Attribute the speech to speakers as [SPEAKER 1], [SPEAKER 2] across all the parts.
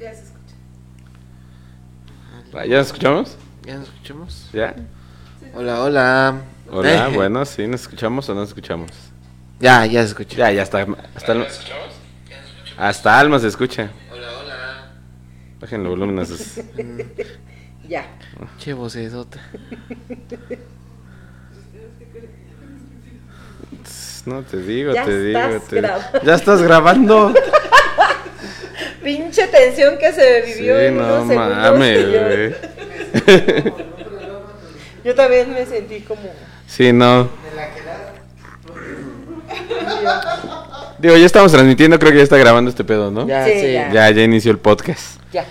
[SPEAKER 1] Ya se escucha.
[SPEAKER 2] Ah, ¿Ya nos escuchamos?
[SPEAKER 3] ¿Ya nos escuchamos?
[SPEAKER 2] ¿Ya?
[SPEAKER 3] Hola, hola.
[SPEAKER 2] Hola,
[SPEAKER 3] Eh,
[SPEAKER 2] bueno, sí, ¿nos escuchamos o no nos escuchamos?
[SPEAKER 3] Ya, ya se escucha.
[SPEAKER 2] Ya, ya está. Hasta Alma, hasta Alma se escucha.
[SPEAKER 3] Hola, hola.
[SPEAKER 2] Bájenle volumen a sus.
[SPEAKER 1] Ya.
[SPEAKER 3] Che, vocesota.
[SPEAKER 2] No te digo,
[SPEAKER 1] Ya
[SPEAKER 2] te digo.
[SPEAKER 1] estás
[SPEAKER 2] te digo.
[SPEAKER 1] grabando.
[SPEAKER 2] Ya estás grabando.
[SPEAKER 1] Pinche tensión que se
[SPEAKER 2] sí,
[SPEAKER 1] vivió en
[SPEAKER 2] no
[SPEAKER 1] unos segundos.
[SPEAKER 2] mames,
[SPEAKER 1] que yo-
[SPEAKER 2] güey.
[SPEAKER 1] Yo también me sentí como.
[SPEAKER 2] Sí, no. Digo, ya estamos transmitiendo, creo que ya está grabando este pedo, ¿no?
[SPEAKER 3] Ya,
[SPEAKER 1] Sí,
[SPEAKER 3] sí.
[SPEAKER 1] ya.
[SPEAKER 2] ya, ya inició el podcast.
[SPEAKER 1] Ya.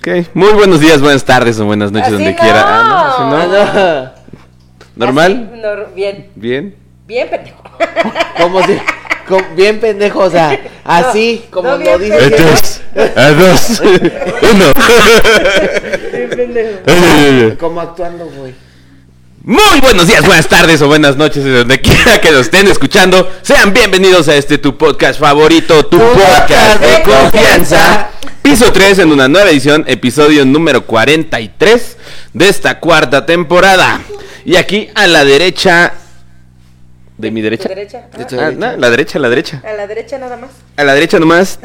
[SPEAKER 2] Ok, muy buenos días, buenas tardes o buenas noches,
[SPEAKER 1] Así
[SPEAKER 2] donde
[SPEAKER 1] no.
[SPEAKER 2] quiera. Ah, no, así no.
[SPEAKER 3] Ah,
[SPEAKER 2] ¿Normal?
[SPEAKER 1] Así, nor- bien.
[SPEAKER 2] ¿Bien?
[SPEAKER 1] Bien, pendejo.
[SPEAKER 3] no, Como si. com- bien pendejo, o sea, así
[SPEAKER 1] No,
[SPEAKER 3] como
[SPEAKER 1] no,
[SPEAKER 3] lo
[SPEAKER 1] bien
[SPEAKER 3] dice.
[SPEAKER 1] pendejo.
[SPEAKER 2] Tres, a dos, uno.
[SPEAKER 1] Bien, pendejo.
[SPEAKER 2] ¿Eh?
[SPEAKER 3] Como actuando, güey.
[SPEAKER 2] Muy buenos días, buenas tardes o buenas noches, de donde quiera que nos estén escuchando. Sean bienvenidos a este tu podcast favorito, tu
[SPEAKER 3] Tu
[SPEAKER 2] podcast
[SPEAKER 3] podcast
[SPEAKER 2] de
[SPEAKER 3] de
[SPEAKER 2] confianza. Piso 3 en una nueva edición, episodio número 43 de esta cuarta temporada. Y aquí a la derecha. ¿De mi derecha?
[SPEAKER 1] ¿Tu derecha?
[SPEAKER 3] De tu-
[SPEAKER 1] Ah,
[SPEAKER 2] Ah, no, la derecha, la derecha.
[SPEAKER 1] a la derecha nada más.
[SPEAKER 2] A la derecha nomás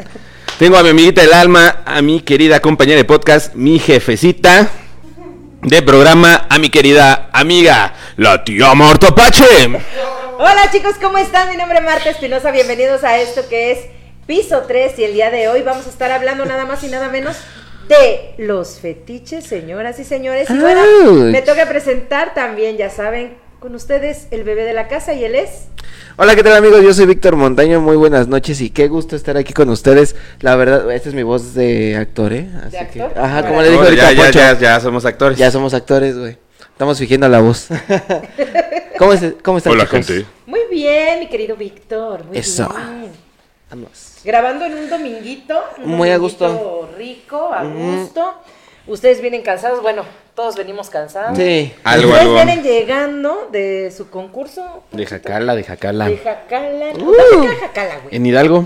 [SPEAKER 2] tengo a mi amiguita del alma, a mi querida compañera de podcast, mi jefecita de programa, a mi querida amiga, la tía Marta Pache.
[SPEAKER 1] Hola chicos, ¿cómo están? Mi nombre es Marta Espinosa, bienvenidos a esto que es Piso 3 y el día de hoy vamos a estar hablando nada más y nada menos de los fetiches, señoras y señores. Y bueno,
[SPEAKER 3] Ouch.
[SPEAKER 1] me toca presentar también, ya saben, con ustedes el bebé de la casa y él es...
[SPEAKER 3] Hola, ¿qué tal amigos? Yo soy Víctor Montaño, muy buenas noches y qué gusto estar aquí con ustedes. La verdad, esta es mi voz de actor, ¿eh? Así
[SPEAKER 1] ¿De
[SPEAKER 3] que-
[SPEAKER 1] actor?
[SPEAKER 3] Ajá, como
[SPEAKER 1] Ahora,
[SPEAKER 3] le dijo
[SPEAKER 2] Ahora
[SPEAKER 3] ahorita
[SPEAKER 2] ya, ya,
[SPEAKER 3] Poncho,
[SPEAKER 2] ya, ya somos actores.
[SPEAKER 3] ya somos actores, güey. Estamos fingiendo la voz. ¿Cómo, es, ¿Cómo están,
[SPEAKER 2] Hola,
[SPEAKER 3] chicos?
[SPEAKER 2] gente.
[SPEAKER 1] Muy bien, mi querido Víctor, muy
[SPEAKER 3] Eso.
[SPEAKER 1] bien.
[SPEAKER 3] Vamos.
[SPEAKER 1] Grabando en un dominguito. un
[SPEAKER 3] Muy a
[SPEAKER 1] dominguito
[SPEAKER 3] gusto.
[SPEAKER 1] Rico, a gusto. Ustedes vienen cansados, bueno, todos venimos cansados.
[SPEAKER 3] Sí.
[SPEAKER 2] Algo,
[SPEAKER 1] Ustedes
[SPEAKER 2] algo.
[SPEAKER 1] vienen llegando de su concurso
[SPEAKER 2] De Jacala, de Jacala.
[SPEAKER 1] de Jacala. ¿no? ¿Dónde queda Jacala, güey?
[SPEAKER 2] Uh. En Hidalgo.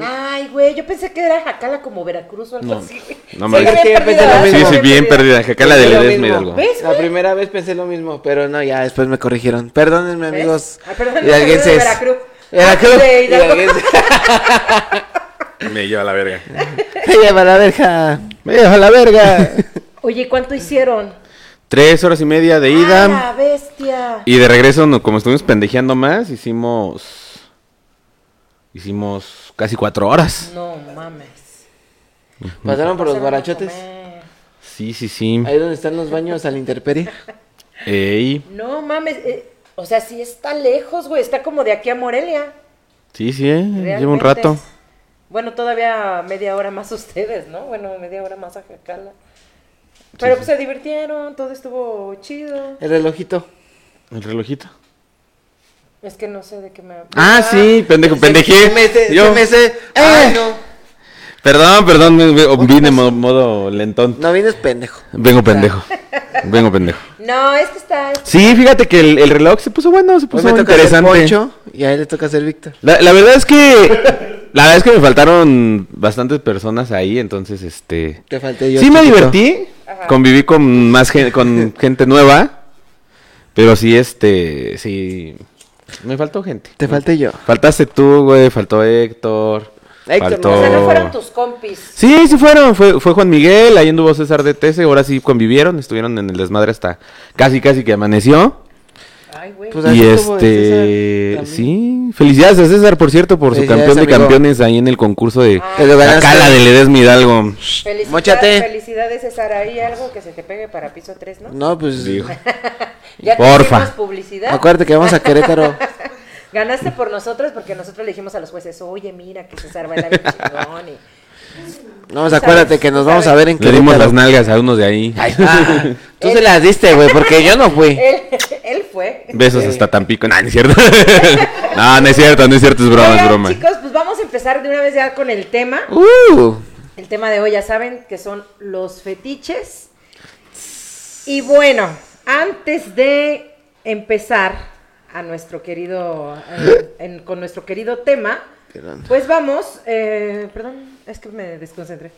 [SPEAKER 1] Ay, güey, yo pensé que era Jacala como Veracruz o algo
[SPEAKER 2] No,
[SPEAKER 1] así. güey.
[SPEAKER 2] no
[SPEAKER 1] Se
[SPEAKER 2] me
[SPEAKER 1] me
[SPEAKER 2] digas.
[SPEAKER 1] había
[SPEAKER 3] Sí, pensé
[SPEAKER 1] perdido,
[SPEAKER 3] lo
[SPEAKER 1] se
[SPEAKER 2] Sí,
[SPEAKER 3] mismo.
[SPEAKER 1] me
[SPEAKER 2] sí,
[SPEAKER 1] había
[SPEAKER 2] bien
[SPEAKER 1] perdido.
[SPEAKER 2] perdida. Jacala de
[SPEAKER 3] Lo
[SPEAKER 2] Ledesma
[SPEAKER 3] mismo.
[SPEAKER 2] Hidalgo.
[SPEAKER 1] ¿Ves,
[SPEAKER 3] La
[SPEAKER 1] güey?
[SPEAKER 3] primera vez pensé lo mismo, pero no, ya después me corrigieron. Perdónenme,
[SPEAKER 1] ¿Ves?
[SPEAKER 3] amigos.
[SPEAKER 1] Ah, perdón,
[SPEAKER 3] hidalguenses.
[SPEAKER 1] de Veracruz.
[SPEAKER 3] Veracruz.
[SPEAKER 1] Ah, de Hidalgo.
[SPEAKER 3] hidalguenses.
[SPEAKER 2] Me lleva la verga.
[SPEAKER 3] Me lleva la verga. Me lleva la verga.
[SPEAKER 1] Oye, ¿cuánto hicieron?
[SPEAKER 2] Tres horas y media de
[SPEAKER 1] ¡Ah,
[SPEAKER 2] ida.
[SPEAKER 1] la bestia!
[SPEAKER 2] Y de regreso, no, como estuvimos pendejeando más, hicimos. Hicimos casi cuatro horas.
[SPEAKER 1] No mames.
[SPEAKER 3] Pasaron por los
[SPEAKER 1] Pasaron a
[SPEAKER 3] barachotes.
[SPEAKER 1] comer.
[SPEAKER 2] Sí, sí, sí.
[SPEAKER 3] Ahí donde están los baños a la intemperie.
[SPEAKER 2] Ey.
[SPEAKER 1] No mames. eh, o sea, sí está lejos, güey. Está como de aquí a Morelia.
[SPEAKER 2] Sí, sí, eh. lleva un
[SPEAKER 1] realmente.
[SPEAKER 2] rato.
[SPEAKER 1] Bueno, todavía media hora más ustedes, ¿no? Bueno, media hora más a Jacala. Pero pues se divirtieron, todo estuvo chido.
[SPEAKER 3] El relojito.
[SPEAKER 2] El relojito.
[SPEAKER 1] Es que no sé de qué me pues,
[SPEAKER 2] Ah, sí, pendejo, pendejé.
[SPEAKER 3] Se me sé-
[SPEAKER 2] Yo-
[SPEAKER 3] se me sé.
[SPEAKER 2] Eh.
[SPEAKER 3] Ay, no.
[SPEAKER 2] Perdón, perdón, me- me- vine mo- modo lentón. Ah.
[SPEAKER 3] No vienes pendejo.
[SPEAKER 2] Vengo pendejo. Vengo pendejo.
[SPEAKER 1] No, es que está.
[SPEAKER 2] Sí, fíjate que el, el reloj se puso bueno, se
[SPEAKER 3] Pues
[SPEAKER 2] puso
[SPEAKER 3] me toca hacer
[SPEAKER 2] interesante.
[SPEAKER 3] Poncho y a él le toca hacer Víctor.
[SPEAKER 2] La, la verdad es que. La verdad es que me faltaron bastantes personas ahí, entonces este.
[SPEAKER 3] Te falté yo.
[SPEAKER 2] Sí me
[SPEAKER 3] chiquito.
[SPEAKER 2] divertí.
[SPEAKER 1] Ajá.
[SPEAKER 2] Conviví con más gente, con gente nueva. Pero sí, este. Sí. Me faltó gente.
[SPEAKER 3] Te falté yo.
[SPEAKER 2] Faltaste tú, güey, faltó Héctor.
[SPEAKER 3] Héctor,
[SPEAKER 2] faltó...
[SPEAKER 1] O sea, no fueron tus compis.
[SPEAKER 2] Sí, sí fueron, fue, fue Juan Miguel, ahí anduvo César de Tese, ahora sí convivieron, estuvieron en el desmadre hasta casi casi que amaneció.
[SPEAKER 1] Ay, güey.
[SPEAKER 3] Pues,
[SPEAKER 2] y
[SPEAKER 3] así estuvo
[SPEAKER 2] este,
[SPEAKER 3] el César también.
[SPEAKER 2] sí, felicidades a César, por cierto, por su
[SPEAKER 3] Felicidades,
[SPEAKER 2] campeón de
[SPEAKER 3] amigo.
[SPEAKER 2] campeones ahí en el concurso de
[SPEAKER 1] Ah.
[SPEAKER 3] Te lo
[SPEAKER 2] la
[SPEAKER 3] ganaste.
[SPEAKER 2] cala de Ledesma Hidalgo.
[SPEAKER 1] Felicidades,
[SPEAKER 3] Móchate.
[SPEAKER 1] felicidades, César. Ahí algo que se te pegue para piso 3, ¿no?
[SPEAKER 3] No, pues.
[SPEAKER 2] Digo,
[SPEAKER 1] Ya te
[SPEAKER 2] Porfa.
[SPEAKER 1] hicimos publicidad.
[SPEAKER 3] Acuérdate que vamos a Querétaro.
[SPEAKER 1] Ganaste por nosotros porque nosotros le dijimos a los jueces, oye, mira que César baila bien chingón. y-
[SPEAKER 3] No, pues acuérdate que nos vamos a ver en
[SPEAKER 2] Le
[SPEAKER 3] Querétaro.
[SPEAKER 2] dimos las nalgas a unos de ahí.
[SPEAKER 3] Ah, tú se las diste, güey, porque yo no fui.
[SPEAKER 1] Él, él fue.
[SPEAKER 2] Besos hasta Tampico. No, no es cierto. no, no es cierto, no es cierto, es broma, es
[SPEAKER 1] Oigan,
[SPEAKER 2] broma.
[SPEAKER 1] Chicos, pues vamos a empezar de una vez ya con el tema.
[SPEAKER 3] Uh,
[SPEAKER 1] El tema de hoy ya saben que son los fetiches. Y bueno, antes de empezar a nuestro querido eh, en- con nuestro querido tema, pues vamos, eh, perdón, es que me desconcentré.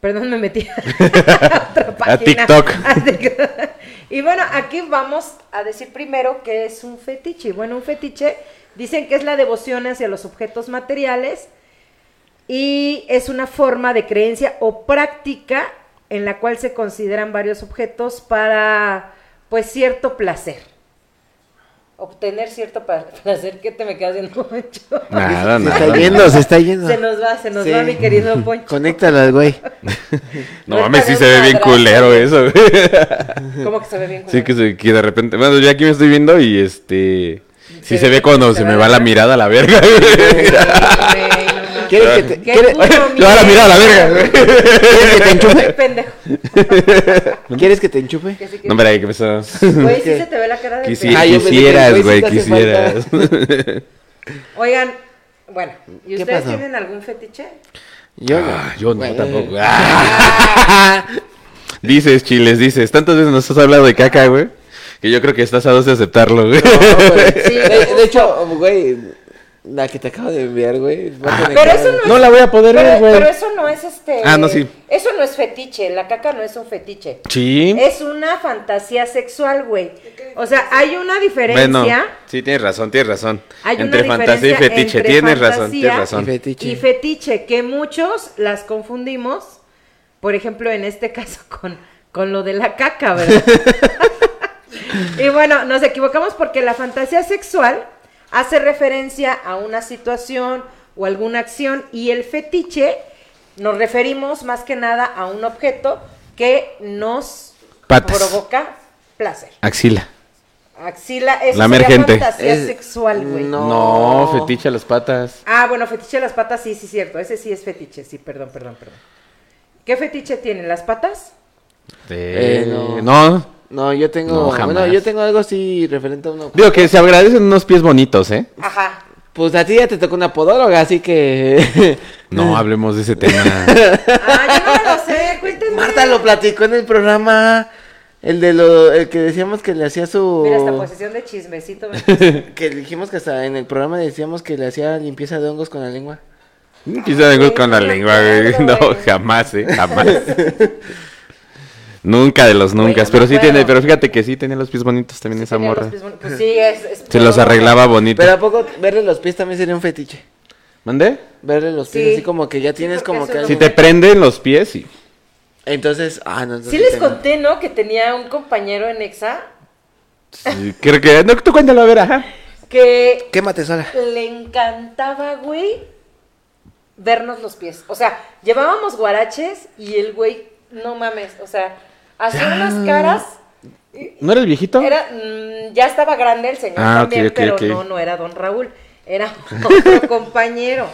[SPEAKER 1] Perdón, me metí a otra página.
[SPEAKER 2] TikTok.
[SPEAKER 1] A TikTok. y bueno, aquí vamos a decir primero que es un fetiche. Y Bueno, un fetiche dicen que es la devoción hacia los objetos materiales y es una forma de creencia o práctica en la cual se consideran varios objetos para pues cierto placer. Obtener cierto pa- placer, que te me quedas viendo mucho.
[SPEAKER 2] Nada,
[SPEAKER 3] Se está
[SPEAKER 2] nada.
[SPEAKER 3] yendo, se está yendo.
[SPEAKER 1] Se nos va, se nos
[SPEAKER 3] Sí.
[SPEAKER 1] va, mi querido Poncho.
[SPEAKER 3] Conéctalo al güey.
[SPEAKER 2] No
[SPEAKER 1] No
[SPEAKER 2] mames, sí
[SPEAKER 1] está
[SPEAKER 2] se ve bien
[SPEAKER 1] cuadrado.
[SPEAKER 2] culero eso. güey.
[SPEAKER 1] ¿Cómo que se ve bien?
[SPEAKER 2] Sí,
[SPEAKER 1] culero?
[SPEAKER 2] que, se- que de repente. Bueno, yo aquí me estoy viendo y este. Sí
[SPEAKER 1] Sí,
[SPEAKER 2] se ve cuando
[SPEAKER 1] se
[SPEAKER 2] se
[SPEAKER 1] va
[SPEAKER 2] me
[SPEAKER 1] a
[SPEAKER 2] va la
[SPEAKER 1] ver.
[SPEAKER 2] mirada a la verga. güey.
[SPEAKER 1] Güey, no mames.
[SPEAKER 3] ¿Quieres que te,
[SPEAKER 1] Qué
[SPEAKER 3] quieres-
[SPEAKER 1] puto
[SPEAKER 2] Le va la mirada a la verga. güey.
[SPEAKER 3] quieres que te enchufe?
[SPEAKER 1] Pendejo.
[SPEAKER 3] ¿Quieres que te enchufe?
[SPEAKER 1] Que sí que-
[SPEAKER 2] No, hombre, ¿qué pasó?
[SPEAKER 1] Güey, sí
[SPEAKER 3] ¿Qué?
[SPEAKER 1] se te ve la cara de
[SPEAKER 2] Quisi-
[SPEAKER 3] Ah, yo pensé que
[SPEAKER 2] quisieras,
[SPEAKER 3] el
[SPEAKER 2] güey,
[SPEAKER 3] güey sí te hace
[SPEAKER 2] quisieras.
[SPEAKER 1] pendejo. Oigan, bueno, ¿y
[SPEAKER 3] ¿Qué
[SPEAKER 1] ustedes
[SPEAKER 3] pasó?
[SPEAKER 1] tienen algún fetiche?
[SPEAKER 3] Yo no.
[SPEAKER 2] Ah, yo no,
[SPEAKER 3] Bueno,
[SPEAKER 2] tampoco. Ah. Dices, chiles, dices. Tantas veces nos has hablado de caca, güey. Que yo creo que estás a dos de aceptarlo, güey.
[SPEAKER 3] no, güey.
[SPEAKER 1] Sí,
[SPEAKER 3] de, de hecho, güey, la que te acabo de enviar, güey. va a tener
[SPEAKER 1] Pero
[SPEAKER 3] que-
[SPEAKER 1] eso no es-
[SPEAKER 3] la voy a poder
[SPEAKER 1] Pero,
[SPEAKER 3] ver, güey.
[SPEAKER 1] pero eso no es este.
[SPEAKER 2] Ah, no, sí.
[SPEAKER 1] Eso no es fetiche. La caca no es un fetiche.
[SPEAKER 2] Sí.
[SPEAKER 1] Es una fantasía sexual, güey. O sea, hay una diferencia.
[SPEAKER 2] Bueno, sí, tienes razón, tienes razón.
[SPEAKER 1] Hay una
[SPEAKER 2] entre fantasía y
[SPEAKER 1] diferencia
[SPEAKER 2] fetiche,
[SPEAKER 1] entre
[SPEAKER 2] tienes razón,
[SPEAKER 1] fantasía
[SPEAKER 2] tienes
[SPEAKER 3] Y
[SPEAKER 2] razón.
[SPEAKER 3] fetiche.
[SPEAKER 1] Y fetiche, que muchos las confundimos, por ejemplo, en este caso con, con lo de la caca, ¿verdad? y bueno, nos equivocamos porque la fantasía sexual hace referencia a una situación o alguna acción y el fetiche nos referimos más que nada a un objeto que nos
[SPEAKER 2] Patas.
[SPEAKER 1] provoca placer.
[SPEAKER 2] Axila.
[SPEAKER 1] Axila es
[SPEAKER 2] Lamer gente.
[SPEAKER 1] fantasía
[SPEAKER 3] Es-
[SPEAKER 1] sexual, güey.
[SPEAKER 3] no.
[SPEAKER 2] No, fetiche a las patas.
[SPEAKER 1] Ah, bueno, fetiche de las patas, sí, sí, cierto. Ese sí es fetiche, sí, perdón, perdón, perdón. ¿Qué fetiche tienen las patas?
[SPEAKER 2] Eh,
[SPEAKER 3] Eh,
[SPEAKER 2] no.
[SPEAKER 3] no. No, yo tengo.
[SPEAKER 2] No,
[SPEAKER 3] bueno,
[SPEAKER 2] jamás.
[SPEAKER 3] yo tengo algo así referente a uno.
[SPEAKER 2] Digo que se agradecen unos pies bonitos, ¿eh?
[SPEAKER 1] Ajá.
[SPEAKER 3] Pues a ti ya te tocó una podóloga, así que.
[SPEAKER 2] No hablemos de ese tema.
[SPEAKER 1] Ah, yo no me lo sé, cuéntenme.
[SPEAKER 3] Marta lo platicó en el programa. El de lo. El que decíamos que le hacía su.
[SPEAKER 1] Mira, esta posición de chismecito. ¿verdad?
[SPEAKER 3] Que dijimos que hasta en el programa decíamos que le hacía limpieza de hongos con la lengua.
[SPEAKER 2] Quizá vengo
[SPEAKER 1] güey,
[SPEAKER 2] con la
[SPEAKER 1] no me
[SPEAKER 2] lengua, güey.
[SPEAKER 1] acuerdo,
[SPEAKER 2] No,
[SPEAKER 1] güey.
[SPEAKER 2] jamás, ¿eh? Jamás. nunca de los nunca.
[SPEAKER 1] Güey, no
[SPEAKER 2] pero
[SPEAKER 1] me
[SPEAKER 2] sí tiene,
[SPEAKER 1] acuerdo.
[SPEAKER 2] pero fíjate que sí tenía los pies bonitos también esa
[SPEAKER 1] Tenía los
[SPEAKER 2] morra.
[SPEAKER 1] pies bonitos. Pues sí, es, es
[SPEAKER 2] Se los
[SPEAKER 1] todo.
[SPEAKER 2] arreglaba bonito.
[SPEAKER 3] Pero a poco verle los pies también sería un fetiche.
[SPEAKER 2] ¿Mandé?
[SPEAKER 3] Verle los pies
[SPEAKER 1] Sí.
[SPEAKER 3] así como que ya
[SPEAKER 1] Sí,
[SPEAKER 3] tienes
[SPEAKER 1] porque
[SPEAKER 3] como
[SPEAKER 1] eso
[SPEAKER 3] que.
[SPEAKER 1] es lo
[SPEAKER 2] Si
[SPEAKER 3] algo-
[SPEAKER 2] te prenden los pies, sí.
[SPEAKER 3] Entonces. Ah, no.
[SPEAKER 1] Sí
[SPEAKER 3] entonces
[SPEAKER 1] les
[SPEAKER 3] tengo-
[SPEAKER 1] conté, ¿no? Que tenía un compañero en Exa
[SPEAKER 2] Sí, Creo que. No, tú cuéntalo, a ver, ajá.
[SPEAKER 1] que
[SPEAKER 3] Quémate sola.
[SPEAKER 1] le encantaba, güey, vernos los pies. O sea, llevábamos guaraches y el güey, no mames, o sea, hacía unas caras
[SPEAKER 2] ¿No eres viejito?
[SPEAKER 1] Era, mm, ya estaba grande el señor
[SPEAKER 2] Ah, ok,
[SPEAKER 1] también,
[SPEAKER 2] ok,
[SPEAKER 1] pero
[SPEAKER 2] ok.
[SPEAKER 1] no, no era don Raúl. Era otro compañero.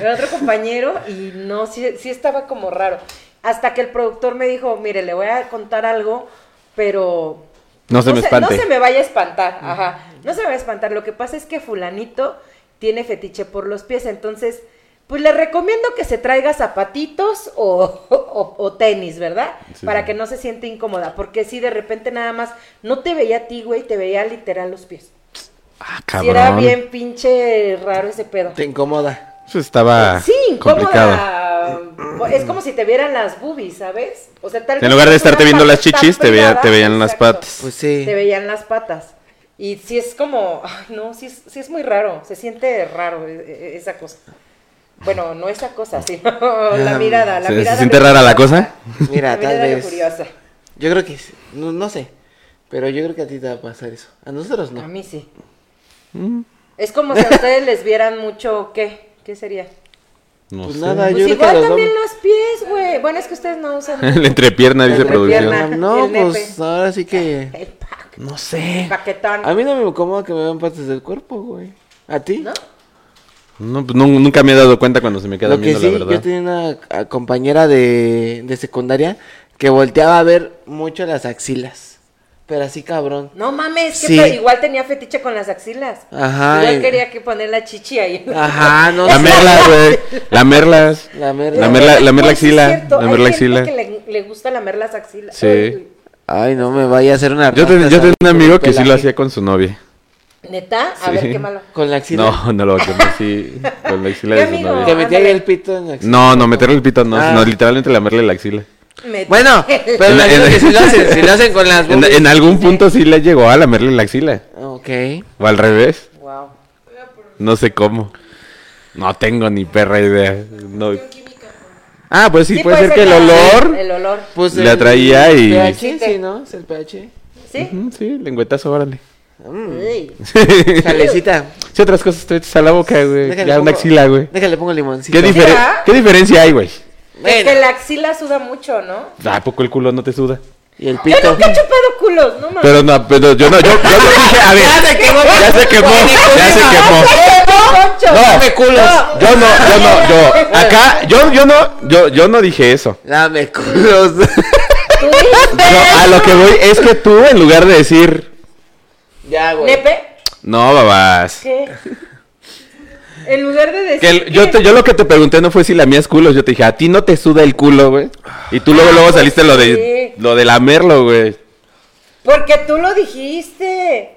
[SPEAKER 1] Era otro compañero y no, sí, sí estaba como raro. Hasta que el productor me dijo, mire, le voy a contar algo, pero...
[SPEAKER 2] No se me espante.
[SPEAKER 1] no se me vaya a espantar, ajá. No se me vaya a espantar. Lo que pasa es que fulanito tiene fetiche por los pies, entonces... Pues le recomiendo que se traiga zapatitos o, o- o tenis, ¿verdad?
[SPEAKER 2] Sí,
[SPEAKER 1] Para
[SPEAKER 2] sí.
[SPEAKER 1] que no se siente incómoda, porque si de repente nada más no te veía a ti, güey, te veía literal los pies.
[SPEAKER 2] Ah,
[SPEAKER 1] Si
[SPEAKER 2] cabrón.
[SPEAKER 1] era bien pinche raro ese pedo. Eh,
[SPEAKER 3] Te incomoda.
[SPEAKER 2] Eso estaba
[SPEAKER 1] sí,
[SPEAKER 2] Ah, complicado.
[SPEAKER 1] incómoda. Es como si te vieran las boobies, ¿sabes? O sea, tal
[SPEAKER 2] En
[SPEAKER 1] vez
[SPEAKER 2] lugar de
[SPEAKER 1] es una
[SPEAKER 2] estarte viendo
[SPEAKER 1] parte
[SPEAKER 2] las chichis,
[SPEAKER 1] tan
[SPEAKER 2] te veía- te
[SPEAKER 1] privada,
[SPEAKER 2] veían las
[SPEAKER 1] exacto,
[SPEAKER 2] patas.
[SPEAKER 3] Pues sí.
[SPEAKER 1] Te veían las patas. Y si es como, ay, no, si es, sí es muy raro, se siente raro e- e- esa cosa. Bueno, no esa cosa, sino
[SPEAKER 3] Ah,
[SPEAKER 1] la mirada. La
[SPEAKER 2] ¿Se- se
[SPEAKER 1] mirada
[SPEAKER 2] siente
[SPEAKER 1] de-
[SPEAKER 2] rara la cosa?
[SPEAKER 3] Mira,
[SPEAKER 1] la
[SPEAKER 3] tal
[SPEAKER 1] mirada de
[SPEAKER 3] vez.
[SPEAKER 1] curiosa.
[SPEAKER 3] Yo creo que sí. No, no sé. Pero yo creo que a ti te va a pasar eso. A nosotros
[SPEAKER 1] A
[SPEAKER 3] no.
[SPEAKER 1] mí sí.
[SPEAKER 3] Mm.
[SPEAKER 1] Es como si a ustedes les vieran mucho, ¿qué? ¿Qué sería?
[SPEAKER 2] No
[SPEAKER 3] Pues
[SPEAKER 2] sé.
[SPEAKER 3] nada, yo
[SPEAKER 1] Pues
[SPEAKER 3] creo que a
[SPEAKER 1] igual
[SPEAKER 3] los
[SPEAKER 1] también
[SPEAKER 3] dos- Ah.
[SPEAKER 1] los pies, güey. Bueno, es que ustedes no usan
[SPEAKER 2] La entrepierna, dice
[SPEAKER 1] La
[SPEAKER 2] producción.
[SPEAKER 1] entrepierna. pierna,
[SPEAKER 3] No,
[SPEAKER 1] el
[SPEAKER 3] pues
[SPEAKER 1] nepe.
[SPEAKER 3] ahora sí que.
[SPEAKER 1] el pa-
[SPEAKER 2] No sé.
[SPEAKER 1] paquetón.
[SPEAKER 3] A mí no me incomoda que me vean partes del cuerpo, güey. ¿A ti?
[SPEAKER 1] ¿No?
[SPEAKER 2] No, pues, nu- nunca me he dado cuenta cuando se me queda
[SPEAKER 3] Lo que
[SPEAKER 2] viendo
[SPEAKER 3] sí,
[SPEAKER 2] la verdad.
[SPEAKER 3] yo tenía una a, compañera de, de secundaria que volteaba a ver mucho las axilas. Pero así cabrón.
[SPEAKER 1] No mames, que
[SPEAKER 3] Sí.
[SPEAKER 1] pe- igual tenía fetiche con las axilas.
[SPEAKER 3] Ajá,
[SPEAKER 1] Igual
[SPEAKER 3] y-
[SPEAKER 1] quería que poner la chichi ahí.
[SPEAKER 3] Ajá, no sé.
[SPEAKER 2] Lamerlas, güey. Lamerlas.
[SPEAKER 3] Lamerlas.
[SPEAKER 2] Lamer la, lamer la
[SPEAKER 1] Oye, sí es
[SPEAKER 2] axila.
[SPEAKER 1] cierto,
[SPEAKER 2] lamer
[SPEAKER 1] hay
[SPEAKER 2] la
[SPEAKER 1] gente
[SPEAKER 2] axila.
[SPEAKER 1] que le, le gusta lamer las axilas.
[SPEAKER 2] Sí.
[SPEAKER 1] Ay, güey.
[SPEAKER 3] Ay, no me vaya a hacer una
[SPEAKER 2] Yo,
[SPEAKER 3] rasta
[SPEAKER 2] ten- yo tenía
[SPEAKER 3] salir
[SPEAKER 2] un
[SPEAKER 3] con
[SPEAKER 2] amigo
[SPEAKER 3] el
[SPEAKER 2] que sí lo
[SPEAKER 3] pelaje.
[SPEAKER 2] hacía con su novia.
[SPEAKER 1] ¿Neta? A ver,
[SPEAKER 2] Sí.
[SPEAKER 1] quémalo.
[SPEAKER 3] Con la axila.
[SPEAKER 2] No, no lo quemé, sí. Con la axila
[SPEAKER 1] ¿Qué
[SPEAKER 2] de su
[SPEAKER 1] amigo?
[SPEAKER 2] novia.
[SPEAKER 3] Te metí ahí el pito en la axila.
[SPEAKER 2] No, no, meterle el pito, no,
[SPEAKER 3] Ah.
[SPEAKER 2] no, literalmente lamerle la axila.
[SPEAKER 1] Me-
[SPEAKER 3] Bueno, pero
[SPEAKER 2] En la-
[SPEAKER 3] imagino
[SPEAKER 2] en la-
[SPEAKER 3] que si lo hacen, si lo hacen con las
[SPEAKER 2] En,
[SPEAKER 3] boobies.
[SPEAKER 2] en algún punto sí le llegó a lamerle la axila.
[SPEAKER 3] Ok.
[SPEAKER 2] O al revés.
[SPEAKER 1] Wow.
[SPEAKER 2] No sé cómo. No tengo ni perra idea. No. Ah, pues sí, puede ser que el olor.
[SPEAKER 1] El olor.
[SPEAKER 3] Pues
[SPEAKER 2] Le atraía y-
[SPEAKER 3] pH, sí, ¿no? Es el pH.
[SPEAKER 1] ¿Sí?
[SPEAKER 2] Ujú, Sí, lengüetazo, órale.
[SPEAKER 1] Uy.
[SPEAKER 3] Salecita.
[SPEAKER 2] Si otras cosas te echas a la boca, güey.
[SPEAKER 3] Déjale,
[SPEAKER 2] Ya
[SPEAKER 3] pongo-
[SPEAKER 2] una axila, güey.
[SPEAKER 3] Déjale, pongo limoncito.
[SPEAKER 2] ¿Qué,
[SPEAKER 1] di-
[SPEAKER 2] difere-
[SPEAKER 1] ¿Ah?
[SPEAKER 2] ¿Qué diferencia hay, güey? Ah,
[SPEAKER 1] Es
[SPEAKER 3] Bueno,
[SPEAKER 1] que la axila suda mucho, ¿no?
[SPEAKER 2] ¿A poco el culo no te suda?
[SPEAKER 3] Y el
[SPEAKER 1] Yo
[SPEAKER 3] pito.
[SPEAKER 1] nunca he chupado culos, no mames.
[SPEAKER 2] Pero no, pero yo no, yo, yo lo dije, a ver.
[SPEAKER 3] Ya se quemó.
[SPEAKER 2] Ya se quemó, ya se quemó.
[SPEAKER 1] ¡Poncho!
[SPEAKER 2] No,
[SPEAKER 3] Dame culos.
[SPEAKER 2] yo no, yo no, yo. Acá, yo, yo no, yo, yo no dije eso.
[SPEAKER 3] Dame culos.
[SPEAKER 1] Tú dijiste,
[SPEAKER 2] Yo, a lo que voy es que tú, en lugar de decir,
[SPEAKER 3] ya, güey.
[SPEAKER 1] Nepe,
[SPEAKER 2] no, babás.
[SPEAKER 1] ¿qué? En lugar de decir.
[SPEAKER 2] Que el- yo,
[SPEAKER 1] que-
[SPEAKER 2] te- yo lo que te pregunté no fue si lamías culos, yo te dije, a ti no te suda el culo, güey. Y tú luego,
[SPEAKER 1] Ah,
[SPEAKER 2] luego
[SPEAKER 1] pues
[SPEAKER 2] saliste lo de,
[SPEAKER 1] sí.
[SPEAKER 2] lo de lamerlo, güey.
[SPEAKER 1] Porque tú lo dijiste.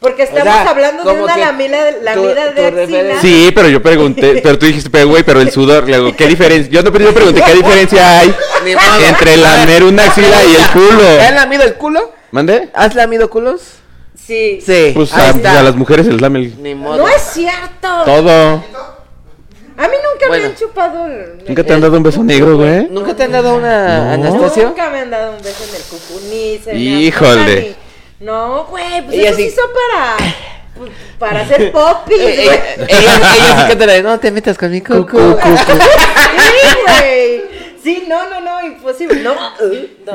[SPEAKER 1] Porque
[SPEAKER 3] sea,
[SPEAKER 1] estamos hablando de
[SPEAKER 3] como
[SPEAKER 1] una
[SPEAKER 3] que
[SPEAKER 1] lamila, lamida
[SPEAKER 3] tu-
[SPEAKER 1] de
[SPEAKER 3] tu referencia-
[SPEAKER 1] axila.
[SPEAKER 2] Sí, pero yo pregunté, pero tú dijiste, pero güey, pero el sudor, le digo, ¿qué diferencia? Yo, no, yo pregunté, ¿qué diferencia hay
[SPEAKER 3] Ni modo.
[SPEAKER 2] entre lamer una axila y el
[SPEAKER 3] ¿Te han
[SPEAKER 2] culo?
[SPEAKER 3] lamido el culo?
[SPEAKER 2] ¿Mande?
[SPEAKER 3] ¿Has lamido culos?
[SPEAKER 1] Sí.
[SPEAKER 3] Sí.
[SPEAKER 2] Pues a,
[SPEAKER 3] ahí está.
[SPEAKER 2] pues a las mujeres se les lame el-
[SPEAKER 3] Ni modo.
[SPEAKER 1] No es cierto.
[SPEAKER 2] todo.
[SPEAKER 1] A mí nunca
[SPEAKER 3] Bueno.
[SPEAKER 1] me han chupado. el-
[SPEAKER 2] ¿Nunca te han dado un beso negro, güey?
[SPEAKER 3] ¿Nunca te han dado una Eh,
[SPEAKER 2] No.
[SPEAKER 3] Anastasio?
[SPEAKER 1] Nunca me han dado un beso en el cucu, ni se me
[SPEAKER 2] Híjole.
[SPEAKER 1] antoja ni- No, güey, pues
[SPEAKER 3] Y
[SPEAKER 1] eso
[SPEAKER 3] así-
[SPEAKER 1] se hizo para... pues, Para hacer popis,
[SPEAKER 3] Eh,
[SPEAKER 1] güey.
[SPEAKER 3] eh, Ella, ella sí que te la no te metas con mi cucu.
[SPEAKER 1] Sí, güey. Sí, no, no, no, imposible. No. eh, no.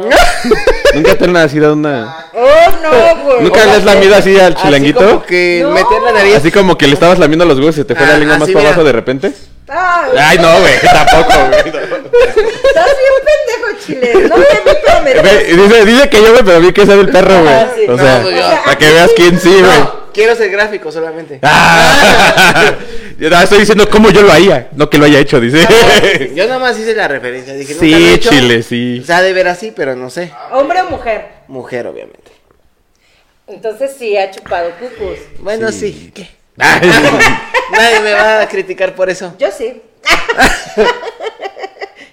[SPEAKER 2] ¿Nunca te han así dado una...
[SPEAKER 1] Oh, no, güey.
[SPEAKER 2] ¿Nunca le has lamido así al chilanguito?
[SPEAKER 3] Así como que
[SPEAKER 1] No.
[SPEAKER 3] meter la nariz.
[SPEAKER 2] Así como que le estabas lamiendo los huevos y se te fue la
[SPEAKER 3] Ah,
[SPEAKER 2] lengua más
[SPEAKER 3] así,
[SPEAKER 2] para
[SPEAKER 3] mira.
[SPEAKER 2] abajo de repente.
[SPEAKER 1] Ay,
[SPEAKER 2] Ay, no, güey, tampoco, güey.
[SPEAKER 1] Estás bien pendejo, chile. No te vi, pero me
[SPEAKER 2] Eh, Ve, Dice, dice que yo, güey, pero vi que es el perro,
[SPEAKER 1] Ah, sí.
[SPEAKER 2] güey. O
[SPEAKER 1] No,
[SPEAKER 2] sea,
[SPEAKER 3] pues yo-
[SPEAKER 2] para que veas quién sí, güey.
[SPEAKER 3] No, quiero ser gráfico solamente.
[SPEAKER 2] Ah. Yo nada, estoy diciendo cómo yo lo haría, no que lo haya hecho, dice.
[SPEAKER 3] Yo nada más hice la referencia. Dije,
[SPEAKER 2] Sí,
[SPEAKER 3] nunca lo he hecho.
[SPEAKER 2] chile, sí.
[SPEAKER 3] O sea, de ver así, pero no sé.
[SPEAKER 1] Hombre o mujer.
[SPEAKER 3] Mujer, obviamente.
[SPEAKER 1] Entonces sí, ha chupado cucus.
[SPEAKER 3] Bueno,
[SPEAKER 2] Sí.
[SPEAKER 3] sí. ¿qué?
[SPEAKER 2] Ay,
[SPEAKER 3] Nadie me va a criticar por eso.
[SPEAKER 1] Yo sí.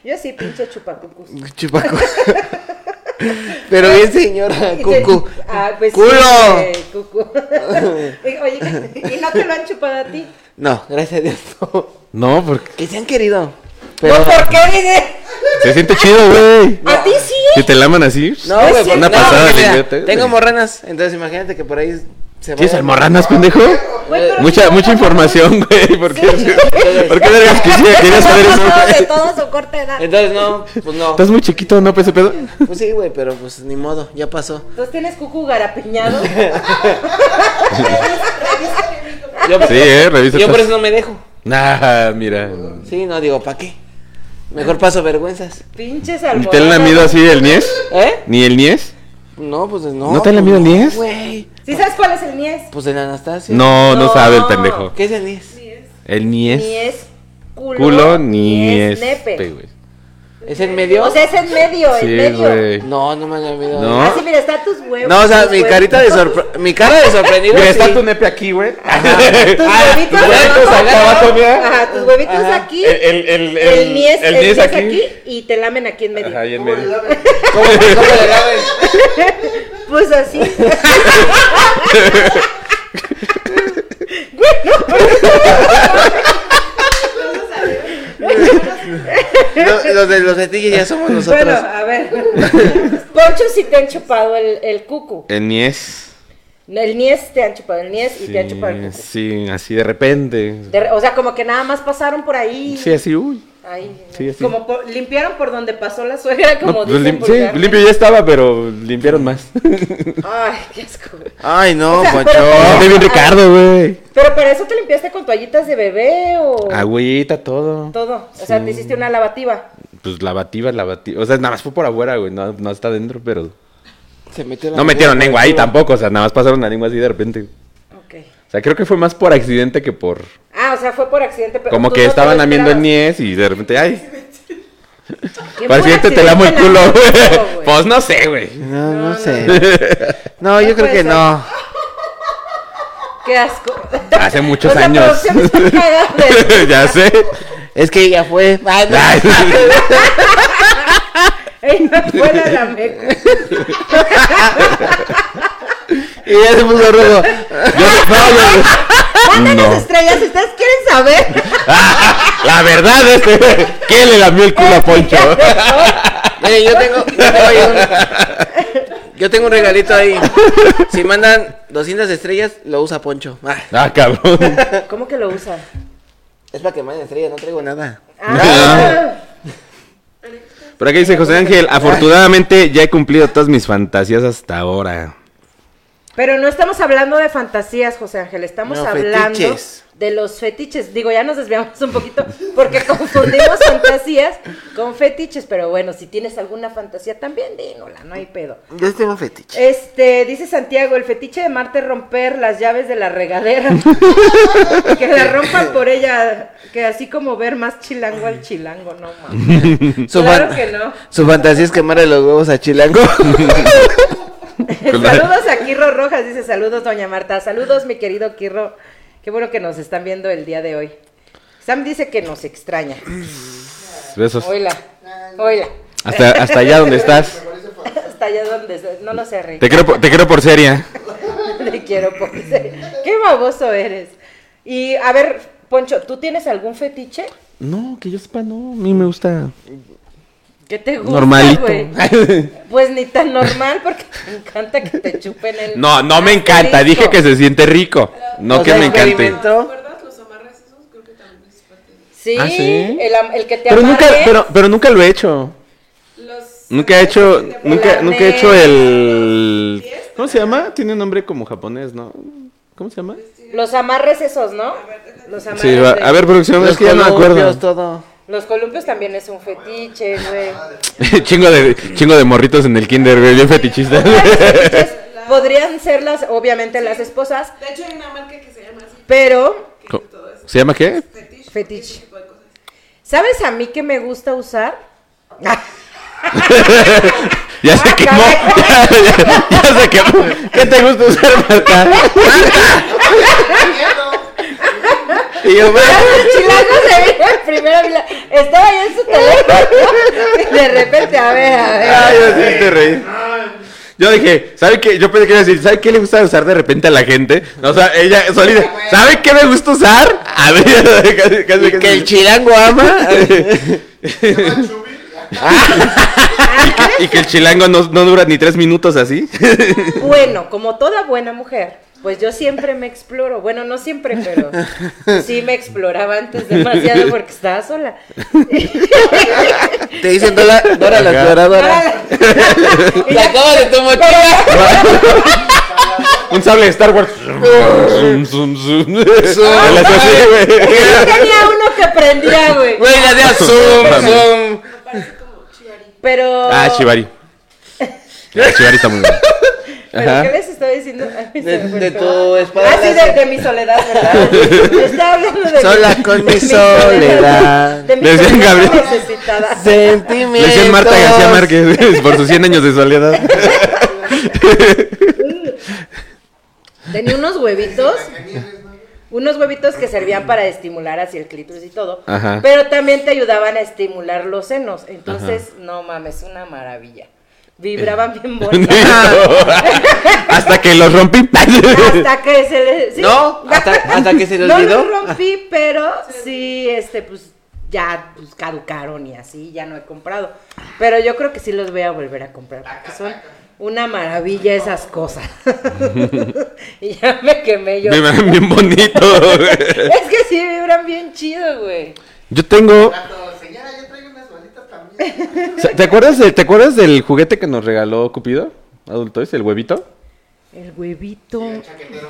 [SPEAKER 1] Yo sí, pinche chupacucus.
[SPEAKER 3] Chupaco. Pero bien, señora, cucu.
[SPEAKER 1] Ah, pues sí,
[SPEAKER 3] ¡Culo!
[SPEAKER 1] güey, cucu. Oye, ¿y no te lo han chupado a ti?
[SPEAKER 3] No, gracias a Dios. no.
[SPEAKER 2] No, porque
[SPEAKER 3] Que se han querido.
[SPEAKER 1] No,
[SPEAKER 3] Pero.
[SPEAKER 1] ¿por qué? Dice,
[SPEAKER 2] se siente chido, güey.
[SPEAKER 1] ¿A ti sí?
[SPEAKER 2] Que te laman así.
[SPEAKER 3] No, güey,
[SPEAKER 1] es
[SPEAKER 3] porque-
[SPEAKER 2] Una
[SPEAKER 3] no,
[SPEAKER 2] pasada
[SPEAKER 3] porque
[SPEAKER 2] de
[SPEAKER 3] mira,
[SPEAKER 2] lengüete.
[SPEAKER 3] Tengo morranas, entonces imagínate que por ahí se
[SPEAKER 2] ¿Tienes
[SPEAKER 3] vaya-
[SPEAKER 2] almorranas, pendejo?
[SPEAKER 1] Güey, pero
[SPEAKER 2] Mucha,
[SPEAKER 1] si no-
[SPEAKER 2] mucha información, güey. ¿Por qué?
[SPEAKER 1] Sí.
[SPEAKER 2] ¿Por qué vergas quisiera, quería saber eso,
[SPEAKER 1] No, de
[SPEAKER 2] güey?
[SPEAKER 1] todo su corta edad.
[SPEAKER 3] Entonces no, pues no.
[SPEAKER 2] Estás muy chiquito, ¿no, ese pedo?
[SPEAKER 3] Pues sí, güey, pero pues ni modo, ya pasó.
[SPEAKER 1] Entonces tienes cucu garapiñado.
[SPEAKER 3] Yo,
[SPEAKER 2] Sí, eh, revisa.
[SPEAKER 3] yo por
[SPEAKER 2] estas-
[SPEAKER 3] eso no me dejo.
[SPEAKER 2] Nah, mira.
[SPEAKER 3] Sí, no digo, ¿para qué? Mejor paso vergüenzenzas.
[SPEAKER 1] Pinches
[SPEAKER 2] ¿Ni
[SPEAKER 1] almohadas.
[SPEAKER 2] te han lamido así el niés?
[SPEAKER 3] ¿Eh?
[SPEAKER 2] ¿Ni el niés?
[SPEAKER 3] No, pues no.
[SPEAKER 2] ¿No te han lamido el
[SPEAKER 3] pues, no,
[SPEAKER 2] niés?
[SPEAKER 3] Güey.
[SPEAKER 1] ¿Sí sabes cuál es el niés?
[SPEAKER 3] Pues el Anastasio.
[SPEAKER 2] No, no
[SPEAKER 1] No.
[SPEAKER 2] sabe el pendejo.
[SPEAKER 3] ¿Qué es el niés?
[SPEAKER 2] El niés.
[SPEAKER 1] Ni es culo,
[SPEAKER 2] Culo, ni es. pe,
[SPEAKER 1] nepe.
[SPEAKER 2] güey.
[SPEAKER 3] ¿Es el medio?
[SPEAKER 1] O sea, es en medio, en
[SPEAKER 2] Sí,
[SPEAKER 1] medio.
[SPEAKER 2] güey.
[SPEAKER 3] No, no me han lamido.
[SPEAKER 2] No.
[SPEAKER 1] Así, Ah, mira, está tus huevos.
[SPEAKER 3] No, o sea,
[SPEAKER 1] tus
[SPEAKER 3] mi
[SPEAKER 1] huevos.
[SPEAKER 3] carita de sorprendido. Mi cara de sorprendido.
[SPEAKER 2] Mira,
[SPEAKER 3] sí.
[SPEAKER 2] está tu nepe aquí, güey.
[SPEAKER 1] Tus
[SPEAKER 2] Ah,
[SPEAKER 1] huevitos
[SPEAKER 2] tus
[SPEAKER 1] acá
[SPEAKER 2] huevitos
[SPEAKER 1] abajo.
[SPEAKER 2] acá abajo, mira.
[SPEAKER 1] Ajá, tus huevitos
[SPEAKER 3] Ajá.
[SPEAKER 1] aquí.
[SPEAKER 2] El- el- el-
[SPEAKER 1] el
[SPEAKER 2] el-
[SPEAKER 1] niés, el
[SPEAKER 2] el niés
[SPEAKER 1] niés
[SPEAKER 2] aquí.
[SPEAKER 1] aquí. y te lamen aquí en medio.
[SPEAKER 2] Ajá, ahí en medio.
[SPEAKER 3] ¿Cómo, cómo le lamen?
[SPEAKER 1] Pues así.
[SPEAKER 3] Los, los de los de Tigre ya somos nosotros.
[SPEAKER 1] bueno, a ver. Poncho, si te han chupado el, el cucu.
[SPEAKER 2] El niés.
[SPEAKER 1] El niés te han chupado el niés y te han chupado el
[SPEAKER 2] Sí,
[SPEAKER 1] cucu.
[SPEAKER 2] Sí, así de repente.
[SPEAKER 1] De re- o sea, como que nada más pasaron por ahí.
[SPEAKER 2] Sí, así, uy.
[SPEAKER 1] Ahí,
[SPEAKER 2] Sí, así.
[SPEAKER 1] Como por- limpiaron por donde pasó la suegra, como
[SPEAKER 2] No, pues,
[SPEAKER 1] dicen
[SPEAKER 2] lim- sí,
[SPEAKER 1] vulgarmente.
[SPEAKER 2] limpio ya estaba, pero limpiaron más.
[SPEAKER 1] Ay, qué asco.
[SPEAKER 3] Ay, no,
[SPEAKER 1] O sea,
[SPEAKER 3] Poncho.
[SPEAKER 1] pero-
[SPEAKER 2] No, bien Ricardo, güey.
[SPEAKER 1] Pero para eso te limpiaste con toallitas de bebé o
[SPEAKER 2] Ah, Agüita, todo.
[SPEAKER 1] todo. O sea, te hiciste una lavativa.
[SPEAKER 2] Pues lavativa, lavativa. O sea, nada más fue por afuera, güey. No, no hasta adentro, pero.
[SPEAKER 3] Se metió la
[SPEAKER 2] No
[SPEAKER 3] lengua
[SPEAKER 2] metieron
[SPEAKER 3] por
[SPEAKER 2] lengua ahí
[SPEAKER 3] el culo.
[SPEAKER 2] tampoco. O sea, nada más pasaron la lengua así de repente.
[SPEAKER 1] Ok.
[SPEAKER 2] O sea, creo que fue más por accidente que por.
[SPEAKER 1] Ah, o sea, fue por accidente. Pero
[SPEAKER 2] Como
[SPEAKER 1] tú
[SPEAKER 2] que
[SPEAKER 1] no te
[SPEAKER 2] estaban
[SPEAKER 1] lo
[SPEAKER 2] lamiendo el
[SPEAKER 1] esperabas.
[SPEAKER 2] niés y de repente, ay.
[SPEAKER 1] ¿Qué
[SPEAKER 2] Para
[SPEAKER 1] fue
[SPEAKER 2] el siguiente te
[SPEAKER 1] accidente
[SPEAKER 2] lamo el culo,
[SPEAKER 1] culo,
[SPEAKER 2] güey.
[SPEAKER 1] güey?
[SPEAKER 2] Pues no sé, güey.
[SPEAKER 3] No, no,
[SPEAKER 1] No,
[SPEAKER 3] sé. No, yo
[SPEAKER 1] No
[SPEAKER 3] creo
[SPEAKER 1] puede
[SPEAKER 3] que
[SPEAKER 1] ser.
[SPEAKER 3] no.
[SPEAKER 1] Qué asco.
[SPEAKER 2] Hace muchos
[SPEAKER 1] Pues la
[SPEAKER 2] años.
[SPEAKER 1] producción está cagada.
[SPEAKER 2] ya sé.
[SPEAKER 3] Es que ya fue. Ay, no.
[SPEAKER 2] Ay,
[SPEAKER 1] Ella fue la lamecu-
[SPEAKER 3] Y ya se puso rojo.
[SPEAKER 2] yo, no, yo-
[SPEAKER 1] Mándenos
[SPEAKER 2] no.
[SPEAKER 1] estrellas si ustedes quieren saber.
[SPEAKER 2] La verdad es que, ¿quién le lamió el culo a Poncho?
[SPEAKER 3] Miren, yo tengo, yo tengo ahí un. Yo tengo un regalito ahí. Si mandan 200 estrellas, lo usa Poncho. Ah,
[SPEAKER 2] Ah, cabrón.
[SPEAKER 1] ¿Cómo que lo usa?
[SPEAKER 3] es para que manden estrellas, no traigo nada.
[SPEAKER 1] Ah,
[SPEAKER 2] Pero aquí dice José Ángel, afortunadamente ya he cumplido todas mis fantasías hasta ahora.
[SPEAKER 1] pero no estamos hablando de fantasías, José Ángel. Estamos
[SPEAKER 3] No,
[SPEAKER 1] hablando
[SPEAKER 3] fetiches.
[SPEAKER 1] de los fetiches. Digo, ya nos desviamos un poquito porque confundimos fantasías con fetiches. Pero bueno, si tienes alguna fantasía también, dínola, no hay pedo.
[SPEAKER 3] Yo tengo fetiche.
[SPEAKER 1] Este, dice Santiago, el fetiche de Marte es romper las llaves de la regadera. que la rompan por ella, que así como ver más chilango al chilango, no mames.
[SPEAKER 3] Su
[SPEAKER 1] claro
[SPEAKER 3] fan-
[SPEAKER 1] que no.
[SPEAKER 3] Su fantasía es quemarle los huevos a Chilango.
[SPEAKER 2] Pues
[SPEAKER 1] saludos a Kirro Rojas, dice saludos doña Marta, saludos mi querido Kirro. Qué bueno que nos están viendo el día de hoy. Sam dice que nos extraña.
[SPEAKER 2] Besos.
[SPEAKER 1] Oila. Oila.
[SPEAKER 2] Pues Hasta, hasta allá donde estás.
[SPEAKER 1] Hasta allá donde se- no lo sé Rick.
[SPEAKER 2] Te creo, por- te creo por seria.
[SPEAKER 1] Te quiero, Ponce. Qué baboso eres. Y a ver, Poncho, ¿tú tienes algún fetiche?
[SPEAKER 2] No, que yo sepa, no. A mí me gusta
[SPEAKER 1] ¿Qué te gusta,
[SPEAKER 2] normalito.
[SPEAKER 1] güey? Pues ni tan normal porque te encanta que te chupen el
[SPEAKER 2] No, no me encanta. Dije que se siente rico. No
[SPEAKER 3] O
[SPEAKER 2] que
[SPEAKER 3] sea,
[SPEAKER 2] me encante.
[SPEAKER 3] experimento.
[SPEAKER 1] Sí,
[SPEAKER 2] Ah, ¿sí?
[SPEAKER 1] El, am- el que te
[SPEAKER 2] Pero nunca,
[SPEAKER 1] amarres.
[SPEAKER 2] pero, pero nunca lo he hecho. Nunca he hecho, nunca, nunca he hecho el... ¿Cómo se llama? Tiene un nombre como japonés, ¿no? ¿Cómo se llama?
[SPEAKER 1] Los amarres esos, ¿no? Los amarres.
[SPEAKER 2] Sí, va-
[SPEAKER 1] de-
[SPEAKER 2] a ver, producción,
[SPEAKER 3] Los
[SPEAKER 2] es que ya no me
[SPEAKER 3] columpios,
[SPEAKER 2] acuerdo.
[SPEAKER 3] todo.
[SPEAKER 1] Los columpios también es un fetiche,
[SPEAKER 4] Ah,
[SPEAKER 1] güey.
[SPEAKER 2] chingo, de, chingo de morritos en el kinder, güey, bien fetichista.
[SPEAKER 1] Varios fetiches Podrían ser las, obviamente, las esposas,
[SPEAKER 4] De hecho, hay una marca que se llama así,
[SPEAKER 1] pero
[SPEAKER 2] Co- ¿Se llama qué?
[SPEAKER 4] fetiche.
[SPEAKER 1] Fetiche.
[SPEAKER 4] ese tipo de cosas.
[SPEAKER 1] ¿sabes a mí que me gusta usar?
[SPEAKER 2] Ya se
[SPEAKER 1] Ah,
[SPEAKER 2] quemó. Ya, ya- ya se quemó. ¿Qué te gusta usar, Marta?
[SPEAKER 3] Y yo, bueno,
[SPEAKER 1] El chilango se vino en primera fila. Estaba yo en su teléfono. Y de repente, a ver, a ver.
[SPEAKER 2] Ay, yo sí te reí. Yo dije, ¿sabe qué? Yo pensé que iba a decir, ¿sabe qué le gusta usar de repente a la gente? O sea, ella solita, ¿sabe qué me gusta usar? A ver, casi, casi,
[SPEAKER 3] ¿y
[SPEAKER 2] casi.
[SPEAKER 3] que el chilango ama.
[SPEAKER 2] Y que- y que el chilango no, no dura ni tres minutos así.
[SPEAKER 1] Bueno, como toda buena mujer, pues yo siempre me exploro. Bueno, no siempre, pero sí me exploraba antes demasiado porque estaba sola.
[SPEAKER 3] Te dicen Dora, Dora la
[SPEAKER 2] Ajá.
[SPEAKER 3] exploradora.
[SPEAKER 1] Y
[SPEAKER 3] Te
[SPEAKER 1] ya-
[SPEAKER 3] acabas de tu mochila.
[SPEAKER 2] Un sable de Star Wars. Zum, zum, zum. Le hacía así, güey.
[SPEAKER 1] Yo tenía uno que prendía, güey.
[SPEAKER 3] Güey, la de azul, zoom.
[SPEAKER 1] Pero.
[SPEAKER 2] Ah, Chivari. Ah, Chivari está muy bueno.
[SPEAKER 1] ¿Pero
[SPEAKER 2] Ajá.
[SPEAKER 1] qué les estoy diciendo? Ay, se
[SPEAKER 3] De-
[SPEAKER 1] me fue
[SPEAKER 3] de
[SPEAKER 1] el
[SPEAKER 3] tu
[SPEAKER 1] pedo.
[SPEAKER 3] espada
[SPEAKER 1] Ah, sí, de,
[SPEAKER 3] láser.
[SPEAKER 1] de mi soledad, ¿verdad? Estaba hablando de
[SPEAKER 3] Sola con mi soledad.
[SPEAKER 1] De mi
[SPEAKER 2] Le decían
[SPEAKER 1] soledad
[SPEAKER 2] Gabriel.
[SPEAKER 1] necesitada.
[SPEAKER 3] Sentimientos.
[SPEAKER 2] Le decían Marta García Márquez por sus 100 años de soledad.
[SPEAKER 1] Tenía unos huevitos. Unos huevitos que servían para estimular así el clítoris y todo.
[SPEAKER 2] Ajá.
[SPEAKER 1] Pero también te ayudaban a estimular los senos. Entonces, no mames, una maravilla. Vibraban bien bonito.
[SPEAKER 2] Hasta que los rompí.
[SPEAKER 1] hasta que se le. sí.
[SPEAKER 3] No, hasta, hasta que se le
[SPEAKER 1] No
[SPEAKER 3] olvidó.
[SPEAKER 1] los rompí, pero sí, este, pues ya pues, caducaron y así, ya no he comprado. Pero yo creo que sí los voy a volver a comprar porque son una maravilla esas cosas. y ya me quemé yo.
[SPEAKER 2] Vibran bien bonito.
[SPEAKER 1] es que sí vibran bien chido, güey.
[SPEAKER 2] Yo tengo. ¿Te acuerdas, de- ¿Te acuerdas del juguete que nos regaló Cupido? Adulto, ¿es el huevito?
[SPEAKER 1] El huevito.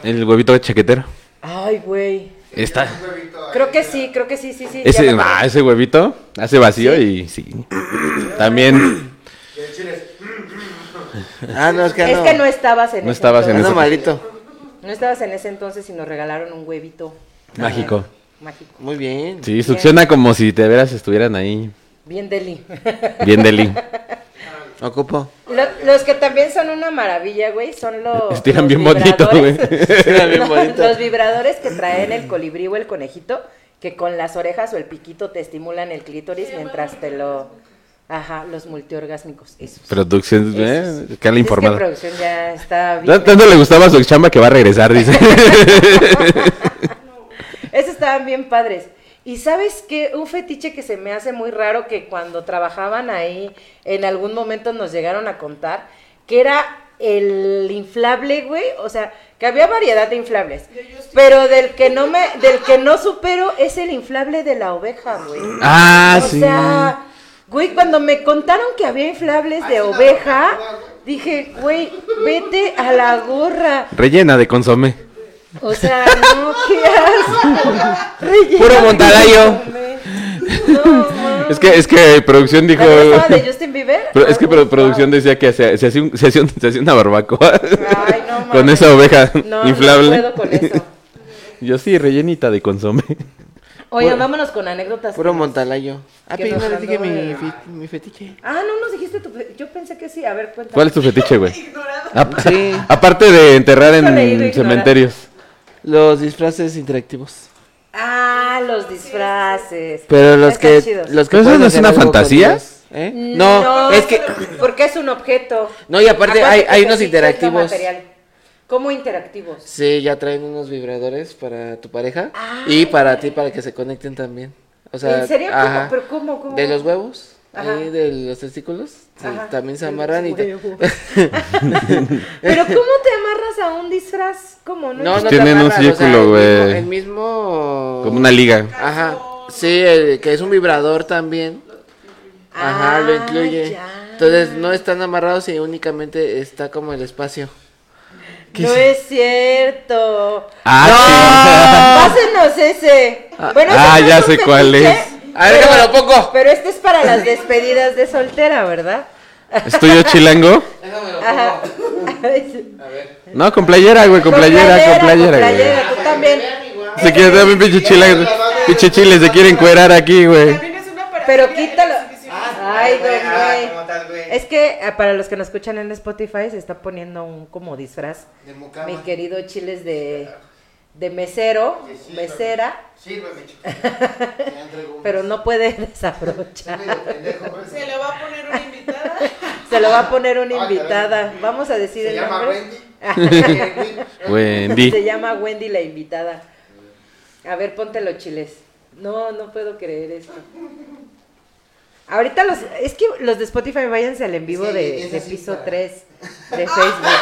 [SPEAKER 2] El huevito de chaquetero.
[SPEAKER 1] Ay, güey.
[SPEAKER 2] Está.
[SPEAKER 1] Creo que sí, creo que sí, sí, sí. ya me
[SPEAKER 2] Ese,
[SPEAKER 1] acordé.
[SPEAKER 2] ah, ese huevito hace vacío y sí. También
[SPEAKER 3] Ah, no, es que
[SPEAKER 1] es
[SPEAKER 3] no.
[SPEAKER 1] que no estabas en
[SPEAKER 2] No
[SPEAKER 1] ese
[SPEAKER 2] estabas en
[SPEAKER 1] entonces.
[SPEAKER 3] Ando
[SPEAKER 2] ese-
[SPEAKER 3] malito.
[SPEAKER 1] No estabas en ese entonces y nos regalaron un huevito. Ah,
[SPEAKER 2] mágico.
[SPEAKER 1] Mágico.
[SPEAKER 3] Muy bien.
[SPEAKER 2] Sí, succiona como si de veras estuvieran ahí.
[SPEAKER 1] Bien deli.
[SPEAKER 2] Bien deli.
[SPEAKER 3] Ocupo.
[SPEAKER 1] Lo- los que también son una maravilla, güey, son los.
[SPEAKER 2] Estiran
[SPEAKER 1] los
[SPEAKER 2] bien bonito,
[SPEAKER 1] vibradores.
[SPEAKER 2] güey.
[SPEAKER 3] Estiran bien
[SPEAKER 1] No,
[SPEAKER 3] bonito.
[SPEAKER 1] Los vibradores que traen el colibrí o el conejito, que con las orejas o el piquito te estimulan el clítoris mientras te lo. Ajá, los multiorgásmicos. Esos.
[SPEAKER 2] Producción,
[SPEAKER 1] Esos.
[SPEAKER 2] eh, que la
[SPEAKER 1] Es que
[SPEAKER 2] informada.
[SPEAKER 1] producción ya está bien.
[SPEAKER 2] Tan- Tanto le gustaba su chamba que va a regresar, dice.
[SPEAKER 1] Esos estaban bien padres. Y sabes qué, un fetiche que se me hace muy raro que cuando trabajaban ahí, en algún momento nos llegaron a contar, que era el inflable, güey, o sea, que había variedad de inflables, pero del que no me, del que no supero es el inflable de la oveja, güey.
[SPEAKER 2] ah,
[SPEAKER 1] o
[SPEAKER 2] sí.
[SPEAKER 1] sea, güey, cuando me contaron que había inflables de oveja, dije, güey, vete a la gorra.
[SPEAKER 2] Rellena de consomé.
[SPEAKER 1] O sea, no, qué asco. Relleno
[SPEAKER 2] Puro
[SPEAKER 1] de
[SPEAKER 2] Montalayo.
[SPEAKER 1] consomé. No, mames.
[SPEAKER 2] Es que, es que producción dijo.
[SPEAKER 1] ¿La verdad de Justin Bieber?
[SPEAKER 2] Pero es que
[SPEAKER 1] Ah,
[SPEAKER 2] pro-
[SPEAKER 1] wow.
[SPEAKER 2] producción decía que se, se hacía un- se hacía un- se hacía una barbacoa
[SPEAKER 1] Ay, no mames.
[SPEAKER 2] con esa oveja
[SPEAKER 1] No,
[SPEAKER 2] inflable.
[SPEAKER 1] No puedo con eso.
[SPEAKER 2] Yo sí, rellenita de consomé.
[SPEAKER 1] Oigan, vámonos con anécdotas.
[SPEAKER 3] Puro Montalayo. Ah,
[SPEAKER 1] Que
[SPEAKER 3] pero
[SPEAKER 1] nos
[SPEAKER 3] no le
[SPEAKER 1] mandó
[SPEAKER 3] dije mi,
[SPEAKER 1] el-
[SPEAKER 3] fi- mi fetiche.
[SPEAKER 1] Ah, no nos dijiste tu. fe- Yo pensé que sí. A ver, cuéntame.
[SPEAKER 2] ¿Cuál es tu fetiche, güey?
[SPEAKER 4] Ignorado.
[SPEAKER 2] Ap-
[SPEAKER 3] Sí.
[SPEAKER 2] Aparte de enterrar
[SPEAKER 1] Eso leí de
[SPEAKER 2] en
[SPEAKER 1] ignorar.
[SPEAKER 2] cementerios.
[SPEAKER 3] Los disfraces interactivos.
[SPEAKER 1] Ah, los disfraces.
[SPEAKER 3] Pero los
[SPEAKER 1] Están
[SPEAKER 3] que,
[SPEAKER 1] chidos. Mm,
[SPEAKER 3] los que
[SPEAKER 2] ¿Pero eso
[SPEAKER 3] pueden
[SPEAKER 2] no es
[SPEAKER 3] hacer
[SPEAKER 2] una
[SPEAKER 3] algo con
[SPEAKER 2] fantasía?
[SPEAKER 3] ellos, ¿eh? No, es que
[SPEAKER 1] Porque es un objeto.
[SPEAKER 3] No, y aparte hay-
[SPEAKER 1] que
[SPEAKER 3] hay
[SPEAKER 1] el
[SPEAKER 3] unos
[SPEAKER 1] fetiche es lo
[SPEAKER 3] interactivos.
[SPEAKER 1] material. ¿Cómo interactivos?
[SPEAKER 3] sí, ya traen unos vibradores para tu pareja
[SPEAKER 1] Ah.
[SPEAKER 3] y para ti para que se conecten también. O sea,
[SPEAKER 1] ¿En serio? ¿Cómo?
[SPEAKER 3] ajá.
[SPEAKER 1] ¿Pero cómo? ¿Cómo?
[SPEAKER 3] De los huevos,
[SPEAKER 1] Ajá.
[SPEAKER 3] ahí de los testículos, se-
[SPEAKER 1] Ajá.
[SPEAKER 3] también se
[SPEAKER 1] De los
[SPEAKER 3] amarran y te-
[SPEAKER 1] Pero ¿cómo te amarras a un disfraz? ¿Cómo? No,
[SPEAKER 3] no, no
[SPEAKER 1] entiendo.
[SPEAKER 2] Pues
[SPEAKER 3] te
[SPEAKER 2] tienen un
[SPEAKER 3] amarran, o sea,
[SPEAKER 2] círculo,
[SPEAKER 3] el mismo-
[SPEAKER 2] güey.
[SPEAKER 3] El mismo
[SPEAKER 2] Como una liga.
[SPEAKER 3] Ajá. Sí, el que es un vibrador también. Ajá, lo
[SPEAKER 1] Ah,
[SPEAKER 3] incluye.
[SPEAKER 1] ya.
[SPEAKER 3] Entonces no están amarrados y únicamente está como el espacio.
[SPEAKER 1] No es cierto.
[SPEAKER 2] Ah,
[SPEAKER 1] Pásenos ese. Bueno, ese
[SPEAKER 2] Ah,
[SPEAKER 1] no
[SPEAKER 2] ya
[SPEAKER 1] es un
[SPEAKER 2] sé cuál es.
[SPEAKER 3] A ver, déjame lo pongo.
[SPEAKER 1] Pero este es para las despedidas de soltera, ¿verdad?
[SPEAKER 2] sí. ¿Es tuyo chilango?
[SPEAKER 1] Ajá.
[SPEAKER 2] No, con playera, güey, con playera, con playera, güey.
[SPEAKER 1] playera, tú también.
[SPEAKER 2] Se quiere dar un pinche chilango. Pinche chile se quiere encuerar aquí, güey.
[SPEAKER 4] También es una para
[SPEAKER 1] Pero quítalo. Ay,
[SPEAKER 5] güey, ah,
[SPEAKER 1] don
[SPEAKER 5] como tal,
[SPEAKER 1] güey.
[SPEAKER 5] güey.
[SPEAKER 1] Es que ah, para los que nos escuchan en Spotify se está poniendo un como disfraz.
[SPEAKER 5] De mucama.
[SPEAKER 1] Mi querido Chiles de, de mesero, mesera,
[SPEAKER 5] Sírveme, chico. Ya entrego un-
[SPEAKER 1] pero no puede
[SPEAKER 5] Soy
[SPEAKER 1] desabrochar.
[SPEAKER 5] medio pendejo, güey.
[SPEAKER 4] Se le va a poner una invitada.
[SPEAKER 1] Se lo va a poner una
[SPEAKER 5] Ah, caray.
[SPEAKER 1] invitada. Vamos a decir
[SPEAKER 5] Se
[SPEAKER 1] el
[SPEAKER 5] llama
[SPEAKER 1] nombre. Ah,
[SPEAKER 5] Wendy. Wendy.
[SPEAKER 1] Se
[SPEAKER 2] Wendy.
[SPEAKER 1] llama Wendy la invitada. A ver, ponte los chiles. No, no puedo creer esto. Ahorita los, es que los de Spotify váyanse al en vivo
[SPEAKER 5] Sí,
[SPEAKER 1] de,
[SPEAKER 5] es
[SPEAKER 1] de
[SPEAKER 5] así
[SPEAKER 1] piso
[SPEAKER 5] para-
[SPEAKER 1] 3 de Facebook.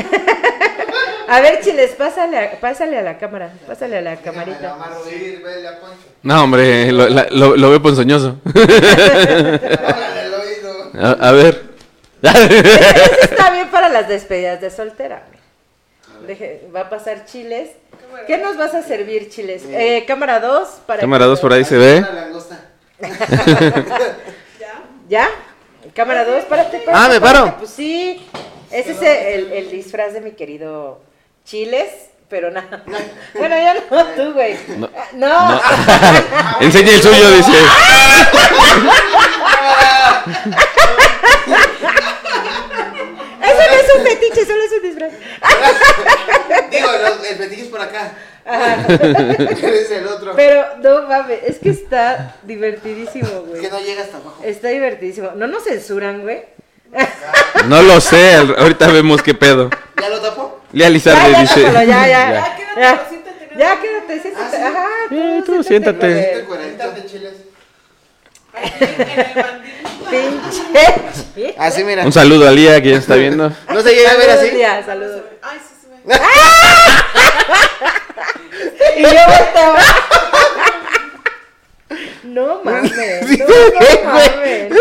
[SPEAKER 1] A ver, chiles, pásale a, pásale a la cámara, pásale a la
[SPEAKER 5] Déjame la
[SPEAKER 1] camarita.
[SPEAKER 5] amarro, sírvele a Poncho.
[SPEAKER 2] No, hombre, lo, la- lo, lo veo ponzoñoso.
[SPEAKER 5] Órale, al oído.
[SPEAKER 2] A, a ver.
[SPEAKER 1] Ese está bien para las despedidas de soltera. mira. Deje- va a pasar chiles. ¿Qué nos vas a servir, chiles? Eh, cámara 2 para
[SPEAKER 2] Cámara
[SPEAKER 1] que-
[SPEAKER 2] 2 por ahí se ve.
[SPEAKER 5] Una langosta.
[SPEAKER 4] ¿Ya?
[SPEAKER 1] ¿Ya? Cámara 2, párate, párate.
[SPEAKER 3] Ah, ¿me
[SPEAKER 1] párate.
[SPEAKER 3] paro?
[SPEAKER 1] Pues sí. Ese es el, el- el disfraz de mi querido Chiles, pero nada. Bueno, ya no, tú, güey.
[SPEAKER 2] No.
[SPEAKER 1] Ah, No.
[SPEAKER 2] No. Enseña el suyo, dice.
[SPEAKER 1] Eso no es un fetiche, solo es un disfraz.
[SPEAKER 5] Digo, los- el fetiche es por acá. Eres el otro.
[SPEAKER 1] Pero no mames, es que está divertidísimo,
[SPEAKER 5] Es
[SPEAKER 1] güey.
[SPEAKER 5] que no llega hasta abajo.
[SPEAKER 1] Está divertidísimo. No nos censuran, güey.
[SPEAKER 2] No lo sé, al- ahorita vemos qué pedo.
[SPEAKER 5] ¿Ya lo tapó?
[SPEAKER 2] Lea
[SPEAKER 1] Ya,
[SPEAKER 2] Lizarde
[SPEAKER 1] ya,
[SPEAKER 2] dice.
[SPEAKER 1] tócalo, ya, ya.
[SPEAKER 4] Ya, quédate,
[SPEAKER 1] Ya.
[SPEAKER 4] siéntate, nada
[SPEAKER 1] Ya,
[SPEAKER 4] más.
[SPEAKER 1] quédate, siéntate.
[SPEAKER 5] ¿sí?
[SPEAKER 4] Ah,
[SPEAKER 1] Ajá,
[SPEAKER 2] Eh, tú siéntate.
[SPEAKER 1] güey.
[SPEAKER 5] Cuarenta chiles.
[SPEAKER 4] Ahí en el bandil.
[SPEAKER 1] Pinche chile.
[SPEAKER 3] Así mira.
[SPEAKER 2] Un saludo a Lía que ya está viendo.
[SPEAKER 3] No se llega a ver
[SPEAKER 1] Saludos,
[SPEAKER 3] así.
[SPEAKER 1] Lía, saludos.
[SPEAKER 4] Ay, sí se ve.
[SPEAKER 1] Y yo volteaba. No mames. No, no mames.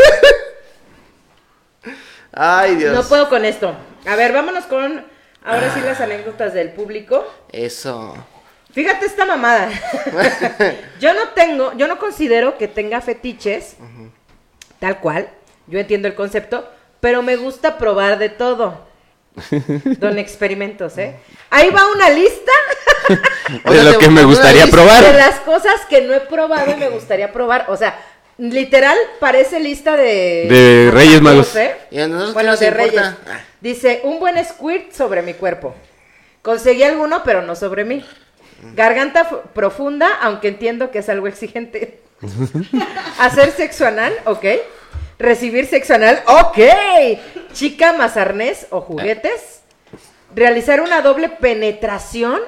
[SPEAKER 3] Ay, Dios.
[SPEAKER 1] No puedo con esto. A ver, vámonos con ahora sí las anécdotas del público.
[SPEAKER 3] Eso.
[SPEAKER 1] Fíjate esta mamada. yo no tengo, yo no considero que tenga fetiches, tal cual. Yo entiendo el concepto, pero me gusta probar de todo. Don experimentos, ¿eh? Ahí va una lista
[SPEAKER 3] O
[SPEAKER 2] De
[SPEAKER 3] sea,
[SPEAKER 2] lo
[SPEAKER 3] te-
[SPEAKER 2] que me
[SPEAKER 3] te-
[SPEAKER 2] gustaría
[SPEAKER 3] te-
[SPEAKER 1] de
[SPEAKER 2] probar.
[SPEAKER 1] las cosas que no he probado y me gustaría probar. O sea, literal parece lista de...
[SPEAKER 2] De Reyes Magos.
[SPEAKER 1] ¿eh?
[SPEAKER 3] Y a nosotros
[SPEAKER 1] Bueno,
[SPEAKER 3] qué
[SPEAKER 1] de
[SPEAKER 3] nos importa. Ah.
[SPEAKER 1] Reyes. Dice, un buen squirt sobre mi cuerpo. Conseguí alguno, pero no sobre mí. Garganta fu- profunda, aunque entiendo que es algo exigente. Hacer sexo anal, ok. Recibir sexo anal, ok. Chica más arnés o juguetes. Realizar una doble penetración.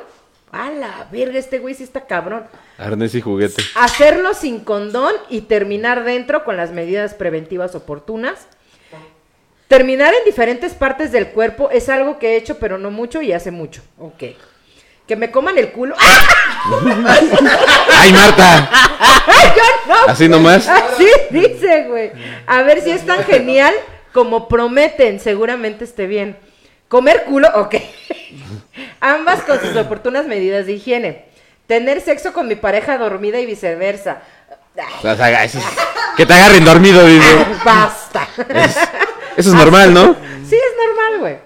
[SPEAKER 1] A la verga, este güey sí está cabrón.
[SPEAKER 2] Arnés y juguete.
[SPEAKER 1] Hacerlo sin condón y terminar dentro con las medidas preventivas oportunas. Terminar en diferentes partes del cuerpo es algo que he hecho, pero no mucho y hace mucho. Ok. Que me coman el culo. ¡Ah!
[SPEAKER 2] ¡Ay, Marta!
[SPEAKER 1] ¡Ay, yo no!
[SPEAKER 2] Así nomás.
[SPEAKER 1] Así dice, güey. A ver si es tan genial como prometen. Seguramente esté bien. Comer culo, ok. Ambas con sus oportunas medidas de higiene. Tener sexo con mi pareja dormida y viceversa. Ay,
[SPEAKER 2] Las haga- eso es- Que te agarren dormido, digo.
[SPEAKER 1] basta.
[SPEAKER 2] Eso es normal, ¿no?
[SPEAKER 1] Sí, es normal, güey.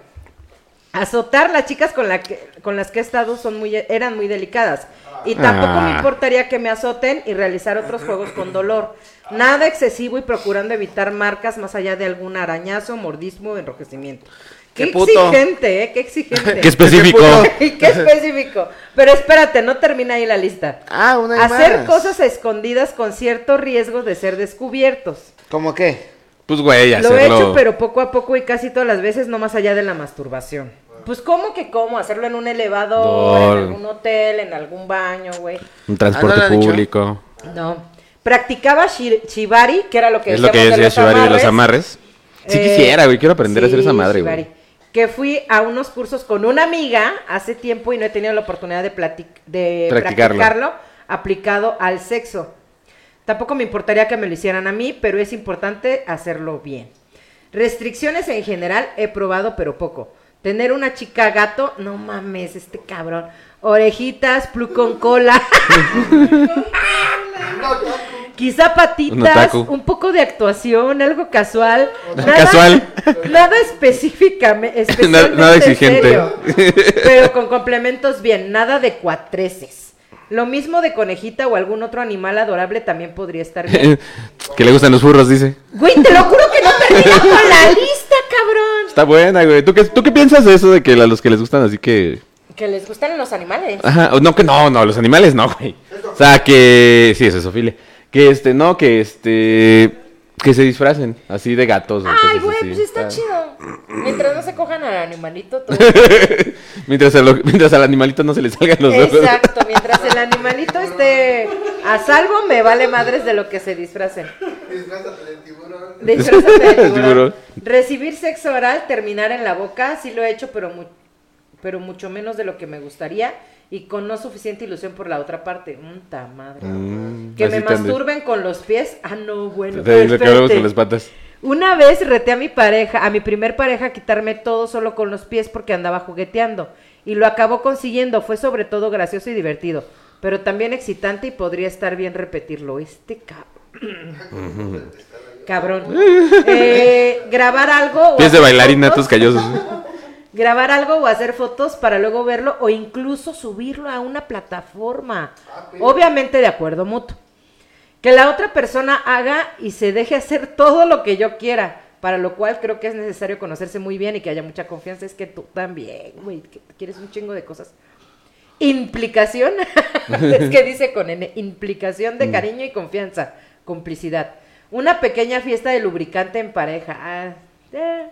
[SPEAKER 1] Azotar las chicas con, la que- con las que he estado son muy, eran muy delicadas. Y tampoco
[SPEAKER 2] Ah.
[SPEAKER 1] me importaría que me azoten y realizar otros juegos con dolor. Nada excesivo y procurando evitar marcas más allá de algún arañazo, mordismo, enrojecimiento. Qué,
[SPEAKER 3] Qué puto.
[SPEAKER 1] exigente, ¿eh? Qué exigente.
[SPEAKER 2] Qué específico.
[SPEAKER 1] Y qué específico. Pero espérate, no termina ahí la lista.
[SPEAKER 3] Ah, una hay
[SPEAKER 1] Hacer
[SPEAKER 3] más.
[SPEAKER 1] cosas a escondidas con cierto riesgo de ser descubiertos.
[SPEAKER 3] ¿Cómo qué?
[SPEAKER 2] Pues, güey,
[SPEAKER 1] Lo he
[SPEAKER 2] hacerlo.
[SPEAKER 1] hecho, pero poco a poco y casi todas las veces, no más allá de la masturbación. Pues, ¿cómo que cómo? Hacerlo en un elevador,
[SPEAKER 2] Dor.
[SPEAKER 1] en algún hotel, en algún baño, güey.
[SPEAKER 2] Un
[SPEAKER 3] Ah,
[SPEAKER 2] transporte
[SPEAKER 3] ¿no lo han dicho?
[SPEAKER 2] público.
[SPEAKER 1] No. Practicaba shi- shibari, que era lo que
[SPEAKER 2] Es lo que yo
[SPEAKER 1] decíamos de
[SPEAKER 2] decía,
[SPEAKER 1] los
[SPEAKER 2] Shibari de los
[SPEAKER 1] amarres.
[SPEAKER 2] amarres. Sí
[SPEAKER 1] Eh,
[SPEAKER 2] quisiera, güey. Quiero aprender a hacer
[SPEAKER 1] sí,
[SPEAKER 2] esa madre,
[SPEAKER 1] shibari.
[SPEAKER 2] güey.
[SPEAKER 1] Que fui a unos cursos con una amiga hace tiempo y no he tenido la oportunidad de, platic- de
[SPEAKER 2] Practicarlo.
[SPEAKER 1] practicarlo aplicado al sexo. Tampoco me importaría que me lo hicieran a mí, pero es importante hacerlo bien. Restricciones en general he probado, pero poco. Tener una chica gato, no mames, este cabrón. Orejitas, plu con cola. Quizá
[SPEAKER 2] Un
[SPEAKER 1] patitas,
[SPEAKER 2] otaku.
[SPEAKER 1] un, poco de actuación, algo casual.
[SPEAKER 2] Casual.
[SPEAKER 1] Nada específicamente.
[SPEAKER 2] Nada- nada exigente.
[SPEAKER 1] pero con complementos bien, nada de cuatreces. Lo mismo de conejita o algún otro animal adorable también podría estar bien.
[SPEAKER 2] que le gustan los furros, dice.
[SPEAKER 1] Güey, te lo juro que no termino con la lista, cabrón.
[SPEAKER 2] Está buena, güey. ¿Tú qué, ¿Tú qué piensas de eso de que a los que les gustan así que...
[SPEAKER 1] Que les gustan los animales.
[SPEAKER 2] Ajá, o no, que no, no, los animales no, güey. O sea, que... Sí, eso es Sofile. Que este, no, que este... Que se disfracen así de gatos. o
[SPEAKER 1] Ay,
[SPEAKER 2] cosas
[SPEAKER 1] güey,
[SPEAKER 2] así. Ah.
[SPEAKER 1] pues está chido. Mientras no se cojan al animalito, todo.
[SPEAKER 2] Mientras, a lo- mientras al animalito no se le salgan los ojos.
[SPEAKER 1] Exacto, mientras el animalito esté a salvo, me vale madres de lo que se disfracen.
[SPEAKER 5] Disfrázate del tiburón.
[SPEAKER 1] Disfrázate de tiburón.
[SPEAKER 2] Tiburón.
[SPEAKER 1] Recibir sexo oral, terminar en la boca, sí lo he hecho, pero, mu- pero mucho menos de lo que me gustaría y con no suficiente ilusión por la otra parte. Mm, ta madre.
[SPEAKER 2] Mm,
[SPEAKER 1] que me
[SPEAKER 2] así también.
[SPEAKER 1] masturben con los pies. Ah, no, bueno.
[SPEAKER 2] De lo que hablamos
[SPEAKER 1] espérate.
[SPEAKER 2] con las patas.
[SPEAKER 1] Una vez reté a mi pareja, a mi primer pareja, a quitarme todo solo con los pies porque andaba jugueteando. Y lo acabó consiguiendo. Fue sobre todo gracioso y divertido. Pero también excitante y podría estar bien repetirlo. Este cabrón. cabrón. Eh, grabar algo. o
[SPEAKER 2] Pies de
[SPEAKER 1] hacer
[SPEAKER 2] bailarina,
[SPEAKER 1] fotos.
[SPEAKER 2] tus callosos.
[SPEAKER 1] Grabar algo o hacer fotos para luego verlo o incluso subirlo a una plataforma. Obviamente de acuerdo mutuo. Que la otra persona haga y se deje hacer todo lo que yo quiera. Para lo cual creo que es necesario conocerse muy bien y que haya mucha confianza. Es que tú también, güey, que quieres un chingo de cosas. Implicación, es que dice con N, implicación de cariño y confianza, complicidad. Una pequeña fiesta de lubricante en pareja. ah, eh.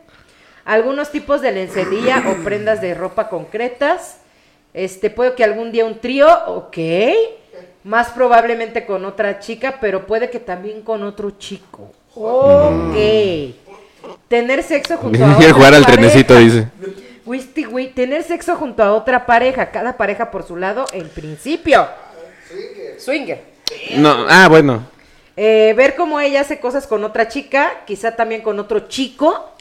[SPEAKER 1] Algunos tipos de lencería o prendas de ropa concretas. Este, puede que algún día un trío, ok. Más probablemente con otra chica, pero puede que también con otro chico. Ok. Tener sexo junto a
[SPEAKER 2] Quiere jugar
[SPEAKER 1] otra
[SPEAKER 2] al trenecito,
[SPEAKER 1] pareja.
[SPEAKER 2] dice.
[SPEAKER 1] Wisti, güey, tener sexo junto a otra pareja, cada pareja por su lado, en principio. Swinger.
[SPEAKER 2] No, ah, bueno.
[SPEAKER 1] Eh, ver cómo ella hace cosas con otra chica, quizá también con otro chico.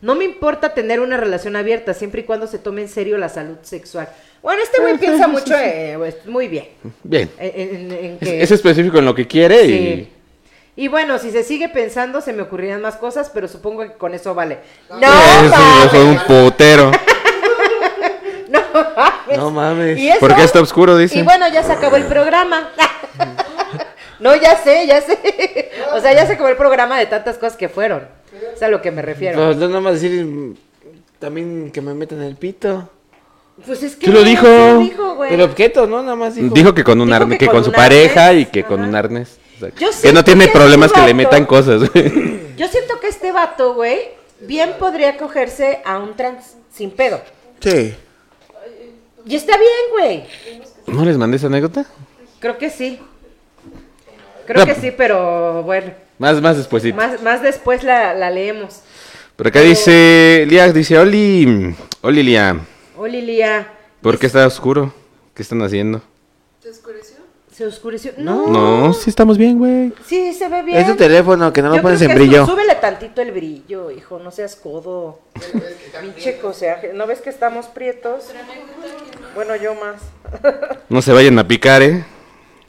[SPEAKER 1] No me importa tener una relación abierta, siempre y cuando se tome en serio la salud sexual. Bueno, este güey piensa mucho, eh, pues, muy bien.
[SPEAKER 2] Bien.
[SPEAKER 1] En, en- en
[SPEAKER 2] Es,
[SPEAKER 1] que-
[SPEAKER 2] es específico en lo que quiere
[SPEAKER 1] Sí.
[SPEAKER 2] y... pues,
[SPEAKER 1] Y bueno, si se sigue pensando, se me ocurrirán más cosas, pero supongo que con eso vale. No,
[SPEAKER 2] Eso, yo
[SPEAKER 1] mames,
[SPEAKER 2] soy un putero.
[SPEAKER 1] no mames.
[SPEAKER 3] No mames.
[SPEAKER 1] ¿Y eso?
[SPEAKER 2] ¿Por qué está oscuro? Dice.
[SPEAKER 1] Y bueno, ya se acabó el programa. no No, ya sé, ya sé. O sea, ya se acabó el programa de tantas cosas que fueron. Es a lo que me refiero.
[SPEAKER 3] Pues no nomás decir mm, también que me metan el pito.
[SPEAKER 1] Pues es que.
[SPEAKER 2] Sí lo
[SPEAKER 1] no,
[SPEAKER 2] dijo.
[SPEAKER 1] sí lo dijo, güey.
[SPEAKER 3] Pero objeto, ¿no? Nada más dijo.
[SPEAKER 2] Dijo que con un
[SPEAKER 1] Dijo
[SPEAKER 2] arnés,
[SPEAKER 1] que
[SPEAKER 2] que
[SPEAKER 1] con
[SPEAKER 2] con
[SPEAKER 1] un
[SPEAKER 2] su
[SPEAKER 1] arnés.
[SPEAKER 2] pareja y que con
[SPEAKER 1] Ajá.
[SPEAKER 2] un arnés. O sea,
[SPEAKER 1] Yo
[SPEAKER 2] que
[SPEAKER 1] siento
[SPEAKER 2] no tiene
[SPEAKER 1] que
[SPEAKER 2] problemas
[SPEAKER 1] este
[SPEAKER 2] que le
[SPEAKER 1] vato-
[SPEAKER 2] metan cosas. güey.
[SPEAKER 1] Yo siento que este vato, güey, bien podría cogerse a un trans sin pedo.
[SPEAKER 3] Sí.
[SPEAKER 1] Y está bien, güey.
[SPEAKER 2] ¿No les mandé esa anécdota?
[SPEAKER 1] Creo que sí. Creo
[SPEAKER 2] No.
[SPEAKER 1] que sí, pero bueno.
[SPEAKER 2] Más, más después.
[SPEAKER 1] Más, más después la, la leemos.
[SPEAKER 2] Pero acá dice, Lía, dice, Oli, Oli Lía,
[SPEAKER 1] Oh, Lilia,
[SPEAKER 2] ¿por qué está oscuro? ¿Qué están haciendo?
[SPEAKER 4] ¿Te oscureció?
[SPEAKER 1] se oscureció. No.
[SPEAKER 2] No, sí estamos bien, güey.
[SPEAKER 1] Sí, se ve bien.
[SPEAKER 3] Es tu teléfono, que no lo
[SPEAKER 1] Yo
[SPEAKER 3] pones
[SPEAKER 1] creo
[SPEAKER 3] en
[SPEAKER 1] que
[SPEAKER 3] brillo.
[SPEAKER 1] su- Súbele tantito el brillo, hijo, no seas codo. Pinche coseaje. ¿No ves que estamos prietos? Bueno, yo más.
[SPEAKER 2] No se vayan a picar, ¿eh?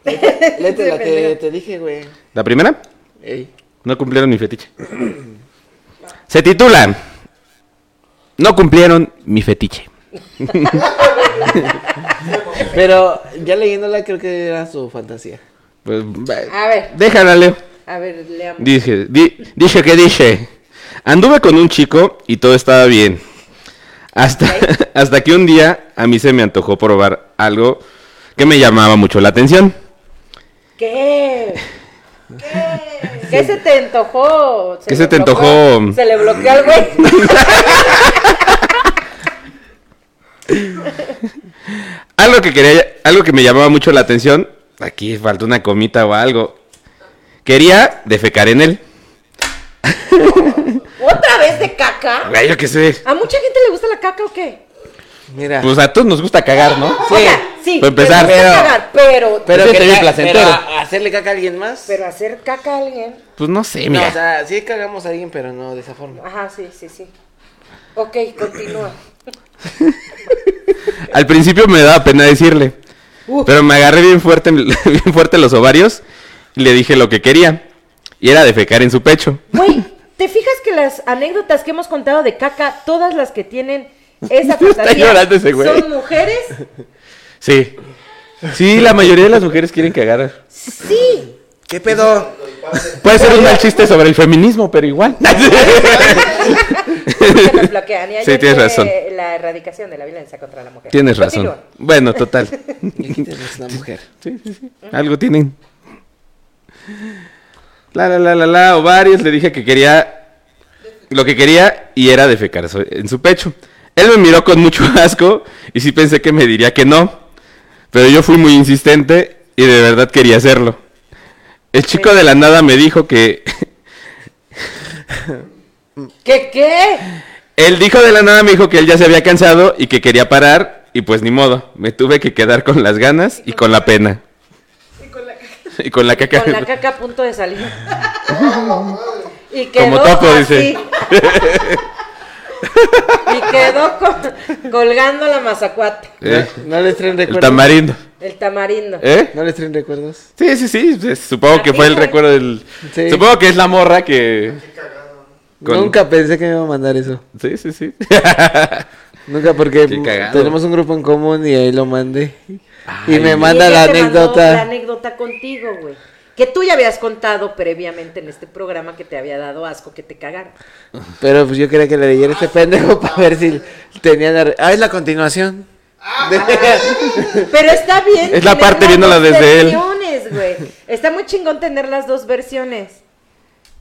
[SPEAKER 3] Léete la que
[SPEAKER 1] pendejo.
[SPEAKER 3] te dije, güey.
[SPEAKER 2] ¿La primera?
[SPEAKER 3] Ey.
[SPEAKER 2] No cumplieron mi fetiche. Se titula No cumplieron mi fetiche.
[SPEAKER 3] Pero ya leyéndola creo que era su fantasía.
[SPEAKER 2] Pues, va-
[SPEAKER 1] A ver,
[SPEAKER 2] déjala, Leo.
[SPEAKER 1] a ver, leamos.
[SPEAKER 2] Dije, di- dije que dije. Anduve con un chico y todo estaba bien. Hasta, hasta que un día a mí se me antojó probar algo que me llamaba mucho la atención.
[SPEAKER 1] ¿Qué? ¿Qué? ¿Qué se te antojó?
[SPEAKER 2] ¿Qué
[SPEAKER 1] le
[SPEAKER 2] se te
[SPEAKER 1] bloqueó-
[SPEAKER 2] antojó?
[SPEAKER 1] Se le bloqueó al güey.
[SPEAKER 2] Algo que quería, algo que me llamaba mucho la atención. Aquí falta una comita o algo. Quería defecar en él.
[SPEAKER 1] ¿Otra vez de caca?
[SPEAKER 2] Ay, yo qué sé.
[SPEAKER 1] ¿A mucha gente le gusta la caca o qué?
[SPEAKER 3] Mira.
[SPEAKER 2] Pues a todos nos gusta cagar, ¿no?
[SPEAKER 1] O sea, sí,
[SPEAKER 2] Para empezar,
[SPEAKER 1] te gusta
[SPEAKER 2] pero-
[SPEAKER 1] cagar, pero, pero,
[SPEAKER 2] Pero
[SPEAKER 3] que
[SPEAKER 2] te vi
[SPEAKER 3] ca-
[SPEAKER 2] Pues placentero.
[SPEAKER 3] pero a- hacerle caca a alguien más.
[SPEAKER 1] hacer caca a alguien.
[SPEAKER 2] Pues no sé,
[SPEAKER 3] no,
[SPEAKER 2] mira.
[SPEAKER 3] o sea, sí cagamos a alguien, pero no de esa forma.
[SPEAKER 1] Ajá, sí, sí, sí. Ok, continúa.
[SPEAKER 2] Al principio me daba pena decirle.
[SPEAKER 1] Uh.
[SPEAKER 2] Pero me agarré bien fuerte, bien fuerte los ovarios y le dije lo que quería. Y era defecar en su pecho.
[SPEAKER 1] Güey, ¿te fijas que las anécdotas que hemos contado de caca, todas las que tienen esa fantasía
[SPEAKER 2] llorando ese güey.
[SPEAKER 1] son mujeres?
[SPEAKER 2] Sí. Sí, la mayoría de las mujeres quieren cagar.
[SPEAKER 1] Sí.
[SPEAKER 3] ¿Qué pedo?
[SPEAKER 2] Puede ser un mal chiste sobre el feminismo, pero igual.
[SPEAKER 1] Que nos bloquean. Y ayer
[SPEAKER 2] Sí, tienes
[SPEAKER 1] fue
[SPEAKER 2] razón.
[SPEAKER 1] La erradicación de la violencia contra la mujer.
[SPEAKER 2] Tienes
[SPEAKER 1] Continúa.
[SPEAKER 2] razón. Bueno, total.
[SPEAKER 3] Es una mujer.
[SPEAKER 2] Algo tienen. La, la, la, la, la, ovarios, le dije que quería lo que quería y era defecar so- en su pecho. Él me miró con mucho asco y sí pensé que me diría que no, pero yo fui muy insistente y de verdad quería hacerlo. El chico de la nada me dijo que...
[SPEAKER 1] ¿Qué qué?
[SPEAKER 2] Él dijo de la nada, me dijo que él ya se había cansado y que quería parar y pues ni modo, me tuve que quedar con las ganas y con la pena. Y con la caca.
[SPEAKER 1] Con la caca a punto de salir. y quedó
[SPEAKER 2] Como topo,
[SPEAKER 1] así.
[SPEAKER 2] dice.
[SPEAKER 1] y quedó co- colgando la mazacuate,
[SPEAKER 2] Eh,
[SPEAKER 3] No, no les traen
[SPEAKER 2] el
[SPEAKER 3] recuerdos.
[SPEAKER 2] tamarindo.
[SPEAKER 1] el tamarindo.
[SPEAKER 2] ¿Eh?
[SPEAKER 3] No les traen recuerdos.
[SPEAKER 2] Sí, sí, sí. pues, Supongo
[SPEAKER 1] ¿A
[SPEAKER 2] que
[SPEAKER 1] ti,
[SPEAKER 2] fue el
[SPEAKER 1] güey?
[SPEAKER 2] recuerdo del.
[SPEAKER 3] Sí.
[SPEAKER 2] Supongo que es la morra que. Con-
[SPEAKER 3] Nunca pensé que me iba a mandar eso.
[SPEAKER 2] Sí, sí, sí.
[SPEAKER 3] Nunca porque
[SPEAKER 2] Qué
[SPEAKER 3] mm,
[SPEAKER 2] cagado.
[SPEAKER 3] tenemos un grupo en común y ahí lo mandé. y me
[SPEAKER 1] Y
[SPEAKER 3] manda
[SPEAKER 1] ella
[SPEAKER 3] la
[SPEAKER 1] te mandó La
[SPEAKER 3] anécdota.
[SPEAKER 1] anécdota contigo, güey. Que tú ya habías contado previamente en este programa que te había dado asco que te cagaran.
[SPEAKER 3] Pero pues yo quería que le leyera este pendejo para ver si tenía la... re- Ah, es la continuación.
[SPEAKER 2] Ah.
[SPEAKER 1] Pero está bien.
[SPEAKER 2] Es la
[SPEAKER 1] tener
[SPEAKER 2] parte
[SPEAKER 1] las
[SPEAKER 2] viéndola
[SPEAKER 1] dos
[SPEAKER 2] desde él.
[SPEAKER 1] versiones, güey. Está muy chingón tener las dos versiones.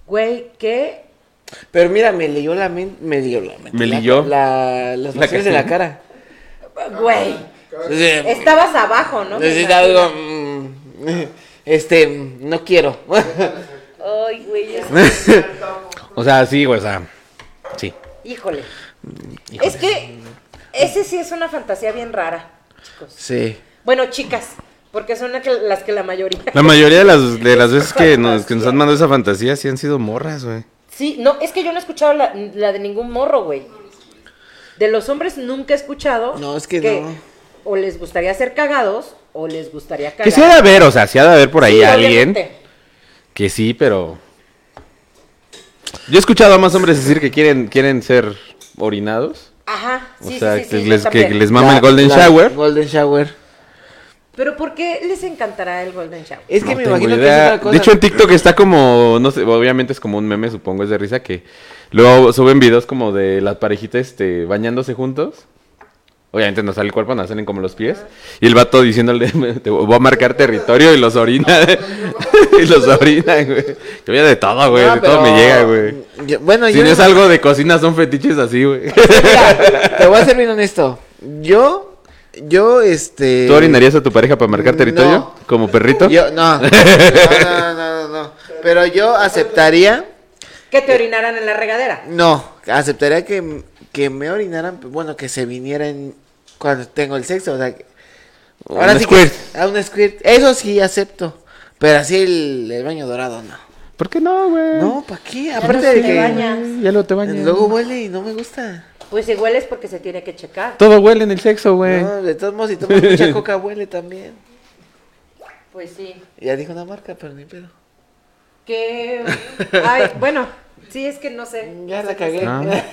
[SPEAKER 1] Güey, ¿qué?
[SPEAKER 3] Pero mira, me leyó la mente. Me leyó la mente.
[SPEAKER 2] Me
[SPEAKER 3] la-
[SPEAKER 2] leyó.
[SPEAKER 3] La, las
[SPEAKER 2] La
[SPEAKER 3] facciones de
[SPEAKER 2] cara.
[SPEAKER 3] la cara.
[SPEAKER 1] Güey.
[SPEAKER 3] Entonces,
[SPEAKER 1] Estabas abajo, ¿no? Me
[SPEAKER 3] Necesita
[SPEAKER 1] imagino.
[SPEAKER 3] algo. mm, Este, mm, no quiero.
[SPEAKER 1] Ay, güey. es-
[SPEAKER 2] o sea, sí, güey, o sea. Sí.
[SPEAKER 1] Híjole. Es que ese sí es una fantasía bien rara, chicos.
[SPEAKER 3] Sí.
[SPEAKER 1] Bueno, chicas, porque son la que- las que la mayoría.
[SPEAKER 2] La mayoría de las, de las veces que nos, que nos han mandado esa fantasía sí han sido morras, güey.
[SPEAKER 1] Sí, no, es que yo no he escuchado la, la de ningún morro, güey. De los hombres nunca he escuchado.
[SPEAKER 3] No, es que no.
[SPEAKER 1] O les gustaría ser cagados, o les gustaría cagar.
[SPEAKER 2] Que sí ha de haber, o sea, sí ha de haber por ahí
[SPEAKER 1] Sí,
[SPEAKER 2] alguien.
[SPEAKER 1] obviamente.
[SPEAKER 2] Que sí, pero. Yo he escuchado a más hombres decir que quieren, quieren ser orinados.
[SPEAKER 1] Ajá,
[SPEAKER 2] O
[SPEAKER 1] sí,
[SPEAKER 2] sea,
[SPEAKER 1] sí, sí,
[SPEAKER 2] que,
[SPEAKER 1] sí, yo
[SPEAKER 2] les, que
[SPEAKER 1] también.
[SPEAKER 2] les mama
[SPEAKER 3] La-
[SPEAKER 2] el Golden
[SPEAKER 3] la
[SPEAKER 2] Shower.
[SPEAKER 3] Golden Shower.
[SPEAKER 1] Pero ¿por qué les encantará el Golden Shower?
[SPEAKER 3] Es que
[SPEAKER 2] No
[SPEAKER 3] me
[SPEAKER 2] tengo
[SPEAKER 3] imagino que es
[SPEAKER 2] idea.
[SPEAKER 3] otra cosa.
[SPEAKER 2] De hecho, en TikTok está como, no sé, obviamente es como un meme, supongo, es de risa, que luego suben videos como de las parejitas este, bañándose juntos. Obviamente no sale el cuerpo, no salen como los pies. Y el vato diciéndole, te voy a marcar territorio y los orina. y los orina, güey. Yo voy de todo, güey.
[SPEAKER 3] No,
[SPEAKER 2] de todo
[SPEAKER 3] Ah, pero-
[SPEAKER 2] me llega, güey.
[SPEAKER 3] Yo- Bueno,
[SPEAKER 2] Si
[SPEAKER 3] yo.
[SPEAKER 2] no es algo de cocina, son fetiches así, güey.
[SPEAKER 3] Mira, te voy a ser bien honesto. Yo. Yo, este.
[SPEAKER 2] ¿Tú orinarías a tu pareja para marcar
[SPEAKER 3] No.
[SPEAKER 2] territorio? ¿Como perrito?
[SPEAKER 3] Yo, no. No, no, no, no, no. Pero yo aceptaría.
[SPEAKER 1] ¿Que te orinaran en la regadera?
[SPEAKER 3] No, aceptaría que, que me orinaran, bueno, que se vinieran cuando tengo el sexo, o sea, que-
[SPEAKER 2] Un
[SPEAKER 3] ahora sí que-
[SPEAKER 2] squirt.
[SPEAKER 3] a un squirt, eso sí acepto, pero así el, el baño dorado no.
[SPEAKER 2] ¿Por qué no, güey?
[SPEAKER 3] No, ¿para qué?
[SPEAKER 1] no
[SPEAKER 3] Aparte
[SPEAKER 1] se le
[SPEAKER 3] de que
[SPEAKER 1] baña.
[SPEAKER 2] Ya lo te bañas.
[SPEAKER 3] luego huele y no me gusta.
[SPEAKER 1] Pues igual es porque se tiene que checar.
[SPEAKER 2] Todo huele en el sexo, güey.
[SPEAKER 3] No, de todos modos, si tomas mucha coca huele también.
[SPEAKER 1] Pues sí.
[SPEAKER 3] Ya dijo una marca, pero ni pedo.
[SPEAKER 1] Que... Ay, bueno, sí, es que no sé.
[SPEAKER 3] Ya la cagué.
[SPEAKER 2] Ah.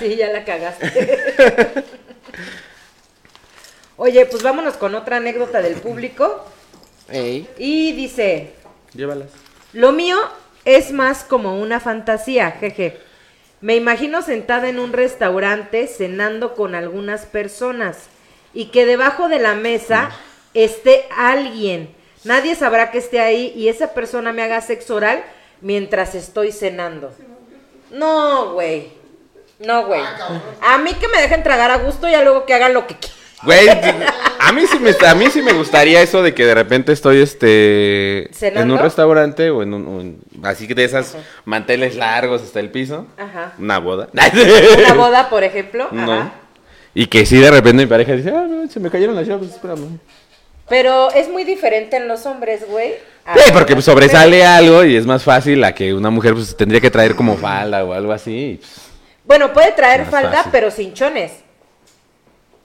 [SPEAKER 1] Sí, ya la cagaste. Oye, pues vámonos con otra anécdota del público.
[SPEAKER 3] Ey.
[SPEAKER 1] Y dice,
[SPEAKER 2] Llévalas.
[SPEAKER 1] lo mío es más como una fantasía, jeje. Me imagino sentada en un restaurante cenando con algunas personas y que debajo de la mesa esté alguien. Nadie sabrá que esté ahí y esa persona me haga sexo oral mientras estoy cenando. No, güey. No, güey. A mí que me dejen tragar a gusto y luego que hagan lo que quieran.
[SPEAKER 2] Güey, a mí sí me a mí sí me gustaría eso de que de repente estoy este en
[SPEAKER 1] ¿Cenando?
[SPEAKER 2] un restaurante o en un, un- así que de esas manteles largos hasta el piso.
[SPEAKER 1] Ajá.
[SPEAKER 2] Una boda.
[SPEAKER 1] Una boda, por ejemplo.
[SPEAKER 2] No.
[SPEAKER 1] Ajá.
[SPEAKER 2] Y que sí de repente mi pareja dice, "Ah, no, se me cayeron las llaves, espérame."
[SPEAKER 1] Pero es muy diferente en los hombres, güey. a-
[SPEAKER 2] Sí, porque pues, sobresale algo y es más fácil a que una mujer pues tendría que traer como falda o algo así. y, pues,
[SPEAKER 1] Bueno, puede traer
[SPEAKER 2] Más
[SPEAKER 1] falda,
[SPEAKER 2] fácil.
[SPEAKER 1] pero sin chones.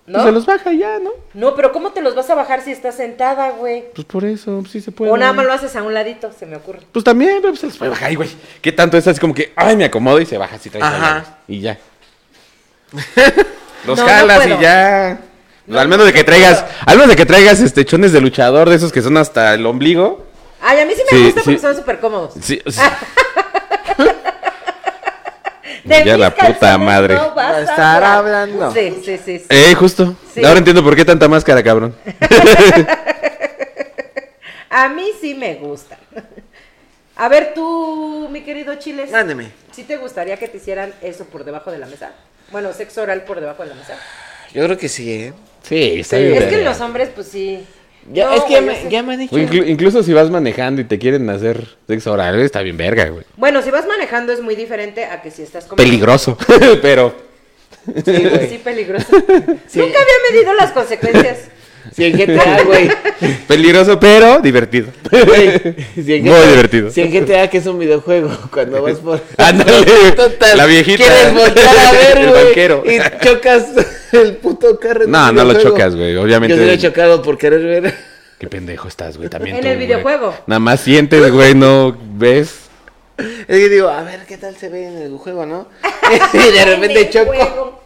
[SPEAKER 1] ¿No?
[SPEAKER 2] pues, se los baja y ya, ¿no?
[SPEAKER 1] No, pero ¿cómo te los vas a bajar si estás sentada, güey?
[SPEAKER 2] Pues por eso, pues, sí se puede.
[SPEAKER 1] O nada más lo haces a un ladito, se me ocurre.
[SPEAKER 2] Pues también, pero pues, se los puede bajar, y, güey. ¿Qué tanto es así como que, ay, me acomodo y se baja así, trae
[SPEAKER 3] Ajá.
[SPEAKER 2] sandalias, Y ya. los
[SPEAKER 1] No, no
[SPEAKER 2] jalas
[SPEAKER 1] puedo.
[SPEAKER 2] y ya. Pues,
[SPEAKER 1] No,
[SPEAKER 2] al menos de que
[SPEAKER 1] no
[SPEAKER 2] traigas,
[SPEAKER 1] puedo.
[SPEAKER 2] al menos de que traigas este chones de luchador de esos que son hasta el ombligo.
[SPEAKER 1] Ay, a mí sí me
[SPEAKER 2] Sí,
[SPEAKER 1] gusta porque
[SPEAKER 2] sí.
[SPEAKER 1] son súper cómodos.
[SPEAKER 2] Sí, sí.
[SPEAKER 1] De
[SPEAKER 2] Ya
[SPEAKER 1] mis
[SPEAKER 2] la puta
[SPEAKER 1] calzones
[SPEAKER 2] madre.
[SPEAKER 1] no vas a
[SPEAKER 3] Estar hablando.
[SPEAKER 1] Sí, sí, sí. sí.
[SPEAKER 2] eh, justo.
[SPEAKER 1] Sí.
[SPEAKER 2] Ahora entiendo por qué tanta máscara, cabrón.
[SPEAKER 1] A mí sí me gusta. A ver tú, mi querido Chiles.
[SPEAKER 3] Mándeme.
[SPEAKER 1] ¿Sí te gustaría que te hicieran eso por debajo de la mesa? Bueno, sexo oral por debajo de la mesa.
[SPEAKER 3] Yo creo que sí, ¿eh?
[SPEAKER 2] Sí, está
[SPEAKER 1] es que los hombres, pues sí.
[SPEAKER 3] Ya,
[SPEAKER 1] No,
[SPEAKER 3] es que ya
[SPEAKER 1] güey, yo
[SPEAKER 3] me,
[SPEAKER 1] sí.
[SPEAKER 3] ya me han dicho.
[SPEAKER 2] incluso si vas manejando y te quieren hacer sexo oral, está bien verga, güey.
[SPEAKER 1] Bueno, si vas manejando es muy diferente a que si estás comiendo.
[SPEAKER 2] Peligroso, pero
[SPEAKER 1] Sí, güey, sí, peligroso. Nunca había medido las consecuencias.
[SPEAKER 3] Sí, en GTA, güey.
[SPEAKER 2] peligroso pero divertido.
[SPEAKER 3] Güey, si en
[SPEAKER 2] Muy divertido.
[SPEAKER 3] Si en GTA, que es un videojuego, cuando vas por.
[SPEAKER 2] Ándale, la viejita.
[SPEAKER 3] Quieres voltear a ver,
[SPEAKER 2] El
[SPEAKER 3] güey,
[SPEAKER 2] banquero.
[SPEAKER 3] Y chocas el puto carro. en
[SPEAKER 2] No,
[SPEAKER 3] un
[SPEAKER 2] no lo
[SPEAKER 3] videojuego.
[SPEAKER 2] chocas, güey. Obviamente.
[SPEAKER 3] Yo sí lo he chocado por querer ver.
[SPEAKER 2] Qué pendejo estás, güey. También
[SPEAKER 1] En
[SPEAKER 2] tú,
[SPEAKER 1] el
[SPEAKER 2] güey.
[SPEAKER 1] videojuego.
[SPEAKER 2] Nada más sientes, güey, no ves.
[SPEAKER 3] Es que digo, a ver qué tal se ve en el juego, ¿no? y de repente
[SPEAKER 1] En el
[SPEAKER 3] choco.
[SPEAKER 1] juego.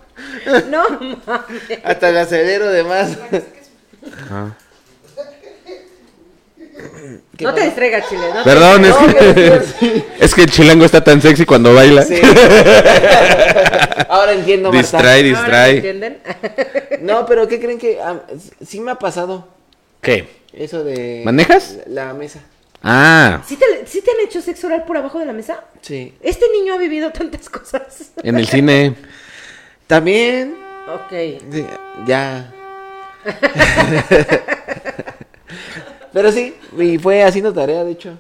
[SPEAKER 1] No mames.
[SPEAKER 3] Hasta el acelero, de más. ¿Qué
[SPEAKER 1] No te
[SPEAKER 3] pasó?
[SPEAKER 1] distraigas, Chile. No te
[SPEAKER 2] Perdón, es
[SPEAKER 1] distraigas. No,
[SPEAKER 2] que. es que el chilango está tan sexy cuando baila.
[SPEAKER 3] Sí. Ahora entiendo, Marta.
[SPEAKER 2] distrae,
[SPEAKER 1] ¿Ahora me
[SPEAKER 2] distrae.
[SPEAKER 1] ¿Entienden?
[SPEAKER 3] No, pero ¿qué creen que.? ah, sí me ha pasado
[SPEAKER 2] ¿Qué?
[SPEAKER 3] eso de.
[SPEAKER 2] ¿Manejas?
[SPEAKER 3] La, la mesa.
[SPEAKER 2] Ah,
[SPEAKER 1] ¿Sí te, sí te han hecho sexo oral por abajo de la mesa?
[SPEAKER 3] Sí.
[SPEAKER 1] Este niño ha vivido tantas cosas.
[SPEAKER 3] Eh.
[SPEAKER 2] en el cine.
[SPEAKER 3] También.
[SPEAKER 1] Ok.
[SPEAKER 3] Sí, Ya. Pero sí, y fue haciendo tarea, de hecho.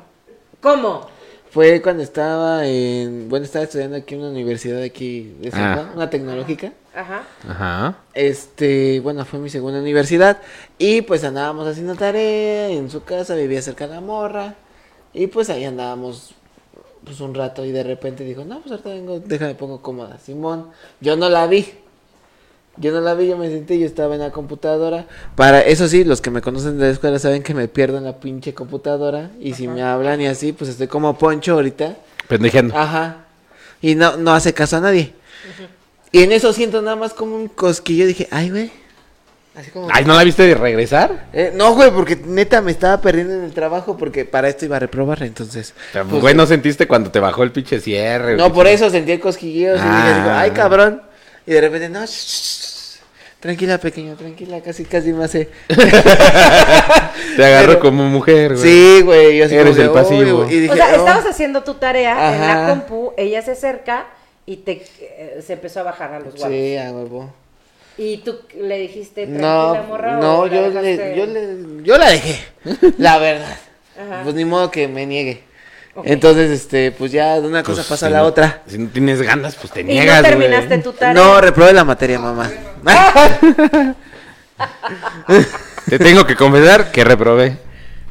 [SPEAKER 1] ¿Cómo?
[SPEAKER 3] Fue cuando estaba en. Bueno, estaba estudiando aquí en una universidad de aquí de San
[SPEAKER 2] Ah.
[SPEAKER 3] Juan, una tecnológica.
[SPEAKER 1] Ajá.
[SPEAKER 2] Ajá.
[SPEAKER 3] Este, bueno, fue mi segunda universidad. Y pues andábamos haciendo tarea en su casa, vivía cerca de la morra. Y pues ahí andábamos pues un rato y de repente dijo, no, pues ahorita vengo, déjame pongo cómoda. Simón, yo no la vi. Yo no la vi, yo me senté, yo estaba en la computadora. Para eso sí, los que me conocen de la escuela saben que me pierdo en la pinche computadora. Y si me hablan y así, pues estoy como poncho ahorita.
[SPEAKER 2] Pendejeando.
[SPEAKER 3] Ajá. Y no, no hace caso a nadie. Y en eso siento nada más como un cosquillo. Dije, ay, güey. Así como.
[SPEAKER 2] Ay, ¿no la viste de regresar?
[SPEAKER 3] Eh, no, güey, porque neta me estaba perdiendo en el trabajo porque para esto iba a reprobar, entonces.
[SPEAKER 2] Pero,
[SPEAKER 3] pues,
[SPEAKER 2] güey, ¿no sentiste cuando te bajó el pinche cierre?
[SPEAKER 3] No, por eso sentí el cosquilleo. y dije, digo,
[SPEAKER 2] Ah.
[SPEAKER 3] ay, cabrón. Y de repente, no, shh, shh, shh. tranquila, pequeño, tranquila, casi, casi me hace.
[SPEAKER 2] Te agarró
[SPEAKER 3] Pero-
[SPEAKER 2] como mujer, güey.
[SPEAKER 3] Sí, güey, yo así
[SPEAKER 2] Eres
[SPEAKER 3] como que,
[SPEAKER 2] el
[SPEAKER 3] "Uy",
[SPEAKER 2] pasivo.
[SPEAKER 3] Y dije,
[SPEAKER 1] o sea,
[SPEAKER 3] "Oh".
[SPEAKER 1] estabas haciendo tu tarea en la
[SPEAKER 3] Ajá.
[SPEAKER 1] compu, ella se acerca y te eh, se empezó a bajar a los guapos.
[SPEAKER 3] Sí, a huevo.
[SPEAKER 1] Y tú le dijiste, tranquila,
[SPEAKER 3] No,
[SPEAKER 1] morra. o
[SPEAKER 3] no,
[SPEAKER 1] la
[SPEAKER 3] yo le,
[SPEAKER 1] dejaste?
[SPEAKER 3] yo le, yo la dejé, la verdad.
[SPEAKER 1] Ajá.
[SPEAKER 3] Pues ni modo que me niegue.
[SPEAKER 1] Ok.
[SPEAKER 3] Entonces, este, pues ya de una
[SPEAKER 2] Pues,
[SPEAKER 3] cosa pasa a
[SPEAKER 2] si
[SPEAKER 3] la
[SPEAKER 2] no-
[SPEAKER 3] otra.
[SPEAKER 2] Si no tienes ganas, pues te
[SPEAKER 1] Y no
[SPEAKER 2] niegas, güey.
[SPEAKER 1] terminaste tu tarea. Ah,
[SPEAKER 3] No, reprobé la materia, mamá.
[SPEAKER 2] Te tengo que confesar que reprobé.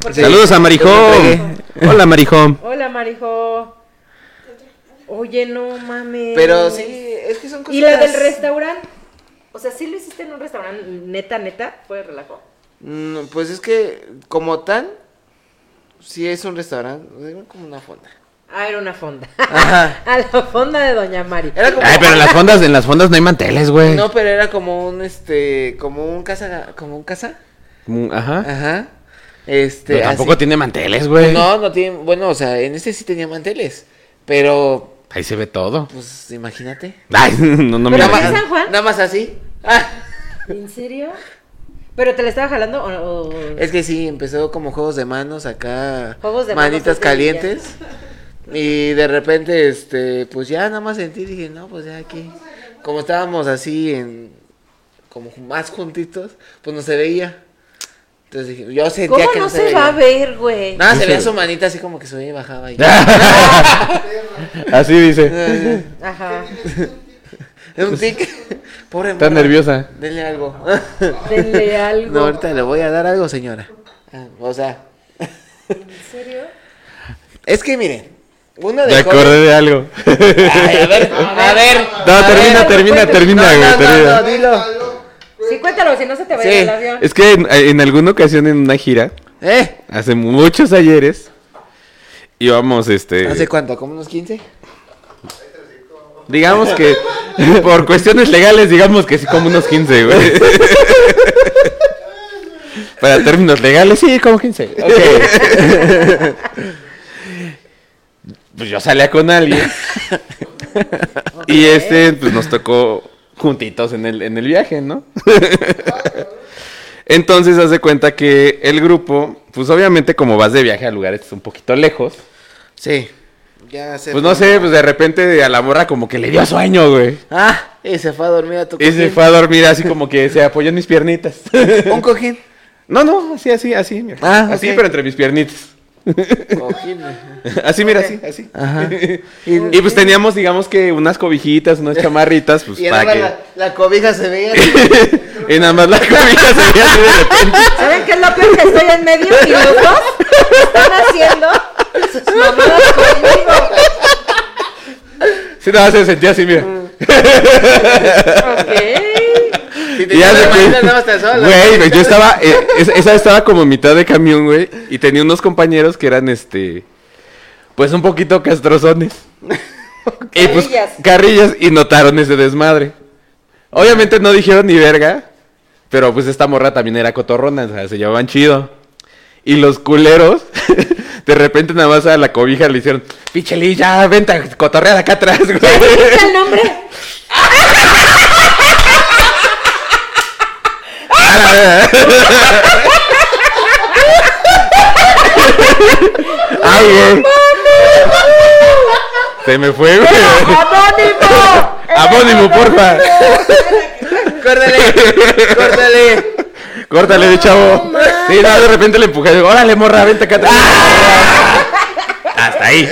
[SPEAKER 1] Porque-
[SPEAKER 3] Sí.
[SPEAKER 2] Saludos a Marijón. Hola, Marijón.
[SPEAKER 1] Hola, Marijo. Oye, no mames.
[SPEAKER 3] Pero sí, es que son cosas.
[SPEAKER 1] ¿Y la del restaurante? O sea, ¿sí lo hiciste en un restaurante neta, neta? ¿Fue de relajo?
[SPEAKER 3] Mm, pues es que, como tal, sí es un restaurante, era como una fonda.
[SPEAKER 1] Ah, era una fonda.
[SPEAKER 3] Ajá.
[SPEAKER 1] A la fonda de Doña Mari.
[SPEAKER 3] Era como,
[SPEAKER 2] Ay, pero en las fondas, en las fondas no hay manteles, güey.
[SPEAKER 3] no, pero era como un, este, como un casa, como un casa.
[SPEAKER 2] Mm, Ajá.
[SPEAKER 3] Ajá. Este,
[SPEAKER 2] Pero tampoco
[SPEAKER 3] así.
[SPEAKER 2] tiene manteles, güey.
[SPEAKER 3] No, no tiene, bueno, o sea, en este sí tenía manteles, pero,
[SPEAKER 2] Ahí se ve todo.
[SPEAKER 3] pues, imagínate.
[SPEAKER 2] Ay, no, no me
[SPEAKER 1] Pero
[SPEAKER 2] la-
[SPEAKER 1] ¿en San Juan?
[SPEAKER 3] Nada más así. Ah,
[SPEAKER 1] ¿En serio? ¿Pero te la estaba jalando o...? o-
[SPEAKER 3] es que sí, empezó como juegos de manos acá,
[SPEAKER 1] Juegos de manos
[SPEAKER 3] manitas
[SPEAKER 1] es de
[SPEAKER 3] calientes. Y de repente, este, pues ya nada más sentí, dije, no, pues ya aquí. Como estábamos así en, como más juntitos, pues no se veía. Entonces dije, yo sentía
[SPEAKER 1] ¿Cómo
[SPEAKER 3] que
[SPEAKER 1] no se
[SPEAKER 3] veía.
[SPEAKER 1] va a ver, güey?
[SPEAKER 3] Nada, se
[SPEAKER 2] Sí,
[SPEAKER 3] veía
[SPEAKER 2] sí.
[SPEAKER 3] su manita así como que subía y bajaba. Y...
[SPEAKER 2] Así dice.
[SPEAKER 1] Ajá.
[SPEAKER 3] Es un tic. Pobre
[SPEAKER 2] Pues Está
[SPEAKER 3] morra.
[SPEAKER 2] nerviosa.
[SPEAKER 3] Denle algo.
[SPEAKER 1] Denle algo.
[SPEAKER 3] No, ahorita le voy a dar algo, señora. Ah, O sea,
[SPEAKER 1] ¿En serio?
[SPEAKER 3] es que miren, uno de
[SPEAKER 2] Te
[SPEAKER 3] joven-
[SPEAKER 2] acordé de algo.
[SPEAKER 3] Ay, a ver, a ver.
[SPEAKER 2] No,
[SPEAKER 3] a
[SPEAKER 2] termina,
[SPEAKER 3] ver.
[SPEAKER 2] termina,
[SPEAKER 1] cuéntame.
[SPEAKER 2] termina,
[SPEAKER 3] No,
[SPEAKER 2] güey.
[SPEAKER 3] no, no,
[SPEAKER 2] termina.
[SPEAKER 3] no, dilo.
[SPEAKER 1] Sí, cuéntalo, si no se te va a ir
[SPEAKER 3] Sí.
[SPEAKER 1] el avión.
[SPEAKER 2] Es que en, en alguna ocasión en una gira,
[SPEAKER 3] ¿Eh?
[SPEAKER 2] hace muchos ayeres, íbamos, este...
[SPEAKER 3] ¿Hace cuánto? ¿Como unos 15?
[SPEAKER 2] Digamos que, por cuestiones legales, digamos que sí, como unos 15, güey. Para términos legales, sí, como 15. pues yo salía con alguien. y este, pues nos tocó juntitos en el, en el viaje, ¿no? Entonces, hace cuenta que el grupo, pues obviamente, como vas de viaje a lugares un poquito lejos,
[SPEAKER 3] Sí. Ya se
[SPEAKER 2] pues no sé, pues de repente a la morra como que le dio sueño, güey.
[SPEAKER 3] Ah, y se fue a dormir a tu
[SPEAKER 2] Y
[SPEAKER 3] cojín.
[SPEAKER 2] se fue a dormir así como que se apoyó en mis piernitas.
[SPEAKER 3] ¿Un cojín?
[SPEAKER 2] No, no, así, así, así. mira.
[SPEAKER 3] Ah,
[SPEAKER 2] así,
[SPEAKER 3] ok.
[SPEAKER 2] pero entre mis piernitas.
[SPEAKER 3] Cojín. ajá.
[SPEAKER 2] Así, mira, así, así.
[SPEAKER 3] Ajá.
[SPEAKER 2] Y, y, pues teníamos, digamos que unas cobijitas, unas chamarritas, pues
[SPEAKER 3] Y nada
[SPEAKER 2] para
[SPEAKER 3] más
[SPEAKER 2] que.
[SPEAKER 3] la, la cobija se veía.
[SPEAKER 2] y nada más la cobija se veía así de repente.
[SPEAKER 1] ¿Saben qué es lo peor? Que estoy en medio y los dos están haciendo sus mamadas conmigo.
[SPEAKER 2] Sí, nada más se sentía así, mira.
[SPEAKER 3] Mm.
[SPEAKER 1] Ok.
[SPEAKER 3] Si te
[SPEAKER 2] Y ya
[SPEAKER 3] la
[SPEAKER 2] se fue.
[SPEAKER 3] manita, nada más te sola.
[SPEAKER 2] Güey, güey, yo estaba. eh, es- esa estaba como mitad de camión, güey. Y tenía unos compañeros que eran este. Pues un poquito castrozones. y pues
[SPEAKER 1] Carrillas.
[SPEAKER 2] carrillas y notaron ese desmadre. Obviamente no dijeron ni verga. Pero pues esta morra también era cotorrona, o sea, se llevaban chido. Y los culeros, de repente nada más a la cobija le hicieron, picheli, ya, vente a cotorrear acá atrás, güey.
[SPEAKER 1] ¿Viste el nombre?
[SPEAKER 2] Ay, Ah, güey. Se me fue, güey.
[SPEAKER 1] ¡Abónimo!
[SPEAKER 2] Abónimo, porfa.
[SPEAKER 3] Córtale, córtale.
[SPEAKER 2] Córtale de chavo. Sí, no, de repente le empujé. digo, Órale, morra, vente acá. atrás". Hasta ahí.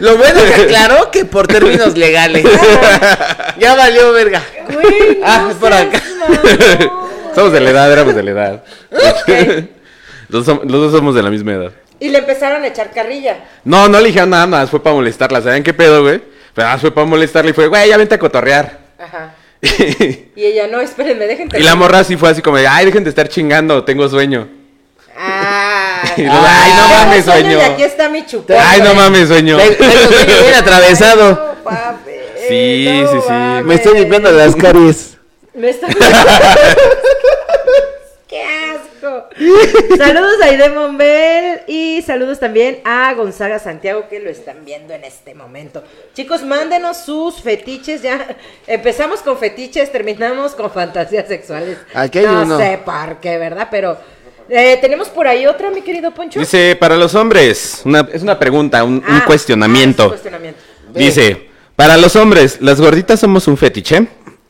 [SPEAKER 3] Lo bueno que aclaró que por términos legales. ya valió verga.
[SPEAKER 1] Güey, no
[SPEAKER 3] Ah, es por
[SPEAKER 1] seas
[SPEAKER 3] acá.
[SPEAKER 1] mamón.
[SPEAKER 2] Somos de la edad, éramos de la edad. Los, som- los dos somos de la misma edad.
[SPEAKER 1] Y le empezaron a echar carrilla.
[SPEAKER 2] No, no le dijeron nada más, fue para molestarla. ¿Saben qué pedo, güey? Pero nada más fue para molestarla y fue, güey, ya vente a cotorrear.
[SPEAKER 1] Ajá.
[SPEAKER 2] y
[SPEAKER 1] Y ella, no, espérenme, dejen
[SPEAKER 2] la
[SPEAKER 1] terminar.
[SPEAKER 2] morra así fue así como, de, ay, dejen de estar chingando, tengo sueño.
[SPEAKER 1] Ah.
[SPEAKER 2] Y luego, ay, no
[SPEAKER 1] Tengo
[SPEAKER 2] mames, sueño.
[SPEAKER 1] Y aquí está mi chupón.
[SPEAKER 2] Ay, no mames, sueño.
[SPEAKER 3] Tengo sueño bien atravesado.
[SPEAKER 1] No, papi,
[SPEAKER 2] Sí,
[SPEAKER 1] no
[SPEAKER 2] sí, sí.
[SPEAKER 1] mames.
[SPEAKER 3] Me estoy limpiando las caries.
[SPEAKER 1] No está ¡Qué asco! Saludos a Aide Mombel y saludos también a Gonzaga Santiago que lo están viendo en este momento. Chicos, mándenos sus fetiches. Ya empezamos con fetiches, terminamos con fantasías sexuales.
[SPEAKER 3] Aquí hay
[SPEAKER 1] no
[SPEAKER 3] uno.
[SPEAKER 1] sé por qué, ¿verdad? Pero eh, tenemos por ahí otra, mi querido Poncho.
[SPEAKER 2] Dice, para los hombres, una- es una pregunta, un, un
[SPEAKER 1] Ah, ah, es un
[SPEAKER 2] cuestionamiento.
[SPEAKER 1] cuestionamiento.
[SPEAKER 2] Dice, para los hombres, las gorditas somos un fetiche.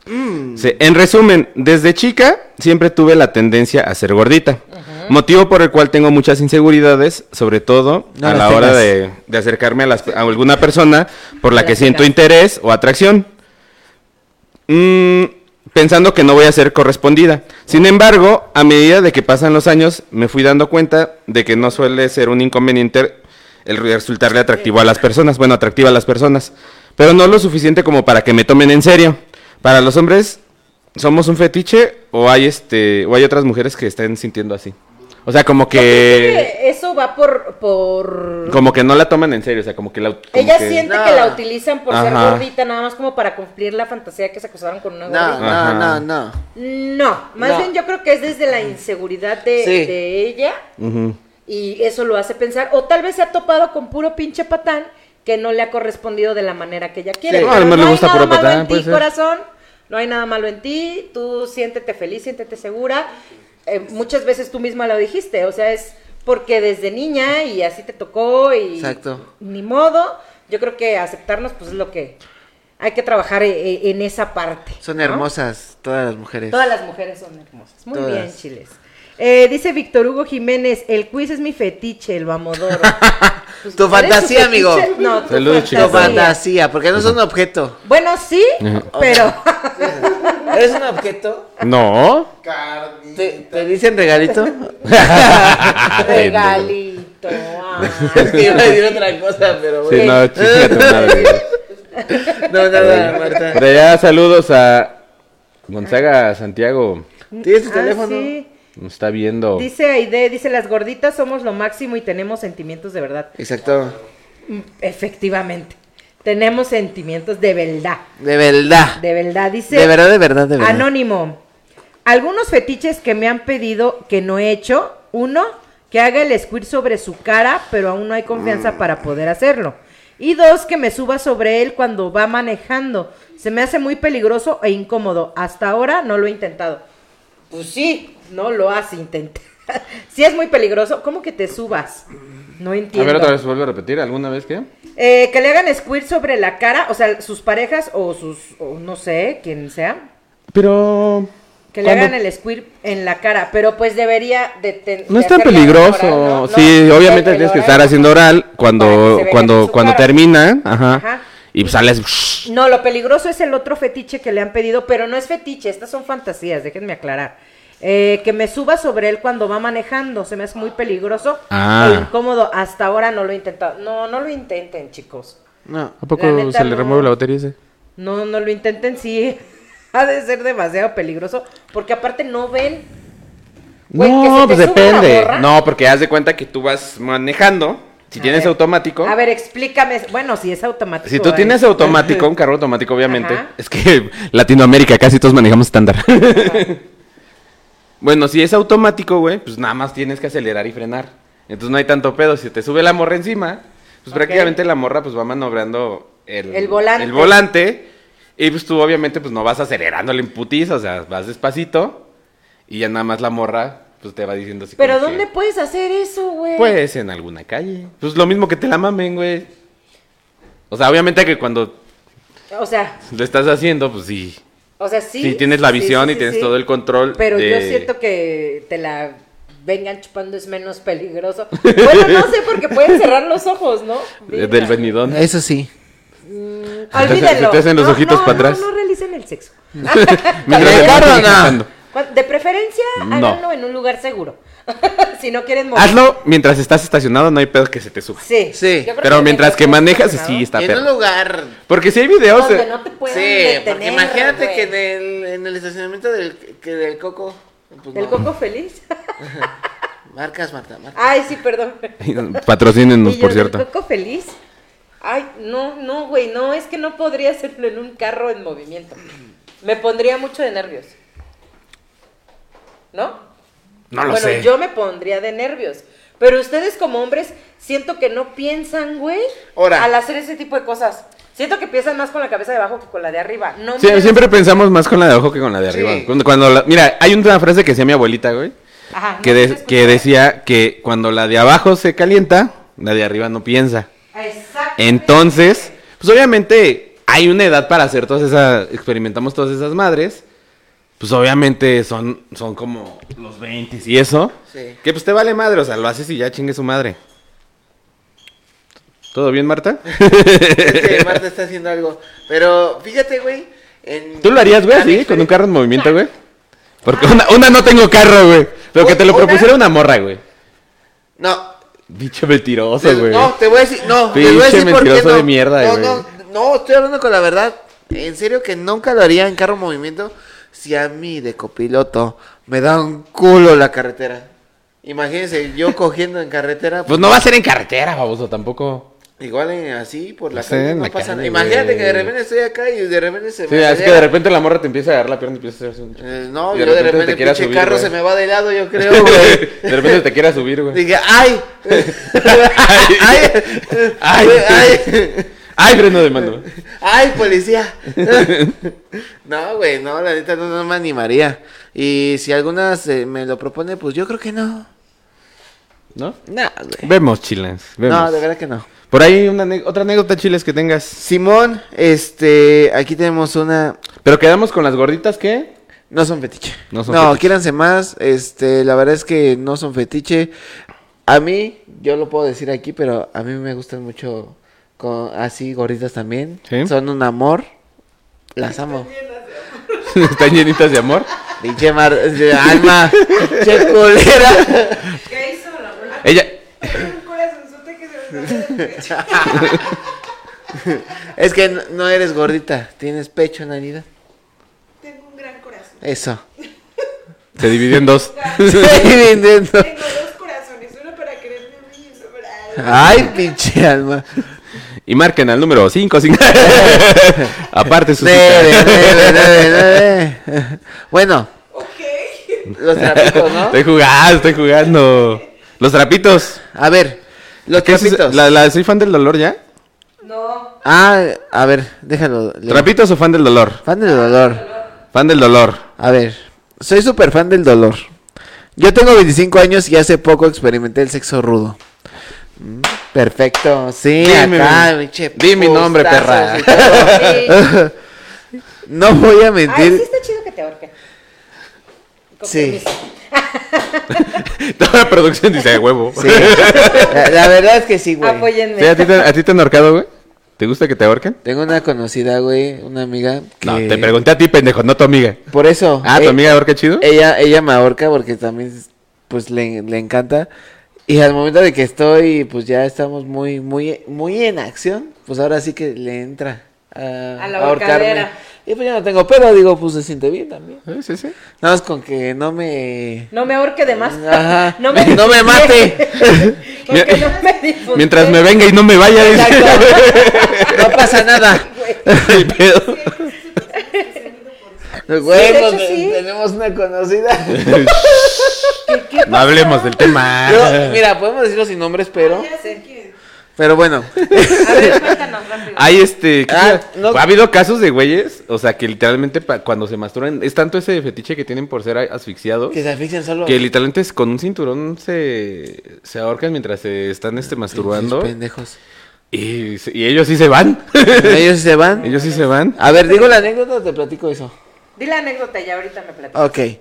[SPEAKER 1] Mm.
[SPEAKER 2] Dice, En resumen, desde chica siempre tuve la tendencia a ser gordita, motivo por el cual tengo muchas inseguridades, sobre todo
[SPEAKER 3] No
[SPEAKER 2] a
[SPEAKER 3] las
[SPEAKER 2] la hora
[SPEAKER 3] tengas.
[SPEAKER 2] de, de acercarme a, las- a alguna persona por la
[SPEAKER 1] No
[SPEAKER 2] que
[SPEAKER 1] las
[SPEAKER 2] siento
[SPEAKER 1] tengas.
[SPEAKER 2] interés o atracción, Mm, pensando que no voy a ser correspondida. Sin embargo, a medida de que pasan los años, me fui dando cuenta de que no suele ser un inconveniente el resultarle atractivo a las personas, bueno, atractiva a las personas, pero no lo suficiente como para que me tomen en serio. Para los hombres, ¿somos un fetiche o hay este o hay otras mujeres que estén sintiendo así? O sea, como
[SPEAKER 1] Yo creo
[SPEAKER 2] que
[SPEAKER 1] que eso va por... por...
[SPEAKER 2] como que no la toman en serio, o sea, como que la como
[SPEAKER 1] Ella
[SPEAKER 2] que-
[SPEAKER 1] siente
[SPEAKER 3] No.
[SPEAKER 1] que la utilizan por ser
[SPEAKER 2] Ajá.
[SPEAKER 1] gordita, nada más como para cumplir la fantasía que se acusaron con una
[SPEAKER 3] No,
[SPEAKER 1] gordita.
[SPEAKER 3] no, no, no.
[SPEAKER 1] No, más
[SPEAKER 3] No.
[SPEAKER 1] bien yo creo que es desde la inseguridad de,
[SPEAKER 3] Sí.
[SPEAKER 1] de ella
[SPEAKER 2] Ujú.
[SPEAKER 1] y eso lo hace pensar. O tal vez se ha topado con puro pinche patán que no le ha correspondido de la manera que ella quiere.
[SPEAKER 3] Sí.
[SPEAKER 1] Pero
[SPEAKER 2] No, además le
[SPEAKER 1] hay
[SPEAKER 2] gusta
[SPEAKER 1] nada
[SPEAKER 2] puro
[SPEAKER 1] malo
[SPEAKER 2] patán,
[SPEAKER 1] en
[SPEAKER 2] puede
[SPEAKER 1] ti,
[SPEAKER 2] ser.
[SPEAKER 1] corazón. No hay nada malo en ti. Tú siéntete feliz, siéntete segura. Eh, muchas veces tú misma lo dijiste. O sea, es porque desde niña y así te tocó y
[SPEAKER 3] Exacto.
[SPEAKER 1] ni modo. Yo creo que aceptarnos pues es lo que hay que trabajar e- e- en esa parte.
[SPEAKER 3] Son
[SPEAKER 1] ¿no?
[SPEAKER 3] hermosas todas las mujeres.
[SPEAKER 1] Todas las mujeres son hermosas. Muy
[SPEAKER 3] Todas.
[SPEAKER 1] bien, chiles. Eh, dice Víctor Hugo Jiménez, el quiz es mi fetiche, lo amodoro. Pues,
[SPEAKER 3] Tu
[SPEAKER 1] ¿cuál es
[SPEAKER 3] fantasía,
[SPEAKER 1] fetiche?
[SPEAKER 3] amigo.
[SPEAKER 1] No, tu
[SPEAKER 2] Saludos,
[SPEAKER 1] fantasía.
[SPEAKER 2] chicos.
[SPEAKER 3] Tu fantasía, porque no es un objeto.
[SPEAKER 1] Bueno, sí,
[SPEAKER 2] Ajá.
[SPEAKER 1] pero
[SPEAKER 3] ¿Eres un objeto?
[SPEAKER 2] No.
[SPEAKER 3] ¿Te, te dicen regalito?
[SPEAKER 2] Ah,
[SPEAKER 1] regalito. Ah. ay.
[SPEAKER 3] es que iba a decir otra cosa, pero
[SPEAKER 2] Sí,
[SPEAKER 3] bueno.
[SPEAKER 2] no, chinga tu madre.
[SPEAKER 3] No, nada, Marta.
[SPEAKER 2] Por allá saludos a Gonzaga Santiago.
[SPEAKER 3] ¿Tienes tu
[SPEAKER 1] Ah,
[SPEAKER 3] teléfono?
[SPEAKER 1] sí.
[SPEAKER 2] Nos está viendo.
[SPEAKER 1] Dice Aide, dice, las gorditas somos lo máximo y tenemos sentimientos de verdad.
[SPEAKER 3] Exacto.
[SPEAKER 1] Mm, Efectivamente, tenemos sentimientos de verdad.
[SPEAKER 3] De verdad.
[SPEAKER 1] De verdad, dice.
[SPEAKER 3] De verdad, de verdad, de verdad.
[SPEAKER 1] Anónimo. Algunos fetiches que me han pedido que no he hecho. Uno, que haga el squirt sobre su cara, pero aún no hay confianza
[SPEAKER 2] Mm.
[SPEAKER 1] para poder hacerlo. Y dos, que me suba sobre él cuando va manejando. Se me hace muy peligroso e incómodo. Hasta ahora no lo he intentado. Pues sí, no lo has intentado. sí es muy peligroso. ¿Cómo que te subas? No
[SPEAKER 2] A
[SPEAKER 1] entiendo.
[SPEAKER 2] ver, otra vez vuelve a repetir. ¿Alguna vez qué?
[SPEAKER 1] Eh, que le hagan squirt sobre la cara, o sea, sus parejas o sus, o no sé, quien sea.
[SPEAKER 2] Pero.
[SPEAKER 1] Que le hagan el squirt en la cara, pero pues debería de ten-
[SPEAKER 2] No
[SPEAKER 1] de
[SPEAKER 2] es tan
[SPEAKER 1] hacerle
[SPEAKER 2] peligroso.
[SPEAKER 1] oral, ¿no? No,
[SPEAKER 2] sí,
[SPEAKER 1] no,
[SPEAKER 2] obviamente
[SPEAKER 1] el
[SPEAKER 2] tienes que
[SPEAKER 1] oral,
[SPEAKER 2] estar haciendo oral cuando
[SPEAKER 1] Para que se vea en
[SPEAKER 2] cuando
[SPEAKER 1] su
[SPEAKER 2] cuando
[SPEAKER 1] cara.
[SPEAKER 2] termina, ajá.
[SPEAKER 1] Ajá.
[SPEAKER 2] Y pues sales
[SPEAKER 1] No, lo peligroso es el otro fetiche que le han pedido, pero no es fetiche, estas son fantasías, déjenme aclarar. Eh, que me suba sobre él cuando va manejando, se me hace muy peligroso
[SPEAKER 2] Ah.
[SPEAKER 1] e incómodo. Hasta ahora no lo he intentado. No, no lo intenten, chicos.
[SPEAKER 3] No.
[SPEAKER 2] ¿A
[SPEAKER 1] poco La neta, se le no. remueve la
[SPEAKER 2] batería ese?
[SPEAKER 1] No, no lo intenten, sí. Ha de ser demasiado peligroso, porque aparte no ven. Güey, que se
[SPEAKER 2] No,
[SPEAKER 1] te suba
[SPEAKER 2] pues
[SPEAKER 1] la
[SPEAKER 2] depende.
[SPEAKER 1] morra.
[SPEAKER 2] No, porque haz de cuenta que tú vas manejando. Si
[SPEAKER 1] A
[SPEAKER 2] tienes
[SPEAKER 1] ver.
[SPEAKER 2] automático.
[SPEAKER 1] A ver, explícame. Bueno, si es automático.
[SPEAKER 2] Si tú
[SPEAKER 1] ay.
[SPEAKER 2] tienes automático, un carro automático, obviamente.
[SPEAKER 1] Ajá.
[SPEAKER 2] Es que Latinoamérica casi todos manejamos estándar. bueno, si es automático, güey, pues nada más tienes que acelerar y frenar. Entonces no hay tanto pedo. Si te sube la morra encima, pues
[SPEAKER 1] Ok.
[SPEAKER 2] prácticamente la morra pues va maniobrando el,
[SPEAKER 1] El volante.
[SPEAKER 2] el volante. Y pues tú obviamente pues no vas acelerando el imputis, o sea, vas despacito. Y ya nada más la morra pues te va diciendo así.
[SPEAKER 1] Pero
[SPEAKER 2] como que,
[SPEAKER 1] ¿dónde puedes hacer eso, güey?
[SPEAKER 2] pues en alguna calle. Pues lo mismo que te la mamen, güey. O sea, obviamente que cuando
[SPEAKER 1] O sea,
[SPEAKER 2] lo estás haciendo, pues sí.
[SPEAKER 1] o sea, sí.
[SPEAKER 2] Sí, tienes la
[SPEAKER 1] sí,
[SPEAKER 2] visión
[SPEAKER 1] sí,
[SPEAKER 2] y
[SPEAKER 1] sí,
[SPEAKER 2] tienes
[SPEAKER 1] sí.
[SPEAKER 2] todo el control.
[SPEAKER 1] Pero
[SPEAKER 2] de-
[SPEAKER 1] yo siento que te la vengan chupando es menos peligroso. Bueno, no sé, porque pueden cerrar los ojos, ¿no?
[SPEAKER 2] de-
[SPEAKER 1] Verga.
[SPEAKER 2] Eh, Del venidón.
[SPEAKER 3] Eso sí.
[SPEAKER 1] Olvídenlo.
[SPEAKER 2] Se te hacen los
[SPEAKER 1] No,
[SPEAKER 2] ojitos
[SPEAKER 1] no,
[SPEAKER 2] para
[SPEAKER 1] no,
[SPEAKER 2] atrás.
[SPEAKER 1] No, realicen el sexo.
[SPEAKER 2] Mientras te
[SPEAKER 3] ¿De carro
[SPEAKER 2] estás
[SPEAKER 3] o no?
[SPEAKER 2] ejercitando.
[SPEAKER 1] Cuan- De preferencia,
[SPEAKER 2] No.
[SPEAKER 1] háganlo en un lugar seguro. si no quieren morir.
[SPEAKER 2] Hazlo mientras estás estacionado, no hay pedo que se te suba.
[SPEAKER 1] Sí.
[SPEAKER 3] Sí.
[SPEAKER 1] Yo creo
[SPEAKER 2] Pero mientras que
[SPEAKER 1] estás
[SPEAKER 2] manejas,
[SPEAKER 1] estacionado,
[SPEAKER 2] sí está
[SPEAKER 3] En un
[SPEAKER 2] perro.
[SPEAKER 3] lugar.
[SPEAKER 2] Porque si hay videos.
[SPEAKER 1] Donde
[SPEAKER 2] eh,
[SPEAKER 1] no te
[SPEAKER 3] Sí,
[SPEAKER 1] pueden detener,
[SPEAKER 3] porque imagínate
[SPEAKER 1] güey.
[SPEAKER 3] que en el, en el estacionamiento del, que del coco. pues
[SPEAKER 1] ¿El
[SPEAKER 3] no.
[SPEAKER 1] coco feliz?
[SPEAKER 3] Marcas, Marta, marcas.
[SPEAKER 1] Ay, sí, perdón.
[SPEAKER 2] Patrocínenos,
[SPEAKER 1] Y yo
[SPEAKER 2] por
[SPEAKER 1] del
[SPEAKER 2] cierto.
[SPEAKER 1] coco feliz? Ay, no, no, güey, no, es que no podría hacerlo en un carro en movimiento. Me pondría mucho de nervios. ¿No?
[SPEAKER 2] No lo
[SPEAKER 1] bueno,
[SPEAKER 2] sé.
[SPEAKER 1] yo me pondría de nervios. Pero ustedes como hombres siento que no piensan, güey,
[SPEAKER 3] Ahora.
[SPEAKER 1] al hacer ese tipo de cosas. Siento que piensan más con la cabeza de abajo que con la de arriba. No
[SPEAKER 2] Sí,
[SPEAKER 1] me-
[SPEAKER 2] siempre pensamos más con la de abajo que con la de
[SPEAKER 3] Sí.
[SPEAKER 2] arriba. Cuando, cuando la- mira, hay una frase que decía mi abuelita, güey,
[SPEAKER 1] Ajá,
[SPEAKER 2] que,
[SPEAKER 1] no,
[SPEAKER 2] de-
[SPEAKER 1] no te
[SPEAKER 2] que
[SPEAKER 1] escucho.
[SPEAKER 2] decía que cuando la de abajo se calienta, la de arriba no piensa.
[SPEAKER 1] Exacto.
[SPEAKER 2] Entonces, pues obviamente hay una edad para hacer todas esas, experimentamos todas esas madres. Pues obviamente son, son como los 20 y eso.
[SPEAKER 3] Sí.
[SPEAKER 2] Que pues te vale madre, o sea, lo haces y ya chingue su madre. ¿Todo bien, Marta?
[SPEAKER 3] Es que Marta está haciendo algo. Pero fíjate, güey. en-
[SPEAKER 2] ¿Tú lo harías, güey,
[SPEAKER 3] a mi
[SPEAKER 2] así, con un
[SPEAKER 3] experiencia-
[SPEAKER 2] carro en movimiento, güey? Porque una, una no tengo carro, güey. Pero que te lo
[SPEAKER 3] Ah. Una-
[SPEAKER 2] propusiera una morra, güey.
[SPEAKER 3] No,
[SPEAKER 2] Bicho mentiroso,
[SPEAKER 3] Les-
[SPEAKER 2] Pues, güey.
[SPEAKER 3] No, te voy a decir, no, les voy a
[SPEAKER 2] Pinche
[SPEAKER 3] decir por qué
[SPEAKER 2] mentiroso
[SPEAKER 3] no.
[SPEAKER 2] de mierda,
[SPEAKER 3] no,
[SPEAKER 2] güey.
[SPEAKER 3] no, no, estoy hablando con la verdad. En serio que nunca lo haría en carro en movimiento si a mí de copiloto me da un culo la carretera. Imagínense, yo cogiendo en carretera,
[SPEAKER 2] Pues no va a ser en carretera, baboso, tampoco.
[SPEAKER 3] igual eh, así por la
[SPEAKER 2] No sé,
[SPEAKER 3] calle
[SPEAKER 2] en
[SPEAKER 3] no
[SPEAKER 2] la
[SPEAKER 3] pasa
[SPEAKER 2] calle,
[SPEAKER 3] nada. Imagínate
[SPEAKER 2] güey.
[SPEAKER 3] que de repente estoy acá y de repente
[SPEAKER 2] Sí,
[SPEAKER 3] se me
[SPEAKER 2] es que de
[SPEAKER 3] acelera.
[SPEAKER 2] repente la morra te empieza a agarrar la pierna y empieza a hacerse un...
[SPEAKER 3] Eh, no,
[SPEAKER 2] y
[SPEAKER 3] yo
[SPEAKER 2] de
[SPEAKER 3] de
[SPEAKER 2] repente te
[SPEAKER 3] repente el
[SPEAKER 2] quieras
[SPEAKER 3] pinche
[SPEAKER 2] subir,
[SPEAKER 3] carro
[SPEAKER 2] güey.
[SPEAKER 3] se me va de lado, yo creo, güey.
[SPEAKER 2] de repente te quiere subir, güey.
[SPEAKER 3] Dije, ay, ay,
[SPEAKER 2] Ay.
[SPEAKER 3] ay, ay,
[SPEAKER 2] Ay, freno de mano.
[SPEAKER 3] ay, policía. No, güey, no, la neta no, no me animaría. Y si algunas eh, me lo propone, pues yo creo que no.
[SPEAKER 2] ¿No?
[SPEAKER 3] No, güey.
[SPEAKER 2] Vemos, chilas. Vemos.
[SPEAKER 3] No, de verdad que no.
[SPEAKER 2] Por ahí una ane- otra anécdota, chiles, que tengas.
[SPEAKER 3] Simón, este, aquí tenemos una.
[SPEAKER 2] Pero quedamos con las gorditas, ¿qué?
[SPEAKER 3] No son fetiche.
[SPEAKER 2] No
[SPEAKER 3] No,
[SPEAKER 2] son fetiche.
[SPEAKER 3] quiéranse más. Este, la verdad es que no son fetiche. A mí, yo lo puedo decir aquí, pero a mí me gustan mucho con, así gorditas también.
[SPEAKER 2] Sí.
[SPEAKER 3] Son un amor. Las amo.
[SPEAKER 2] Están llenitas de amor.
[SPEAKER 3] Pinche mar de alma. che culera.
[SPEAKER 4] ¿Qué hizo la abuela?
[SPEAKER 2] Ella...
[SPEAKER 4] Un corazonzote que se me sale del pecho.
[SPEAKER 3] Es que no, no eres gordita. Tienes pecho, Nanida.
[SPEAKER 4] Tengo un gran corazón.
[SPEAKER 3] Eso.
[SPEAKER 2] Se dividió en dos.
[SPEAKER 3] Estoy vendiendo.
[SPEAKER 4] Tengo dos corazones, uno para quererme a mí y otro para...
[SPEAKER 3] Ay, pinche alma.
[SPEAKER 2] Y marquen al número 5. Aparte su cita.
[SPEAKER 3] Debe, debe, debe, debe. Bueno,
[SPEAKER 4] Ok.
[SPEAKER 3] los trapitos, ¿no?
[SPEAKER 2] Estoy jugando, estoy jugando. Los trapitos.
[SPEAKER 3] A ver, los
[SPEAKER 2] ¿Qué es-
[SPEAKER 3] trapitos.
[SPEAKER 2] la, la- ¿Soy fan del dolor ya?
[SPEAKER 1] No.
[SPEAKER 3] Ah, a ver, déjalo. leo.
[SPEAKER 2] ¿Trapitos o fan del dolor?
[SPEAKER 3] Fan del dolor.
[SPEAKER 2] Fan del dolor.
[SPEAKER 3] A ver, soy súper fan del dolor. Yo tengo 25 años y hace poco experimenté el sexo rudo. Mm, Perfecto, sí,
[SPEAKER 2] Dime,
[SPEAKER 3] acá,
[SPEAKER 2] mi-
[SPEAKER 3] pinche
[SPEAKER 2] di mi nombre,
[SPEAKER 3] putazos y
[SPEAKER 1] Sí.
[SPEAKER 3] todo. No voy a
[SPEAKER 1] Ay,
[SPEAKER 3] mentir.
[SPEAKER 1] sí está chido que te ahorquen. Con
[SPEAKER 3] Sí.
[SPEAKER 1] permiso.
[SPEAKER 2] Toda la producción dice "A huevo.
[SPEAKER 3] sí. La, la verdad es que sí, güey.
[SPEAKER 1] Apóyenme.
[SPEAKER 2] Sí, ¿a, ti te, a ti te han ahorcado, güey? ¿Te gusta que te ahorquen?
[SPEAKER 3] Tengo una conocida, güey, una amiga que...
[SPEAKER 2] No, te pregunté a ti, pendejo, no a tu amiga.
[SPEAKER 3] Por eso.
[SPEAKER 2] Ah, ¿tu
[SPEAKER 3] eh,
[SPEAKER 2] amiga ahorca chido?
[SPEAKER 3] Ella, ella me ahorca porque también, pues, le, le encanta. Y al momento de que estoy, pues, ya estamos muy, muy, muy en acción, pues, ahora sí que le entra a,
[SPEAKER 1] A la
[SPEAKER 3] a
[SPEAKER 1] ahorcadera.
[SPEAKER 3] Y pues, ya no tengo pedo, digo, pues, se siente bien también.
[SPEAKER 2] Sí, Ah, sí, sí.
[SPEAKER 3] Nada más con que no me...
[SPEAKER 1] No me ahorque de más.
[SPEAKER 3] Ajá.
[SPEAKER 1] No me,
[SPEAKER 3] No me mate.
[SPEAKER 1] Porque no me difunde.
[SPEAKER 2] Mientras me venga y no me vaya, dice
[SPEAKER 3] No pasa nada.
[SPEAKER 2] el pedo.
[SPEAKER 3] Güey,
[SPEAKER 1] de hecho,
[SPEAKER 3] pues,
[SPEAKER 1] sí.
[SPEAKER 3] tenemos una conocida.
[SPEAKER 2] No hablemos del tema.
[SPEAKER 3] Yo- mira, podemos decirlo sin nombres, pero...
[SPEAKER 4] Ya sé quién.
[SPEAKER 3] Pero bueno.
[SPEAKER 1] A ver, cuéntanos rápido.
[SPEAKER 2] Hay este. ¿qué
[SPEAKER 3] Ah,
[SPEAKER 2] sea?
[SPEAKER 3] no.
[SPEAKER 2] Ha habido casos de güeyes, o sea, que literalmente pa- cuando se masturban, es tanto ese fetiche que tienen por ser a- asfixiados,
[SPEAKER 3] Que se asfixian solo.
[SPEAKER 2] que literalmente es- con un cinturón se, se ahorcan mientras se están este, masturbando.
[SPEAKER 3] Pendejos.
[SPEAKER 2] Y, se- y ellos sí se van.
[SPEAKER 3] Ellos se van.
[SPEAKER 2] ellos sí se van.
[SPEAKER 3] A ver, digo la anécdota o te platico eso.
[SPEAKER 1] Di la anécdota y ahorita me platico.
[SPEAKER 3] Ok.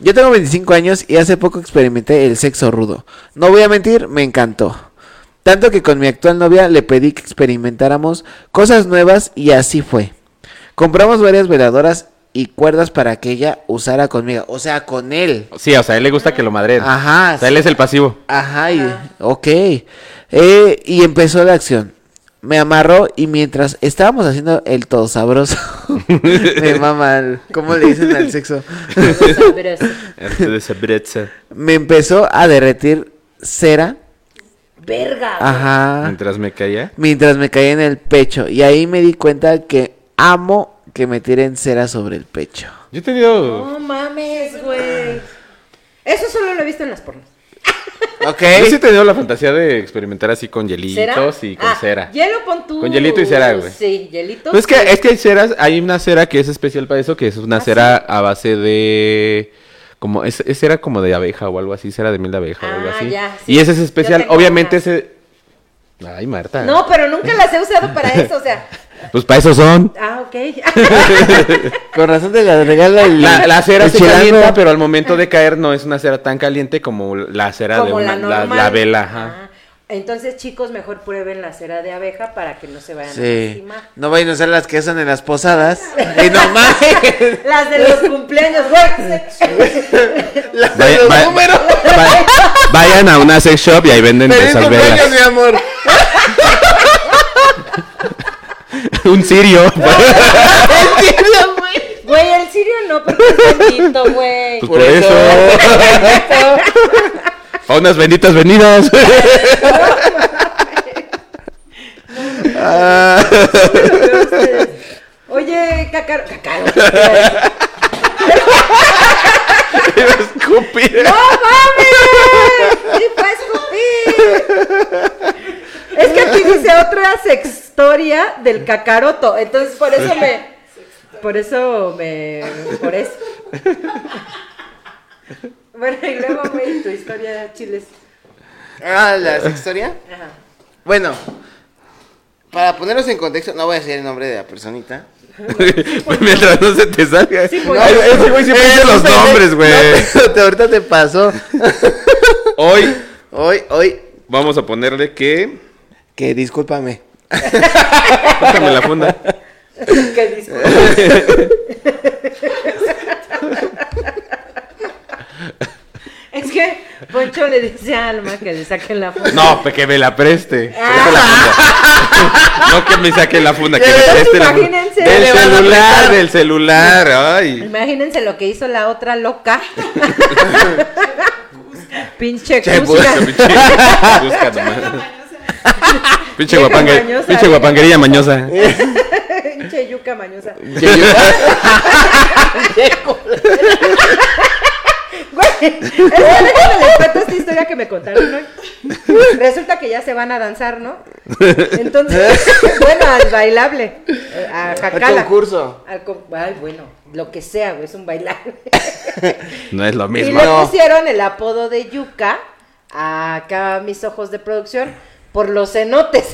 [SPEAKER 3] Yo tengo 25 años y hace poco experimenté el sexo rudo. No voy a mentir, me encantó. Tanto que con mi actual novia le pedí que experimentáramos cosas nuevas y así fue. Compramos varias veladoras y cuerdas para que ella usara conmigo. O sea, con él.
[SPEAKER 2] Sí, o sea, a él le gusta que lo madreen.
[SPEAKER 3] Ajá.
[SPEAKER 2] O sea, él es el pasivo.
[SPEAKER 3] Ajá, y, ok. Eh, y empezó la acción. Me amarró y mientras estábamos haciendo el todo sabroso, me mama, el- ¿cómo le dicen al sexo?
[SPEAKER 1] Sabroso.
[SPEAKER 3] Me empezó a derretir cera,
[SPEAKER 1] Verga.
[SPEAKER 3] ajá,
[SPEAKER 2] Mientras me caía.
[SPEAKER 3] mientras me caía en el pecho. Y ahí me di cuenta que amo que me tiren cera sobre el pecho.
[SPEAKER 2] Yo he tenido.
[SPEAKER 1] No mames, güey. Eso solo lo he visto en las pornos.
[SPEAKER 3] Ok.
[SPEAKER 2] Yo sí he tenido la fantasía de experimentar así con hielitos y con
[SPEAKER 1] Ah,
[SPEAKER 2] cera.
[SPEAKER 1] Hielo pon tú.
[SPEAKER 2] Con hielito y cera, güey.
[SPEAKER 1] Sí, hielito.
[SPEAKER 2] No, Pues es que, es que hay ceras, hay una cera que es especial para eso, que es una
[SPEAKER 1] Ah,
[SPEAKER 2] cera a base de como es, es cera como de abeja o algo así, cera de miel de abeja o algo
[SPEAKER 1] Ah,
[SPEAKER 2] así.
[SPEAKER 1] ya, sí.
[SPEAKER 2] Y esa es
[SPEAKER 1] Yo
[SPEAKER 2] especial,
[SPEAKER 1] tengo
[SPEAKER 2] obviamente
[SPEAKER 1] una.
[SPEAKER 2] ese Ay, Marta.
[SPEAKER 1] No, pero nunca las he usado para eso, o sea.
[SPEAKER 2] Pues para eso son.
[SPEAKER 1] Ah, ok.
[SPEAKER 3] Con razón te la regala el.
[SPEAKER 2] La, la cera
[SPEAKER 3] el
[SPEAKER 2] se
[SPEAKER 3] chilango.
[SPEAKER 2] calienta, pero al momento de caer no es una cera tan caliente como la cera
[SPEAKER 1] Como
[SPEAKER 2] de una-
[SPEAKER 1] la
[SPEAKER 2] la,
[SPEAKER 1] normal.
[SPEAKER 2] la vela, ajá.
[SPEAKER 1] Ah, Entonces, chicos, mejor prueben la cera de abeja para que no se vayan a
[SPEAKER 3] Sí.
[SPEAKER 1] lastimar.
[SPEAKER 3] No vayan a ser las que usan en las posadas. y no mames.
[SPEAKER 1] Las de los cumpleaños, güey.
[SPEAKER 3] Las de
[SPEAKER 2] Vaya-
[SPEAKER 3] los
[SPEAKER 2] vaya-
[SPEAKER 3] números.
[SPEAKER 2] va- vayan a una sex shop y ahí venden
[SPEAKER 3] ¡Feliz
[SPEAKER 2] esas
[SPEAKER 3] cumpleaños,
[SPEAKER 2] velas.
[SPEAKER 3] mi amor!
[SPEAKER 2] Un cirio.
[SPEAKER 1] Güey, el sirio no, porque es bendito, güey.
[SPEAKER 2] Pues
[SPEAKER 3] Por
[SPEAKER 2] por eso. A unas benditas venidas.
[SPEAKER 1] Oye, cacaro. Cacaro.
[SPEAKER 2] Iba a escupir.
[SPEAKER 1] ¡No mames! ¡Sí fue escupir! Es que aquí dice otra sextoria del cacaroto. Entonces, por eso me. Por eso me. Por eso. Bueno, y luego, güey, tu historia de chiles.
[SPEAKER 5] Ah, la historia.
[SPEAKER 1] Ajá.
[SPEAKER 5] Bueno, para ponerlos en contexto, no voy a decir el nombre de la personita.
[SPEAKER 2] Güey, Mientras no se te salga.
[SPEAKER 1] Sí,
[SPEAKER 2] No,
[SPEAKER 1] pues.
[SPEAKER 2] ese güey siempre dice los nombres, güey.
[SPEAKER 3] No, te- ahorita te pasó.
[SPEAKER 2] Hoy
[SPEAKER 3] Hoy, hoy.
[SPEAKER 2] vamos a ponerle que.
[SPEAKER 3] Que discúlpame.
[SPEAKER 2] Pásame la funda.
[SPEAKER 1] Que disculpa. Es que Poncho le dice a Alma que le saquen la foto.
[SPEAKER 2] No, pues que me la preste. Presta la funda. No que me saque la funda, que me preste la funda.
[SPEAKER 1] Imagínense.
[SPEAKER 2] Del
[SPEAKER 1] Le van a
[SPEAKER 2] celular, del celular. Ay.
[SPEAKER 1] Imagínense lo que hizo la otra loca. Pinche
[SPEAKER 2] Che, busca,
[SPEAKER 1] Cusca.
[SPEAKER 3] pues.
[SPEAKER 2] pinche. Busca nomás. Pinche guapangue-
[SPEAKER 1] mañosa.
[SPEAKER 2] Pinche guapanguería mañosa.
[SPEAKER 1] Pinche yuca mañosa. Güey, es que déjame les cuento esta historia que me contaron hoy. Resulta que ya se van a danzar, ¿no? Entonces, bueno, al bailable. eh, A
[SPEAKER 3] Al
[SPEAKER 1] jacala.
[SPEAKER 3] concurso.
[SPEAKER 1] Al con- Ay, bueno, lo que sea, güey, es un bailable.
[SPEAKER 2] No es lo
[SPEAKER 1] Y
[SPEAKER 2] mismo.
[SPEAKER 1] le
[SPEAKER 3] No.
[SPEAKER 1] pusieron el apodo de yuca a acá a mis ojos de producción por los cenotes.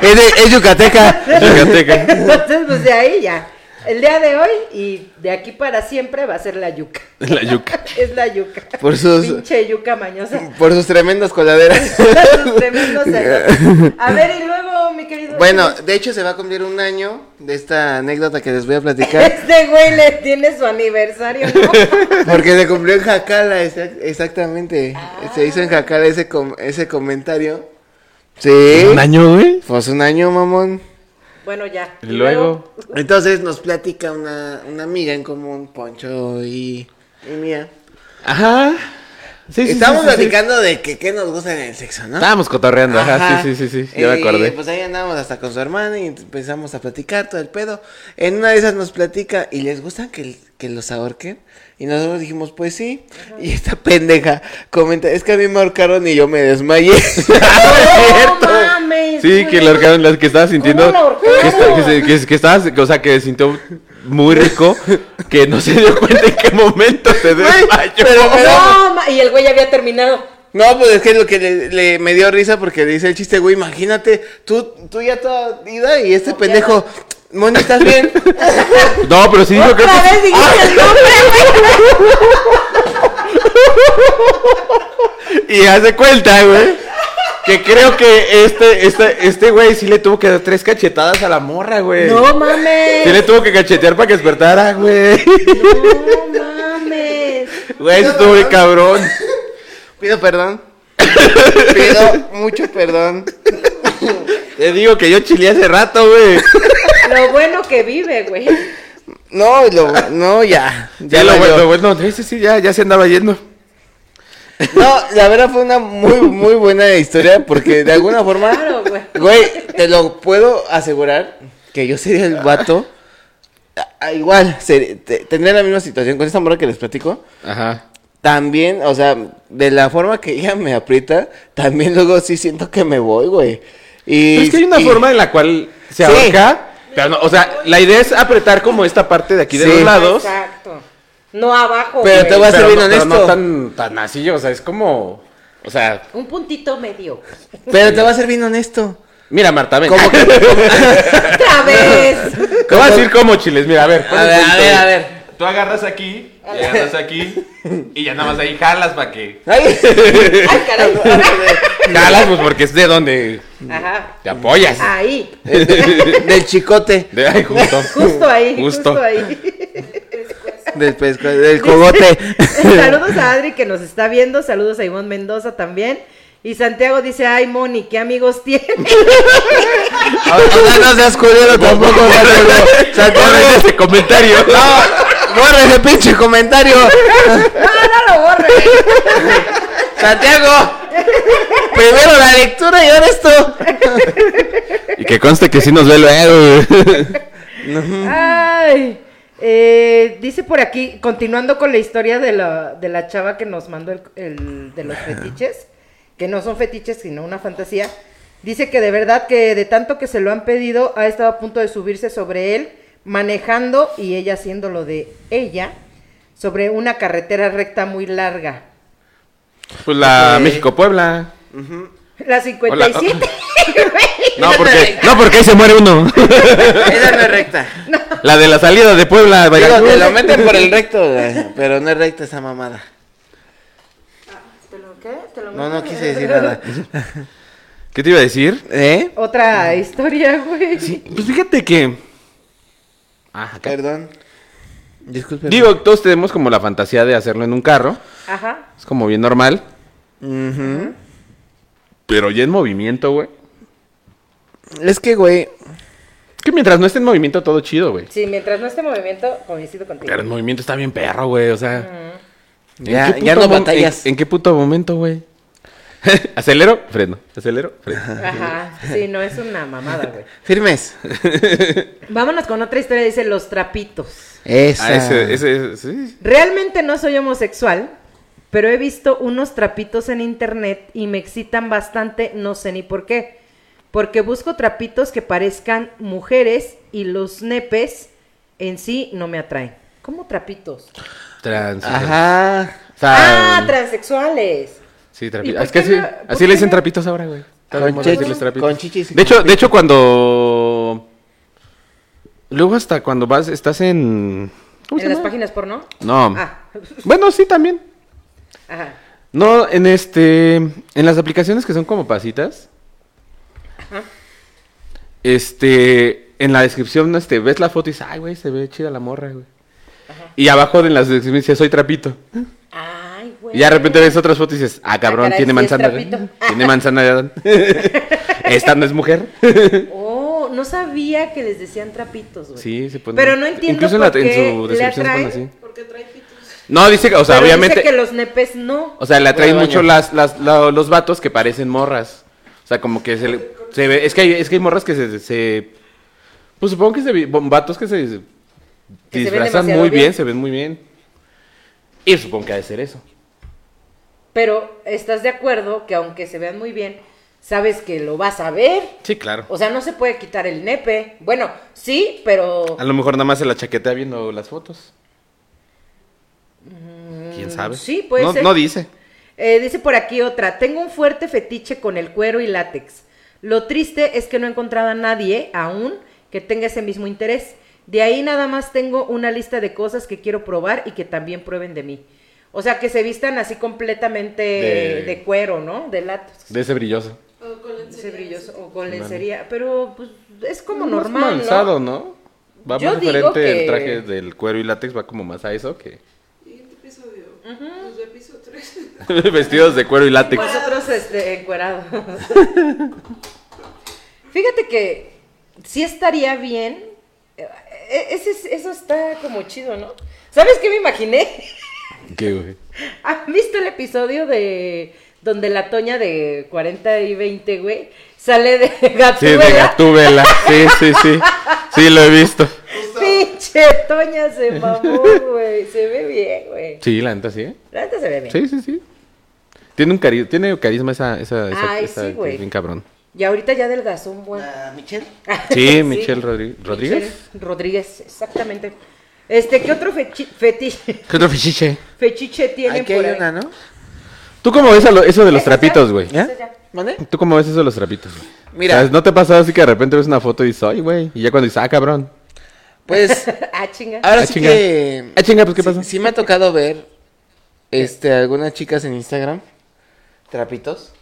[SPEAKER 3] Es, de- es yucateca.
[SPEAKER 2] Fíjate que-
[SPEAKER 1] Entonces, pues de ahí ya. El día de hoy y de aquí para siempre va a ser la yuca.
[SPEAKER 2] La yuca.
[SPEAKER 1] Es la yuca.
[SPEAKER 3] Por sus-
[SPEAKER 1] Pinche yuca mañosa.
[SPEAKER 3] Por sus tremendas coladeras.
[SPEAKER 1] Sus tremendos celos. A ver, y luego, mi querido.
[SPEAKER 5] Bueno,
[SPEAKER 1] Luis,
[SPEAKER 5] de hecho se va a cumplir un año de esta anécdota que les voy a platicar.
[SPEAKER 1] Este güey le tiene su aniversario, ¿no?
[SPEAKER 5] Porque se cumplió en Jacala, exac- exactamente. Se hizo en Jacala ese, com- ese comentario. Sí.
[SPEAKER 2] Un año, güey.
[SPEAKER 5] Pues un año, mamón.
[SPEAKER 1] Bueno, ya.
[SPEAKER 2] Y luego.
[SPEAKER 5] Entonces nos platica una, una amiga en común, Poncho y, y mía.
[SPEAKER 2] Ajá. Sí, sí,
[SPEAKER 5] Estábamos
[SPEAKER 2] sí, sí, sí.
[SPEAKER 5] platicando de que qué nos gusta en el sexo, ¿no?
[SPEAKER 2] Estábamos cotorreando, ajá, sí, sí, sí, sí, ya me
[SPEAKER 5] Y,
[SPEAKER 2] acordé.
[SPEAKER 5] pues ahí andábamos hasta con su hermana y empezamos a platicar todo el pedo. En una de esas nos platica y les gustan que, que los ahorquen. Y nosotros dijimos, pues sí. Y esta pendeja comenta, es que a mí me ahorcaron y yo me desmayé.
[SPEAKER 2] Ah,
[SPEAKER 1] No mames.
[SPEAKER 2] Sí, que
[SPEAKER 1] güey.
[SPEAKER 2] la ahorcaron, las que estaba sintiendo,
[SPEAKER 1] la ahorcaron?
[SPEAKER 2] que, esta- que, se- que- que estabas, o sea, que sintió muy rico, que no se dio cuenta en qué momento se desmayó.
[SPEAKER 1] No, ma- y el güey ya había terminado.
[SPEAKER 5] No, pues es que lo que le, le- me dio risa porque le dice el chiste, güey, imagínate, tú, tú ya toda ida y este pendejo, Moni, ¿estás bien?
[SPEAKER 2] No, pero sí, yo creo
[SPEAKER 1] Otra
[SPEAKER 2] que
[SPEAKER 1] vez dijiste el
[SPEAKER 2] Ah, y hace cuenta, güey, que creo que este, este, este güey sí le tuvo que dar tres cachetadas a la morra, güey.
[SPEAKER 1] No
[SPEAKER 2] Sí le
[SPEAKER 1] mames.
[SPEAKER 2] tuvo que cachetear para que despertara, güey.
[SPEAKER 1] No mames.
[SPEAKER 2] Güey, eso estuvo muy cabrón.
[SPEAKER 5] Pido perdón. Pido mucho perdón.
[SPEAKER 2] Te digo que yo chileé hace rato, güey.
[SPEAKER 1] Lo bueno que vive, güey.
[SPEAKER 5] No, lo- no, ya.
[SPEAKER 2] Ya lo
[SPEAKER 5] valió.
[SPEAKER 2] bueno, bueno, sí, sí, ya, ya se andaba yendo.
[SPEAKER 5] No, la verdad fue una muy, muy buena historia porque de alguna forma,
[SPEAKER 1] Claro, güey.
[SPEAKER 5] güey, te lo puedo asegurar que yo sería el vato a- a- igual, se- te- tendría la misma situación con esta morra que les platico.
[SPEAKER 2] Ajá.
[SPEAKER 5] También, o sea, de la forma que ella me aprieta, también luego sí siento que me voy, güey. Y,
[SPEAKER 2] Pero es que hay una
[SPEAKER 5] y-
[SPEAKER 2] forma en la cual se
[SPEAKER 5] Sí.
[SPEAKER 2] ahorca. Pero no, o sea, la idea es apretar como esta parte de aquí de
[SPEAKER 5] Sí.
[SPEAKER 2] los lados.
[SPEAKER 1] Exacto. No abajo.
[SPEAKER 5] Pero
[SPEAKER 1] güey.
[SPEAKER 5] te voy a ser
[SPEAKER 2] Pero
[SPEAKER 5] bien
[SPEAKER 2] no, pero
[SPEAKER 5] honesto.
[SPEAKER 2] no tan, tan así, o sea, es como. O sea,
[SPEAKER 1] Un puntito medio.
[SPEAKER 5] Pero te voy a ser bien honesto.
[SPEAKER 2] mira, Marta, ven.
[SPEAKER 5] Como que
[SPEAKER 1] Otra vez.
[SPEAKER 2] Te voy a decir cómo chiles, mira, a ver.
[SPEAKER 3] A ver, a ver, a ver.
[SPEAKER 2] Tú agarras aquí, y agarras aquí, y ya nada más ahí jalas para que.
[SPEAKER 5] Ay,
[SPEAKER 1] Ay, caray.
[SPEAKER 2] Jalas, pues porque es de donde
[SPEAKER 1] Ajá.
[SPEAKER 2] te apoyas.
[SPEAKER 1] Ahí.
[SPEAKER 5] del chicote,
[SPEAKER 2] De ahí justo.
[SPEAKER 1] Justo ahí.
[SPEAKER 2] Justo.
[SPEAKER 1] Justo, ahí.
[SPEAKER 5] del pesco, del cogote.
[SPEAKER 1] Saludos a Adri que nos está viendo. Saludos a Ivonne Mendoza también. Y Santiago dice, ay, Moni, ¿qué amigos tiene?
[SPEAKER 5] Ahora no seas culero tampoco, Santiago.
[SPEAKER 2] Borren
[SPEAKER 5] Santiago.
[SPEAKER 2] ese comentario.
[SPEAKER 5] No, borra ese pinche comentario.
[SPEAKER 1] no, no lo borre.
[SPEAKER 5] Santiago. Primero la lectura y ahora esto.
[SPEAKER 2] Y que conste que sí nos ve luego.
[SPEAKER 1] Ay, eh, dice por aquí, continuando con la historia de la, de la chava que nos mandó el, el- de los fetiches, que no son fetiches, sino una fantasía, dice que de verdad que de tanto que se lo han pedido, ha estado a punto de subirse sobre él, manejando y ella haciendo lo de ella, sobre una carretera recta muy larga.
[SPEAKER 2] Pues la México-Puebla.
[SPEAKER 1] La 57.
[SPEAKER 2] ah, No, porque, no, porque ahí se muere uno.
[SPEAKER 5] Esa no es recta.
[SPEAKER 2] La de la salida de Puebla.
[SPEAKER 5] Digo,
[SPEAKER 2] Veracruz.
[SPEAKER 5] te lo meten por el recto, güey, pero no es recta esa mamada.
[SPEAKER 4] Ah, ¿Te lo qué? ¿Te lo
[SPEAKER 5] No, no quise decir nada.
[SPEAKER 2] ¿Qué te iba a decir?
[SPEAKER 5] ¿Eh?
[SPEAKER 1] Otra historia, güey.
[SPEAKER 2] Pues fíjate que. Ah, acá.
[SPEAKER 5] Perdón. Disculpe.
[SPEAKER 2] Digo, todos tenemos como la fantasía de hacerlo en un carro.
[SPEAKER 1] Ajá.
[SPEAKER 2] Es como bien normal. Pero ya en movimiento, güey.
[SPEAKER 5] Es que, güey,
[SPEAKER 2] Que mientras no esté en movimiento, todo chido, güey.
[SPEAKER 1] Sí, mientras no esté en movimiento, coincido contigo.
[SPEAKER 2] Pero en movimiento está bien perro, güey. O sea.
[SPEAKER 1] Mm.
[SPEAKER 2] ¿en
[SPEAKER 5] Ya-
[SPEAKER 2] qué puto
[SPEAKER 5] ya no
[SPEAKER 2] mom-
[SPEAKER 5] batallas.
[SPEAKER 2] En, en qué puto momento, güey? Acelero, freno. Acelero, freno.
[SPEAKER 1] Ajá. Sí, no es una mamada, güey.
[SPEAKER 5] firmes.
[SPEAKER 1] Vámonos con otra historia, dice los trapitos.
[SPEAKER 5] Esa.
[SPEAKER 2] Ah, ese, ese, sí.
[SPEAKER 1] Realmente no soy homosexual, pero he visto unos trapitos en internet y me excitan bastante, no sé ni por qué. Porque busco trapitos que parezcan mujeres y los nepes en sí no me atraen. ¿Cómo trapitos?
[SPEAKER 2] Trans.
[SPEAKER 5] Ajá.
[SPEAKER 2] O sea, mm,
[SPEAKER 1] Ah, transexuales.
[SPEAKER 2] Sí,
[SPEAKER 1] ¿Y
[SPEAKER 2] trapitos.
[SPEAKER 1] por
[SPEAKER 2] Es que
[SPEAKER 1] qué
[SPEAKER 2] así,
[SPEAKER 1] no- por
[SPEAKER 2] así le
[SPEAKER 1] qué
[SPEAKER 2] dicen
[SPEAKER 1] no?
[SPEAKER 2] trapitos ahora, güey. Está de
[SPEAKER 5] Con
[SPEAKER 2] moda decirles
[SPEAKER 5] chichis-
[SPEAKER 2] trapitos.
[SPEAKER 5] con chichis y
[SPEAKER 2] De hecho,
[SPEAKER 5] con
[SPEAKER 2] de hecho, cuando. Luego hasta cuando vas, estás en. ¿cómo se
[SPEAKER 1] ¿En las
[SPEAKER 2] llama?
[SPEAKER 1] páginas porno?
[SPEAKER 2] No.
[SPEAKER 1] Ah,
[SPEAKER 2] Bueno, sí, también.
[SPEAKER 1] ajá.
[SPEAKER 2] No, en este. En las aplicaciones que son como pasitas. Este. En la descripción, este, ves la foto y dices, ay, güey, se ve chida la morra, güey. Y abajo de las descripciones dice, soy trapito.
[SPEAKER 1] Ay, güey.
[SPEAKER 2] Y ya de repente ves otras fotos y dices, ah, cabrón,
[SPEAKER 1] caray,
[SPEAKER 2] tiene
[SPEAKER 1] sí es
[SPEAKER 2] manzana. de-
[SPEAKER 1] trapito.
[SPEAKER 2] Tiene manzana de Adán. Esta no es mujer.
[SPEAKER 1] Oh, no sabía que les decían trapitos, güey.
[SPEAKER 2] Sí, se pone.
[SPEAKER 1] Pero no entiendo
[SPEAKER 2] Incluso
[SPEAKER 1] por
[SPEAKER 2] en, la,
[SPEAKER 1] qué
[SPEAKER 2] en su
[SPEAKER 1] le
[SPEAKER 2] descripción se pone
[SPEAKER 1] atrae-
[SPEAKER 2] así.
[SPEAKER 4] Porque trae pitos.
[SPEAKER 2] No, dice que, o sea,
[SPEAKER 1] Pero
[SPEAKER 2] obviamente.
[SPEAKER 1] Dice que los nepes no.
[SPEAKER 2] O sea, le atraen
[SPEAKER 5] Voy al baño.
[SPEAKER 2] mucho las, las, la- los vatos que parecen morras. O sea, como que se, le- se ve. Es que, hay, es que hay morras que se. se- pues supongo que se. vi- Vatos que se.
[SPEAKER 1] Que se ven
[SPEAKER 2] disfrazan
[SPEAKER 1] demasiado
[SPEAKER 2] muy bien,
[SPEAKER 1] bien.
[SPEAKER 2] se ven muy bien. Y supongo que ha de ser eso.
[SPEAKER 1] Pero estás de acuerdo que aunque se vean muy bien, sabes que lo vas a ver.
[SPEAKER 2] Sí, claro.
[SPEAKER 1] O sea, no se puede quitar el nepe. Bueno, sí, pero
[SPEAKER 2] A lo mejor nada más se la chaquetea viendo las fotos. ¿Quién sabe?
[SPEAKER 1] Mm, sí, puede
[SPEAKER 2] no,
[SPEAKER 1] ser.
[SPEAKER 2] No dice.
[SPEAKER 1] eh, dice por aquí otra, tengo un fuerte fetiche con el cuero y látex. Lo triste es que no he encontrado a nadie aún que tenga ese mismo interés. De ahí nada más tengo una lista de cosas que quiero probar y que también prueben de mí. O sea, que se vistan así completamente
[SPEAKER 2] De-
[SPEAKER 1] de, cuero, ¿no? De látex.
[SPEAKER 2] De ese brilloso.
[SPEAKER 4] O con lencería.
[SPEAKER 1] Ese brilloso o con lencería, pero pues, es como normal,
[SPEAKER 2] Más
[SPEAKER 1] ¿no?
[SPEAKER 2] alzado, ¿no? Va
[SPEAKER 1] Yo
[SPEAKER 2] más
[SPEAKER 1] digo
[SPEAKER 2] diferente el
[SPEAKER 1] que-
[SPEAKER 2] traje del cuero y látex, va como más a eso que
[SPEAKER 4] Siguiente episodio. Nos ve piso 3.
[SPEAKER 2] vestidos de cuero y látex.
[SPEAKER 1] Nosotros, este, encuerados. Fíjate que sí estaría bien. eh, ese es- eso está como chido, ¿no? ¿Sabes qué me imaginé?
[SPEAKER 2] ¿Qué, güey?
[SPEAKER 1] ¿Han visto el episodio de donde la Toña de 40 y 20, güey, Sale de Gatúbela.
[SPEAKER 2] Sí, de Gatúbela. Sí, sí, sí. Sí, lo he visto.
[SPEAKER 1] Pinche Toña se mamó, güey. Se ve bien, güey.
[SPEAKER 2] Sí, la neta, sí. ¿eh?
[SPEAKER 1] La neta se ve bien.
[SPEAKER 2] Sí, sí, sí. Tiene un cari tiene carisma esa, esa, esa,
[SPEAKER 1] Ay,
[SPEAKER 2] esa
[SPEAKER 1] sí, güey.
[SPEAKER 2] bien cabrón.
[SPEAKER 1] Y ahorita ya adelgazó un buen.
[SPEAKER 3] Ah, Michelle.
[SPEAKER 2] Sí, Michelle Rodri- ¿Rodríguez?
[SPEAKER 1] Michelle Rodríguez, exactamente. Este, ¿qué otro fechi- fetiche,
[SPEAKER 2] ¿Qué otro fichiche?
[SPEAKER 1] fechiche tienen
[SPEAKER 3] Aquí
[SPEAKER 1] por
[SPEAKER 3] hay
[SPEAKER 1] ahí?
[SPEAKER 3] una, ¿no?
[SPEAKER 2] ¿Tú cómo ves a lo- eso de los
[SPEAKER 1] Eso ya.
[SPEAKER 2] trapitos, güey?
[SPEAKER 1] Eso ya.
[SPEAKER 3] ¿Mande?
[SPEAKER 2] ¿Tú cómo ves eso de los trapitos, güey?
[SPEAKER 3] Mira.
[SPEAKER 2] ¿Sabes? ¿No te ha pasado así que de repente ves una foto y dices, ay, güey? Y ya cuando dices, ah, cabrón.
[SPEAKER 3] Pues
[SPEAKER 1] Ah, chinga.
[SPEAKER 3] ahora
[SPEAKER 2] Ah,
[SPEAKER 3] sí
[SPEAKER 2] chinga.
[SPEAKER 3] que.
[SPEAKER 2] Ah, chinga, pues, ¿qué
[SPEAKER 3] sí-
[SPEAKER 2] pasó?
[SPEAKER 3] Sí, me ha tocado ver este algunas chicas en Instagram. Trapitos.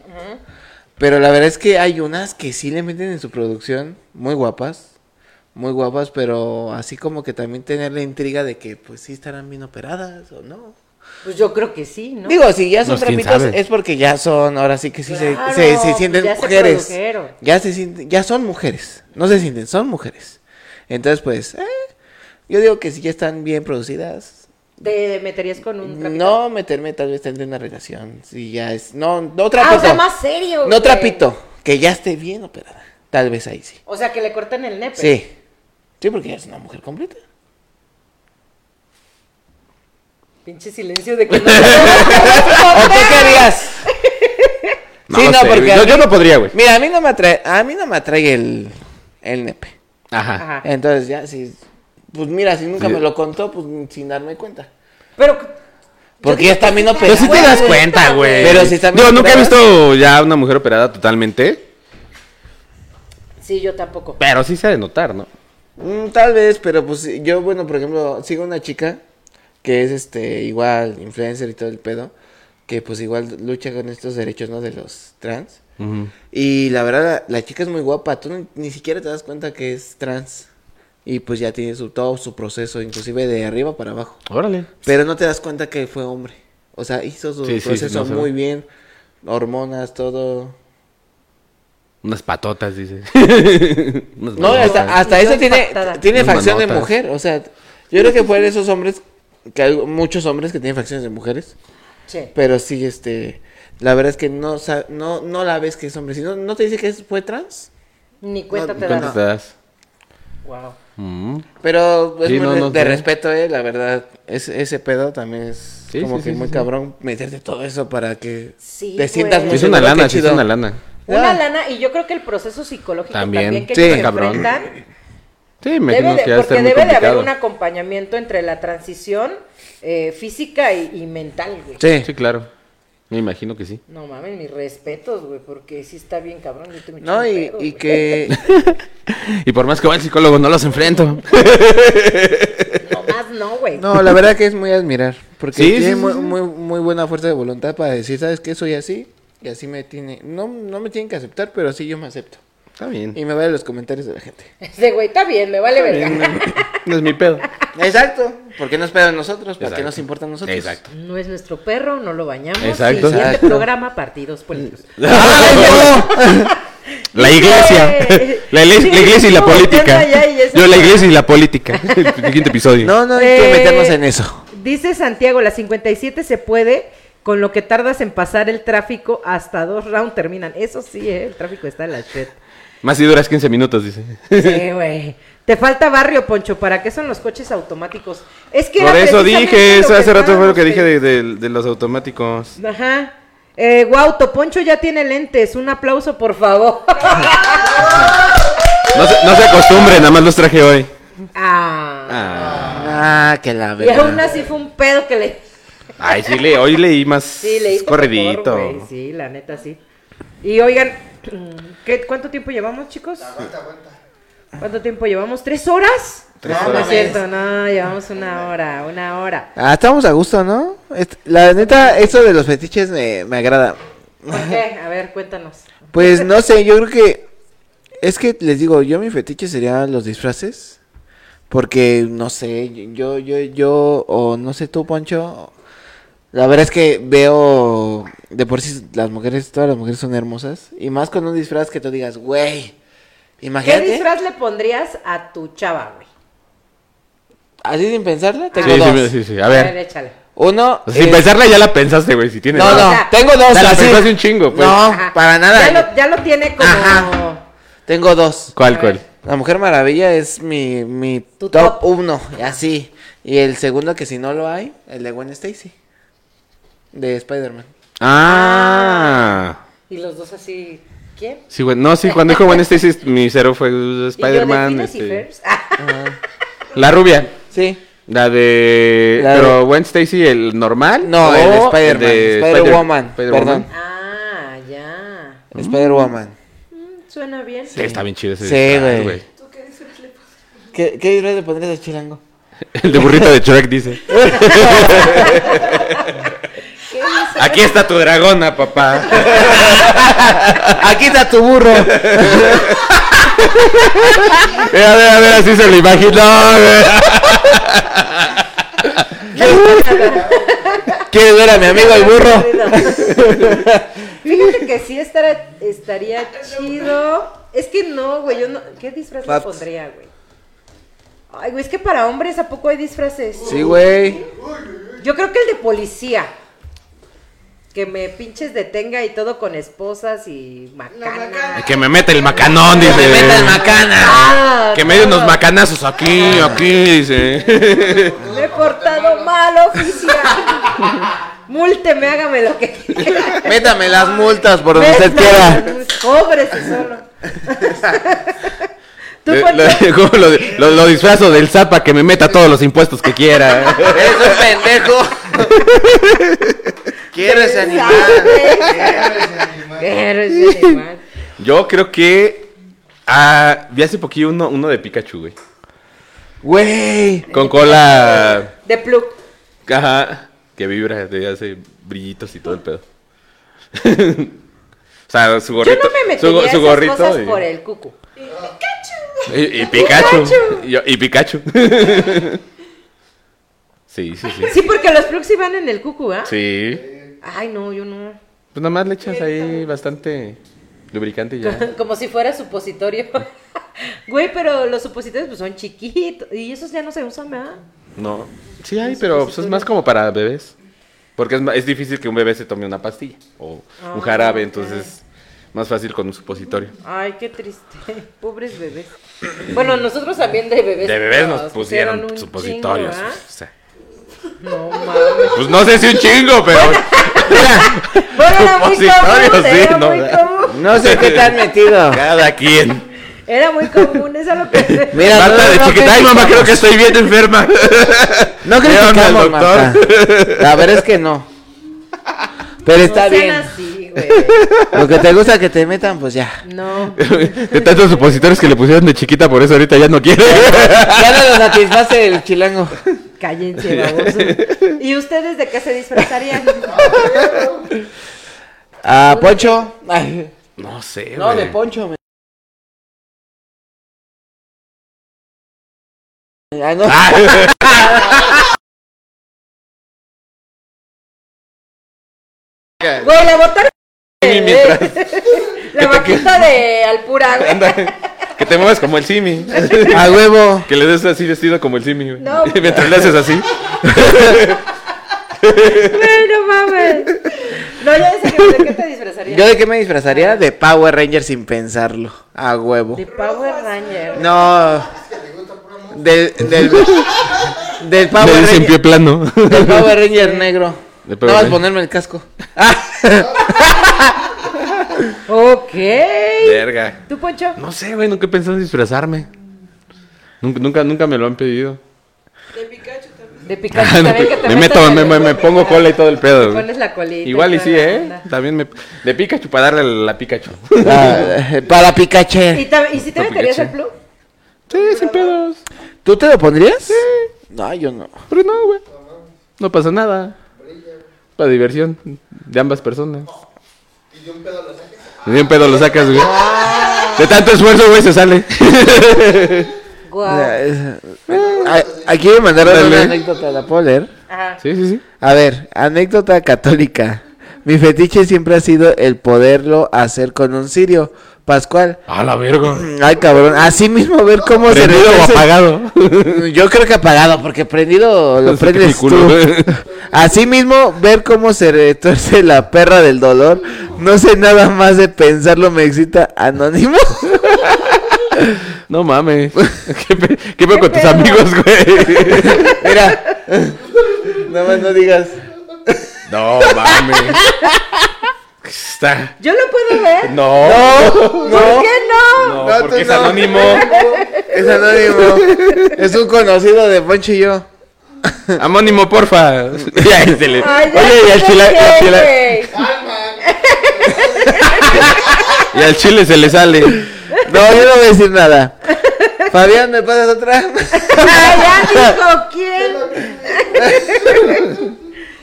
[SPEAKER 3] Pero la verdad es que hay unas que sí le meten en su producción. Muy guapas. Muy guapas, pero así como que también tener la intriga de que pues sí estarán bien operadas o no.
[SPEAKER 1] Pues yo creo que sí, ¿no?
[SPEAKER 3] Digo, si ya son
[SPEAKER 2] Pues, ¿quién
[SPEAKER 3] trapitos
[SPEAKER 2] sabe?
[SPEAKER 3] es porque ya son, ahora sí que sí se-
[SPEAKER 1] Claro,
[SPEAKER 3] se, se
[SPEAKER 1] pues,
[SPEAKER 3] sienten
[SPEAKER 1] ya se
[SPEAKER 3] mujeres.
[SPEAKER 1] produjeron.
[SPEAKER 3] ya se sienten, ya son mujeres. No se sienten, son mujeres. Entonces, pues, eh, yo digo que si ya están bien producidas,
[SPEAKER 1] ¿Te meterías con un trapito?
[SPEAKER 3] no meterme tal vez en una relación. Si ya es, no, no
[SPEAKER 1] Ah,
[SPEAKER 3] trapito.
[SPEAKER 1] o sea, más serio.
[SPEAKER 3] no
[SPEAKER 1] güey.
[SPEAKER 3] trapito, que ya esté bien operada. Tal vez ahí sí.
[SPEAKER 1] O sea, que le corten el nepe.
[SPEAKER 3] Sí. Sí, porque ya es una mujer completa.
[SPEAKER 1] Pinche silencio de que no.
[SPEAKER 3] ¿O qué querías? Sí, no,
[SPEAKER 2] sé,
[SPEAKER 3] porque
[SPEAKER 2] güey.
[SPEAKER 3] a
[SPEAKER 2] Yo, yo
[SPEAKER 3] mí-
[SPEAKER 2] no podría, güey.
[SPEAKER 3] Mira, a mí no me atrae, a mí no me atrae el, el nepe.
[SPEAKER 2] Ajá.
[SPEAKER 1] Ajá.
[SPEAKER 3] Entonces ya, si, pues mira, si nunca
[SPEAKER 2] Sí.
[SPEAKER 3] me lo contó, pues sin darme cuenta.
[SPEAKER 1] Pero
[SPEAKER 3] Porque ya está bien
[SPEAKER 2] Pero
[SPEAKER 3] operada.
[SPEAKER 2] si te
[SPEAKER 1] Güey,
[SPEAKER 2] das
[SPEAKER 1] güey.
[SPEAKER 2] cuenta, güey.
[SPEAKER 3] Pero si está bien
[SPEAKER 2] Yo nunca he
[SPEAKER 3] operada.
[SPEAKER 2] visto ya una mujer operada totalmente,
[SPEAKER 1] sí, yo tampoco.
[SPEAKER 2] pero sí se ha de notar, ¿no?
[SPEAKER 3] Mm, tal vez, pero pues yo, bueno, por ejemplo, sigo una chica que es este, igual, influencer y todo el pedo, que pues igual lucha con estos derechos, ¿no? De los trans. Y la verdad, la, la chica es muy guapa, tú ni, ni siquiera te das cuenta que es trans. Y pues ya tiene su, todo su proceso, inclusive de arriba para abajo.
[SPEAKER 2] Órale.
[SPEAKER 3] Pero no te das cuenta que fue hombre. O sea, hizo su
[SPEAKER 2] Sí, sí,
[SPEAKER 3] proceso
[SPEAKER 2] no se
[SPEAKER 3] muy
[SPEAKER 2] ve.
[SPEAKER 3] bien. Hormonas, todo.
[SPEAKER 2] Unas patotas, dice. Unas
[SPEAKER 3] No,
[SPEAKER 2] patotas.
[SPEAKER 3] hasta, hasta
[SPEAKER 1] Yo
[SPEAKER 3] eso tiene,
[SPEAKER 1] impactada.
[SPEAKER 3] tiene
[SPEAKER 2] Unas
[SPEAKER 3] facción de
[SPEAKER 2] manotas.
[SPEAKER 3] mujer. O sea, yo creo que fue de esos hombres, que hay muchos hombres que tienen facciones de mujeres.
[SPEAKER 1] Che.
[SPEAKER 3] Pero sí, este. La verdad es que no, sa- no, no la ves que es hombre. Si no, no te dice que es- fue trans.
[SPEAKER 1] Ni cuenta te
[SPEAKER 2] ¿Cuántas
[SPEAKER 1] das.
[SPEAKER 2] te das?
[SPEAKER 1] Wow.
[SPEAKER 2] Mm.
[SPEAKER 3] Pero es
[SPEAKER 2] Sí,
[SPEAKER 3] muy
[SPEAKER 2] no,
[SPEAKER 3] re-
[SPEAKER 2] no
[SPEAKER 3] de
[SPEAKER 2] sé.
[SPEAKER 3] respeto, eh, la verdad. Es, ese pedo también es
[SPEAKER 2] Sí,
[SPEAKER 3] como
[SPEAKER 2] sí,
[SPEAKER 3] que
[SPEAKER 2] sí,
[SPEAKER 3] muy
[SPEAKER 2] sí, sí.
[SPEAKER 3] cabrón meterte todo eso para que
[SPEAKER 1] Sí,
[SPEAKER 3] te sientas
[SPEAKER 1] güey.
[SPEAKER 3] muy
[SPEAKER 2] Sí, es una
[SPEAKER 3] seguro, qué
[SPEAKER 2] lana, sí, es
[SPEAKER 3] chido.
[SPEAKER 2] una lana.
[SPEAKER 1] Una
[SPEAKER 3] Ah.
[SPEAKER 1] lana y yo creo que el proceso psicológico también,
[SPEAKER 2] También.
[SPEAKER 1] que
[SPEAKER 3] Sí,
[SPEAKER 1] ellos se
[SPEAKER 2] cabrón.
[SPEAKER 1] enfrentan
[SPEAKER 2] Sí, me
[SPEAKER 1] debe
[SPEAKER 2] imagino
[SPEAKER 1] de-
[SPEAKER 2] que ha
[SPEAKER 1] porque
[SPEAKER 2] de estar muy
[SPEAKER 1] debe de haber
[SPEAKER 2] complicado.
[SPEAKER 1] un acompañamiento entre la transición eh, física y, y mental, güey.
[SPEAKER 3] Sí.
[SPEAKER 2] Sí, claro. Me imagino que sí.
[SPEAKER 1] No mames, mis respetos, güey, porque sí está bien cabrón. yo te me echo
[SPEAKER 3] No,
[SPEAKER 1] un
[SPEAKER 3] y,
[SPEAKER 1] pedo,
[SPEAKER 3] y
[SPEAKER 1] güey.
[SPEAKER 3] que.
[SPEAKER 2] Y por más que va el psicólogo, no los enfrento.
[SPEAKER 1] No más no, güey.
[SPEAKER 3] No, la verdad que es muy admirar. Porque
[SPEAKER 2] Sí,
[SPEAKER 3] tiene
[SPEAKER 2] sí, sí,
[SPEAKER 3] muy,
[SPEAKER 2] sí.
[SPEAKER 3] muy, muy buena fuerza de voluntad para decir, ¿sabes qué? Soy así. Y así me tiene. No, no me tienen que aceptar, pero sí yo me acepto.
[SPEAKER 2] Está bien.
[SPEAKER 3] Y me vale los comentarios de la gente.
[SPEAKER 1] Ese güey está bien, me vale verga.
[SPEAKER 2] No es mi pedo.
[SPEAKER 3] Exacto. Porque no esperan nosotros? ¿Para qué
[SPEAKER 2] Exacto.
[SPEAKER 3] nos importan nosotros?
[SPEAKER 2] Exacto.
[SPEAKER 1] No es nuestro perro, no lo bañamos.
[SPEAKER 2] Exacto.
[SPEAKER 1] Y Siguiente
[SPEAKER 3] Exacto.
[SPEAKER 1] programa, partidos políticos.
[SPEAKER 2] La iglesia.
[SPEAKER 1] Güey.
[SPEAKER 2] La, iglesia- la iglesia y la
[SPEAKER 1] Sí, ya
[SPEAKER 2] política.
[SPEAKER 1] está, ya, y eso
[SPEAKER 2] Yo, la
[SPEAKER 1] no.
[SPEAKER 2] iglesia y la política. El siguiente episodio.
[SPEAKER 3] No, no hay que
[SPEAKER 1] Eh,
[SPEAKER 3] meternos en eso.
[SPEAKER 1] Dice Santiago, la 57 se puede con lo que tardas en pasar el tráfico hasta dos rounds terminan. Eso sí, ¿eh? el tráfico está en la shit.
[SPEAKER 2] Más si duras 15 minutos, dice.
[SPEAKER 1] Sí, güey. Te falta barrio, Poncho. ¿Para qué son los coches automáticos? Es que
[SPEAKER 2] Por
[SPEAKER 1] era
[SPEAKER 2] eso
[SPEAKER 1] precisamente
[SPEAKER 2] dije, eso
[SPEAKER 1] que
[SPEAKER 2] hace rato fue lo que dije
[SPEAKER 1] estábamos
[SPEAKER 2] de, de- de los automáticos.
[SPEAKER 1] pe- Ajá. Eh, Guauto, Poncho ya tiene lentes. Un aplauso, por favor.
[SPEAKER 2] No se, no se acostumbren, nada más los traje hoy.
[SPEAKER 1] ah.
[SPEAKER 2] Ah.
[SPEAKER 3] Ah, que la
[SPEAKER 1] Y aún
[SPEAKER 3] verdad.
[SPEAKER 1] así fue un pedo que le...
[SPEAKER 2] Ay, sí, le, hoy leí más
[SPEAKER 1] Sí, le hizo
[SPEAKER 2] corridito.
[SPEAKER 1] mejor, güey, sí, la neta, sí. Y oigan, ¿qué, ¿cuánto tiempo llevamos, chicos? Aguanta, aguanta. ¿Cuánto tiempo llevamos? ¿Tres horas? Ah,
[SPEAKER 2] Tres
[SPEAKER 1] no, no es
[SPEAKER 2] horas.
[SPEAKER 1] cierto, no, llevamos una hora, una hora.
[SPEAKER 3] Ah, estamos a gusto, ¿no? Est- La neta, eso de los fetiches me, me agrada.
[SPEAKER 1] ¿Por qué? A ver, cuéntanos.
[SPEAKER 3] Pues no sé, yo creo que. Es que les digo, yo mi fetiche sería los disfraces. Porque no sé, yo, yo, yo, o no sé tú, Poncho. La verdad es que veo. De por sí, las mujeres, todas las mujeres son hermosas. Y más con un disfraz que tú digas, güey.
[SPEAKER 1] ¿Qué
[SPEAKER 3] Imagínate.
[SPEAKER 1] disfraz le pondrías a tu chava, güey?
[SPEAKER 3] Así sin pensarla,
[SPEAKER 2] Sí,
[SPEAKER 3] tengo
[SPEAKER 2] sí,
[SPEAKER 3] dos.
[SPEAKER 2] sí, sí, A ver,
[SPEAKER 1] échale.
[SPEAKER 3] Uno.
[SPEAKER 2] O sea, sin
[SPEAKER 3] es-
[SPEAKER 2] pensarla ya la pensaste, güey, si tienes.
[SPEAKER 3] No,
[SPEAKER 1] O
[SPEAKER 3] no,
[SPEAKER 1] sea,
[SPEAKER 3] tengo dos.
[SPEAKER 2] la
[SPEAKER 3] así.
[SPEAKER 2] pensaste un chingo, pues.
[SPEAKER 3] No,
[SPEAKER 1] Ajá.
[SPEAKER 3] para
[SPEAKER 1] Ya
[SPEAKER 3] nada.
[SPEAKER 1] lo, ya lo tiene como.
[SPEAKER 3] Ajá. Tengo dos.
[SPEAKER 2] ¿Cuál, cuál?
[SPEAKER 3] La Mujer Maravilla es mi, mi
[SPEAKER 1] Tu
[SPEAKER 3] top,
[SPEAKER 1] top.
[SPEAKER 3] uno, y así. Y el segundo, que si no lo hay, el de Gwen Stacy. De Spider-Man.
[SPEAKER 2] Ah.
[SPEAKER 1] Y los dos así. ¿Quién?
[SPEAKER 2] Sí, güey. No, sí, cuando dijo Gwen Stacy, mi cero fue uh,
[SPEAKER 1] Y yo de
[SPEAKER 2] Spider-Man.
[SPEAKER 1] Phineas y
[SPEAKER 2] Este...
[SPEAKER 1] Ferbs. Ah,
[SPEAKER 2] La rubia.
[SPEAKER 3] Sí.
[SPEAKER 2] La de.
[SPEAKER 3] La de-
[SPEAKER 2] Pero Gwen Stacy, el normal.
[SPEAKER 3] No,
[SPEAKER 2] o
[SPEAKER 3] el de Spider-Man,
[SPEAKER 2] de
[SPEAKER 3] Spider-Woman,
[SPEAKER 2] Spider-Woman.
[SPEAKER 3] perdón.
[SPEAKER 1] Ah, ya.
[SPEAKER 3] Spider-Woman.
[SPEAKER 1] Mm, Suena bien.
[SPEAKER 2] Sí, está bien chido ese.
[SPEAKER 3] Sí,
[SPEAKER 2] disfraz,
[SPEAKER 3] güey.
[SPEAKER 4] ¿Tú qué disfraz le pones?
[SPEAKER 3] ¿Qué, qué disfraz le pondrías a Chilango?
[SPEAKER 2] El de burrito de Shrek dice.
[SPEAKER 1] ¿Qué dice?
[SPEAKER 2] Aquí está tu dragona, papá.
[SPEAKER 3] Aquí está tu burro.
[SPEAKER 2] A ver, Eh, a ver, así se lo imaginó.
[SPEAKER 3] ¿Quieres ver a mi amigo el burro?
[SPEAKER 1] Fíjate que sí estará- estaría chido. Es que no, güey, yo no. ¿Qué disfraz le
[SPEAKER 3] Paps.
[SPEAKER 1] pondría, güey? Ay, güey, es que para hombres, ¿a poco hay disfraces?
[SPEAKER 3] Sí, güey.
[SPEAKER 1] Yo creo que el de policía. Que me pinches detenga y todo con esposas y
[SPEAKER 4] La
[SPEAKER 1] macana.
[SPEAKER 4] macana.
[SPEAKER 2] Que me mete el macanón, dice.
[SPEAKER 3] Me meta el macana.
[SPEAKER 1] Ah,
[SPEAKER 2] Que me dio
[SPEAKER 1] todo.
[SPEAKER 2] unos macanazos aquí, aquí, dice.
[SPEAKER 1] Me he portado mal, oficial. Múlteme, hágame lo que quiera.
[SPEAKER 3] Métame las multas por donde usted
[SPEAKER 1] Bésame,
[SPEAKER 3] quiera.
[SPEAKER 1] Cóbrese solo. ¿Tú
[SPEAKER 2] Eh,
[SPEAKER 1] por
[SPEAKER 2] lo, como lo, lo- lo disfrazo del zapa que me meta todos los impuestos que quiera.
[SPEAKER 3] Eres un pendejo. ¿Quieres animar?
[SPEAKER 1] Eres animal.
[SPEAKER 2] Yo creo que ah, vi hace poquillo uno, uno de Pikachu, güey.
[SPEAKER 3] Güey.
[SPEAKER 2] Con cola
[SPEAKER 1] De plug.
[SPEAKER 2] ajá, que vibra, te hace brillitos y todo el pedo. o sea, su
[SPEAKER 1] Yo
[SPEAKER 2] gorrito.
[SPEAKER 1] no me
[SPEAKER 2] su, go-
[SPEAKER 1] metería
[SPEAKER 2] su
[SPEAKER 1] esas
[SPEAKER 2] gorrito
[SPEAKER 1] cosas
[SPEAKER 2] y,
[SPEAKER 1] por el cucu.
[SPEAKER 2] y- y Pikachu. Y, yo- y Pikachu. sí, sí, sí.
[SPEAKER 1] Sí, porque los plugs iban en el cucu, ¿ah?
[SPEAKER 2] Sí.
[SPEAKER 1] Ay, no, yo no.
[SPEAKER 2] Pues nada más le echas ahí bastante lubricante y ya.
[SPEAKER 1] Como si fuera supositorio. Güey, pero los supositorios pues son chiquitos. Y esos ya no se usan, ¿verdad?
[SPEAKER 2] No. Sí hay, pero pues, es más como para bebés. Porque es, ma- es difícil que un bebé se tome una pastilla o
[SPEAKER 1] Ah,
[SPEAKER 2] un jarabe, entonces más fácil con un supositorio.
[SPEAKER 1] Ay, qué triste. Pobres bebés. Bueno, nosotros también de bebés.
[SPEAKER 2] De bebés nos pusieron
[SPEAKER 1] Pues un
[SPEAKER 2] supositorios.
[SPEAKER 1] chingo, ¿ah?
[SPEAKER 2] o sea,
[SPEAKER 1] no mames.
[SPEAKER 2] pues no sé si un chingo, pero
[SPEAKER 1] Bueno, era muy
[SPEAKER 2] Supositorios,
[SPEAKER 1] común, ¿eh?
[SPEAKER 2] sí,
[SPEAKER 1] era
[SPEAKER 2] no,
[SPEAKER 1] muy
[SPEAKER 2] ¿verdad?
[SPEAKER 1] común.
[SPEAKER 3] No sé qué te han metido.
[SPEAKER 2] cada quien.
[SPEAKER 1] Era muy común, eso lo que...
[SPEAKER 3] Mira,
[SPEAKER 2] Marta
[SPEAKER 3] no,
[SPEAKER 2] de
[SPEAKER 3] no
[SPEAKER 2] chiquita, ay mamá, creo que estoy bien enferma.
[SPEAKER 3] No
[SPEAKER 2] ¿Qué onda,
[SPEAKER 3] criticamos, Marta.
[SPEAKER 2] doctor?
[SPEAKER 3] La verdad es que no. Pero está
[SPEAKER 1] no sean
[SPEAKER 3] bien.
[SPEAKER 1] así, güey.
[SPEAKER 3] Lo que te gusta que te metan, pues ya.
[SPEAKER 1] No.
[SPEAKER 2] De tantos supositorios que le pusieron de chiquita, por eso ahorita ya no quiere.
[SPEAKER 3] Ya no lo satisface el chilango.
[SPEAKER 1] Cállense, baboso. ¿Y ustedes de qué se disfrazarían?
[SPEAKER 3] Ah, Poncho. Ay,
[SPEAKER 2] No sé,
[SPEAKER 3] no, de
[SPEAKER 2] güey.
[SPEAKER 3] Poncho. me- Ah, no.
[SPEAKER 1] Güey, la botar...
[SPEAKER 2] Simi mientras-
[SPEAKER 1] La vaquita de Alpura, güey.
[SPEAKER 2] Anda, que te muevas como el simi.
[SPEAKER 3] A huevo.
[SPEAKER 2] Que le des así vestido como el simi, güey.
[SPEAKER 1] No.
[SPEAKER 2] Mientras le haces así.
[SPEAKER 1] Güey, no mames. No, ya sé que- de qué te disfrazarías.
[SPEAKER 3] ¿Yo de qué me disfrazaría? De Power Ranger sin pensarlo. A huevo.
[SPEAKER 1] De Power Ranger.
[SPEAKER 3] No. Del, del, del Power
[SPEAKER 2] Le dicen
[SPEAKER 3] Ranger.
[SPEAKER 2] pie plano.
[SPEAKER 3] Del Power Ranger negro.
[SPEAKER 2] Del
[SPEAKER 3] No
[SPEAKER 2] Power
[SPEAKER 3] vas a
[SPEAKER 2] Ranger. Ah,
[SPEAKER 3] ponerme el casco.
[SPEAKER 1] Ok.
[SPEAKER 2] Verga.
[SPEAKER 1] ¿Tú, Poncho?
[SPEAKER 2] No sé, güey, nunca he pensado en disfrazarme. Nunca, nunca, nunca me lo han pedido.
[SPEAKER 4] De Pikachu también.
[SPEAKER 1] De Pikachu también que te
[SPEAKER 2] Ah, me
[SPEAKER 1] metas
[SPEAKER 2] meto,
[SPEAKER 1] en
[SPEAKER 2] me,
[SPEAKER 1] el-
[SPEAKER 2] me- me pongo cola y todo el pedo.
[SPEAKER 1] Te
[SPEAKER 2] güey.
[SPEAKER 1] pones la colita.
[SPEAKER 2] Igual y
[SPEAKER 1] toda
[SPEAKER 2] sí,
[SPEAKER 1] la
[SPEAKER 2] ¿eh?
[SPEAKER 1] onda.
[SPEAKER 2] También me... De Pikachu para darle a la Pikachu.
[SPEAKER 3] Ah, para Pikachu.
[SPEAKER 1] ¿Y, ta- y si te
[SPEAKER 2] Por
[SPEAKER 1] meterías al
[SPEAKER 2] Pikachu.
[SPEAKER 1] club?
[SPEAKER 2] Sí, sin pedos.
[SPEAKER 3] ¿Tú te lo pondrías? No, yo no.
[SPEAKER 2] Pero no, güey. No pasa nada. Para diversión de ambas personas. Y de un pedo lo sacas. De un pedo lo sacas, güey. De tanto esfuerzo, güey, se sale.
[SPEAKER 1] Guau.
[SPEAKER 3] Ah, Aquí me mandaron
[SPEAKER 2] Dale.
[SPEAKER 3] una anécdota, ¿la puedo leer?
[SPEAKER 1] Ajá.
[SPEAKER 2] Sí, sí, sí.
[SPEAKER 3] A ver, anécdota católica. Mi fetiche siempre ha sido el poderlo hacer con un cirio Pascual.
[SPEAKER 2] A la verga.
[SPEAKER 3] Ay, cabrón. Así mismo ver cómo se
[SPEAKER 2] Prendido o
[SPEAKER 3] regresa-
[SPEAKER 2] apagado.
[SPEAKER 3] Yo creo que apagado, porque prendido lo
[SPEAKER 2] Sí,
[SPEAKER 3] prendes
[SPEAKER 2] qué
[SPEAKER 3] tú.
[SPEAKER 2] culo. ¿eh?
[SPEAKER 3] Así mismo ver cómo se retuerce la perra del dolor. No sé nada más de pensarlo, me excita anónimo.
[SPEAKER 2] No mames. ¿Qué, pe- qué pedo con tus
[SPEAKER 1] pedo?
[SPEAKER 2] amigos, güey?
[SPEAKER 3] Mira. Nada más no digas.
[SPEAKER 2] No mames. Está.
[SPEAKER 1] Yo lo puedo ver.
[SPEAKER 2] No.
[SPEAKER 3] No,
[SPEAKER 1] ¿Por
[SPEAKER 3] no.
[SPEAKER 1] qué no?
[SPEAKER 2] No,
[SPEAKER 3] No, tú
[SPEAKER 2] porque es
[SPEAKER 3] no.
[SPEAKER 2] anónimo.
[SPEAKER 3] Es anónimo. Es un conocido de Poncho y yo.
[SPEAKER 2] Anónimo, porfa. Y ahí se le-
[SPEAKER 1] Ay, ya
[SPEAKER 2] Oye, y al
[SPEAKER 1] sé
[SPEAKER 2] chile, y al
[SPEAKER 1] qué,
[SPEAKER 2] chile-
[SPEAKER 1] güey.
[SPEAKER 2] y al chile se le sale.
[SPEAKER 3] No, yo no voy a decir nada. Fabián, ¿me pasas otra?
[SPEAKER 1] Ah, ya dijo quién.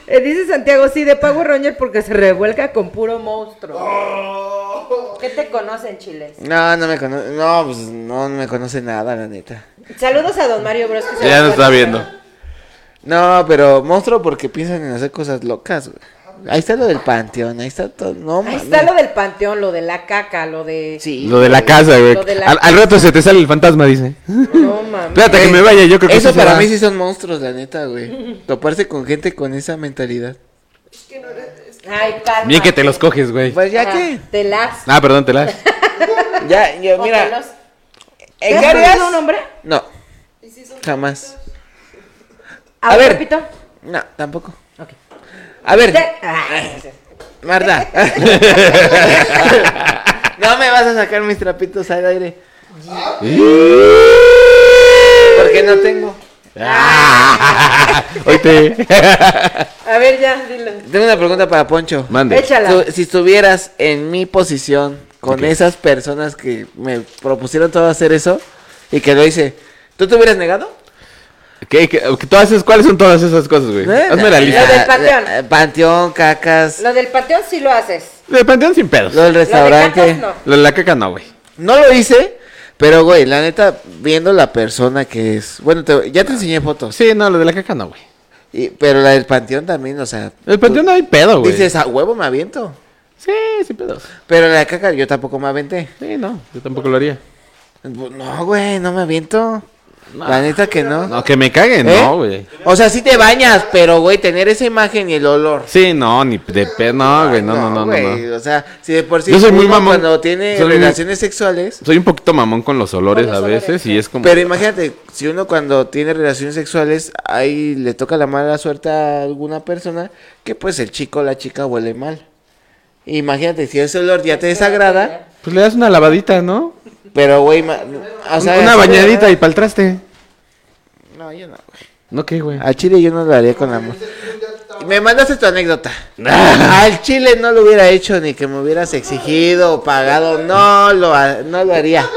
[SPEAKER 1] Eh, Dice Santiago, sí, de pago Ronger porque se revuelca con puro monstruo. ¿Qué te conocen, Chiles?
[SPEAKER 3] No, no me conoce. No, pues no, no me conoce nada, la neta.
[SPEAKER 1] Saludos a don Mario Bros. que se
[SPEAKER 2] Ya
[SPEAKER 1] va
[SPEAKER 2] nos
[SPEAKER 1] a
[SPEAKER 2] está
[SPEAKER 1] conectar.
[SPEAKER 2] viendo.
[SPEAKER 3] No, pero monstruo porque piensan en hacer cosas locas, güey. Ahí está lo del panteón, ahí está todo. No,
[SPEAKER 1] Ahí
[SPEAKER 3] mames.
[SPEAKER 1] está lo del panteón, lo de la caca, lo de...
[SPEAKER 3] Sí.
[SPEAKER 2] Lo de la casa, güey.
[SPEAKER 1] Lo de la
[SPEAKER 2] Al, al rato se te sale el fantasma, dice.
[SPEAKER 1] No mames.
[SPEAKER 2] Espérate que me vaya, yo creo que
[SPEAKER 3] Eso
[SPEAKER 2] sí se
[SPEAKER 3] para
[SPEAKER 2] va.
[SPEAKER 3] mí sí son monstruos, la neta, güey. Toparse con gente con esa mentalidad.
[SPEAKER 1] Ay, calma.
[SPEAKER 2] Bien que te los coges, güey.
[SPEAKER 3] Pues ya
[SPEAKER 1] Ajá,
[SPEAKER 3] que.
[SPEAKER 1] Te las...
[SPEAKER 2] Ah, perdón, te las.
[SPEAKER 3] Ya, yo,
[SPEAKER 1] o te
[SPEAKER 3] mira.
[SPEAKER 1] los-
[SPEAKER 3] ¿en
[SPEAKER 1] ¿Te has
[SPEAKER 3] qué harías?
[SPEAKER 1] cogido un hombre?
[SPEAKER 3] No. Jamás.
[SPEAKER 1] A,
[SPEAKER 3] A
[SPEAKER 1] ver,
[SPEAKER 3] ver.
[SPEAKER 1] repito.
[SPEAKER 3] No, tampoco.
[SPEAKER 1] Ok.
[SPEAKER 3] A ver,
[SPEAKER 1] Te- Ay,
[SPEAKER 3] Marta. no me vas a sacar mis trapitos al aire. Porque no tengo.
[SPEAKER 2] Oíste.
[SPEAKER 1] a ver, ya, dilo.
[SPEAKER 3] Tengo una pregunta para Poncho.
[SPEAKER 2] Mande.
[SPEAKER 1] Échala.
[SPEAKER 3] Tú- si estuvieras en mi posición con
[SPEAKER 2] Ok.
[SPEAKER 3] esas personas que me propusieron todo hacer eso y que lo hice, ¿tú te hubieras negado?
[SPEAKER 2] ¿Qué, qué- todas esas- ¿Cuáles son todas esas cosas, güey?
[SPEAKER 3] Eh,
[SPEAKER 2] Hazme la
[SPEAKER 3] eh,
[SPEAKER 2] lista.
[SPEAKER 1] Lo del panteón.
[SPEAKER 3] eh, panteón, cacas,
[SPEAKER 1] Lo del panteón sí lo haces.
[SPEAKER 2] El panteón sin pedos.
[SPEAKER 3] lo del restaurante.
[SPEAKER 1] Lo de cacas,
[SPEAKER 2] La, la caca no, güey.
[SPEAKER 3] no. lo hice, pero güey, la neta, viendo la persona que es. Bueno, te- ya te enseñé fotos.
[SPEAKER 2] Sí, no, lo de la caca no, güey.
[SPEAKER 3] y- pero la del panteón también, o sea.
[SPEAKER 2] El panteón
[SPEAKER 3] tú
[SPEAKER 2] no hay pedo, güey.
[SPEAKER 3] Dices, a huevo me aviento.
[SPEAKER 2] Sí, sin pedos.
[SPEAKER 3] Pero la de caca yo tampoco me aventé.
[SPEAKER 2] Sí, no, yo tampoco lo haría.
[SPEAKER 3] No, güey, no me aviento. La neta que no.
[SPEAKER 2] No, que me caguen,
[SPEAKER 3] ¿Eh?
[SPEAKER 2] no, güey.
[SPEAKER 3] O sea, sí te bañas, pero, güey, tener esa imagen y el olor.
[SPEAKER 2] Sí, no, ni de pedo, no, güey, no, no, no, no,
[SPEAKER 3] güey,
[SPEAKER 2] no.
[SPEAKER 3] O sea, si de por sí
[SPEAKER 2] Yo soy muy
[SPEAKER 3] uno
[SPEAKER 2] mamón.
[SPEAKER 3] cuando tiene
[SPEAKER 2] Soy muy-
[SPEAKER 3] relaciones sexuales,
[SPEAKER 2] Soy un poquito mamón con los olores a veces y es como...
[SPEAKER 3] pero imagínate, si uno cuando tiene relaciones sexuales, ahí le toca la mala suerte a alguna persona, que pues el chico o la chica huele mal. Imagínate, si ese olor ya te desagrada,
[SPEAKER 2] Pues le das una lavadita, ¿no?
[SPEAKER 3] pero, güey, ma- o sea,
[SPEAKER 2] una
[SPEAKER 3] así-
[SPEAKER 2] bañadita y pa'l traste.
[SPEAKER 3] No, yo no, güey.
[SPEAKER 2] ¿No qué, güey?
[SPEAKER 3] Al chile yo no lo haría con amor. Me mandaste tu anécdota. Al chile no lo hubiera hecho ni que me hubieras exigido o pagado. No lo, ha- no lo haría.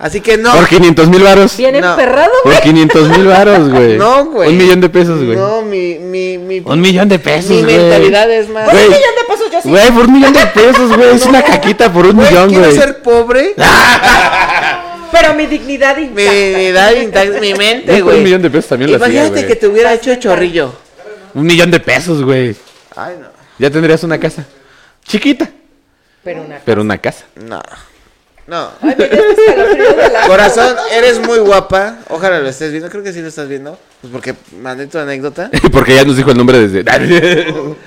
[SPEAKER 3] Así que no.
[SPEAKER 2] Por 500 mil varos.
[SPEAKER 1] Bien
[SPEAKER 3] No.
[SPEAKER 1] emperrado,
[SPEAKER 2] Por
[SPEAKER 1] güey.
[SPEAKER 2] 500 mil varos, güey.
[SPEAKER 3] No, güey.
[SPEAKER 2] Un millón de pesos, güey.
[SPEAKER 3] No, mi, mi, mi,
[SPEAKER 2] Un millón de pesos,
[SPEAKER 3] mi
[SPEAKER 2] güey.
[SPEAKER 3] mentalidad es más.
[SPEAKER 1] Por
[SPEAKER 2] Güey.
[SPEAKER 1] un millón de pesos yo sí.
[SPEAKER 2] Güey, por un millón de pesos, güey. Es una caquita por un
[SPEAKER 3] Güey,
[SPEAKER 2] millón,
[SPEAKER 3] quiero
[SPEAKER 2] güey.
[SPEAKER 3] ser pobre.
[SPEAKER 1] Pero mi dignidad intacta.
[SPEAKER 3] Mi edad intacta, mi mente,
[SPEAKER 2] Yo por
[SPEAKER 3] güey.
[SPEAKER 2] un millón de pesos también lo hacía,
[SPEAKER 3] Imagínate
[SPEAKER 2] güey.
[SPEAKER 3] que te hubiera hecho chorrillo.
[SPEAKER 2] Un millón de pesos, güey.
[SPEAKER 3] Ay, no.
[SPEAKER 2] Ya tendrías una casa. Chiquita,
[SPEAKER 1] Pero una...
[SPEAKER 2] pero una casa.
[SPEAKER 3] No. No.
[SPEAKER 1] Ay, me dio este escalofrío de la-
[SPEAKER 3] Corazón, eres muy guapa. Ojalá lo estés viendo. Creo que sí lo estás viendo. Pues porque mandé tu anécdota.
[SPEAKER 2] Porque ya nos dijo el nombre desde...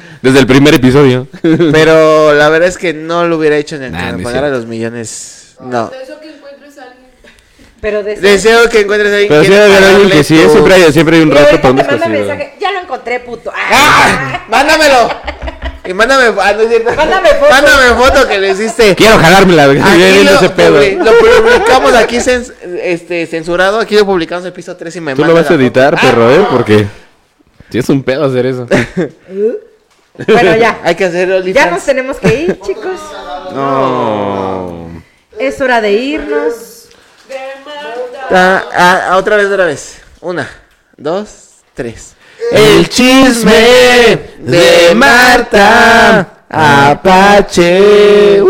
[SPEAKER 2] desde el primer episodio.
[SPEAKER 3] Pero la verdad es que no lo hubiera hecho ni aunque
[SPEAKER 2] Nah, no es
[SPEAKER 3] me pagara
[SPEAKER 2] cierto.
[SPEAKER 3] los millones. No.
[SPEAKER 4] Eso que encuentres a alguien.
[SPEAKER 1] Pero de
[SPEAKER 3] Deseo que encuentres a alguien
[SPEAKER 2] Pero sí
[SPEAKER 3] quiera
[SPEAKER 2] debe haber alguien
[SPEAKER 3] pagarle
[SPEAKER 2] que sí,
[SPEAKER 3] tu-
[SPEAKER 2] siempre hay, siempre hay un
[SPEAKER 1] Y
[SPEAKER 2] rato
[SPEAKER 1] ahorita
[SPEAKER 2] para
[SPEAKER 1] te
[SPEAKER 2] unos que
[SPEAKER 1] manda
[SPEAKER 2] sí, güey.
[SPEAKER 1] mensaje, ya lo encontré, puto. Ah.
[SPEAKER 3] ¡Ah! ¡Mándamelo! Y mándame, ah, no es cierto.
[SPEAKER 1] Mándame foto.
[SPEAKER 3] Mándame foto que le hiciste.
[SPEAKER 2] Quiero jalármela, güey.
[SPEAKER 3] Aquí
[SPEAKER 2] Yo viendo
[SPEAKER 3] lo,
[SPEAKER 2] ese pedo.
[SPEAKER 3] publi- lo publicamos aquí cens- este, censurado. Aquí lo publicamos en piso 3 y me
[SPEAKER 2] Tú lo
[SPEAKER 3] manda
[SPEAKER 2] vas a
[SPEAKER 3] la
[SPEAKER 2] editar,
[SPEAKER 3] foto. Ah.
[SPEAKER 2] perro, ¿eh? Porque... Sí, es un pedo hacer eso.
[SPEAKER 1] Bueno,
[SPEAKER 3] Ah,
[SPEAKER 1] ya.
[SPEAKER 3] Hay que hacer
[SPEAKER 1] Ya
[SPEAKER 3] OnlyFans.
[SPEAKER 1] nos tenemos que ir, chicos.
[SPEAKER 3] Oh.
[SPEAKER 2] No.
[SPEAKER 1] Es hora de irnos.
[SPEAKER 4] De Marta.
[SPEAKER 3] Ah, ah, ah, otra vez, otra vez. Una, dos, tres.
[SPEAKER 2] El chisme de Marta Uh.
[SPEAKER 3] Apache.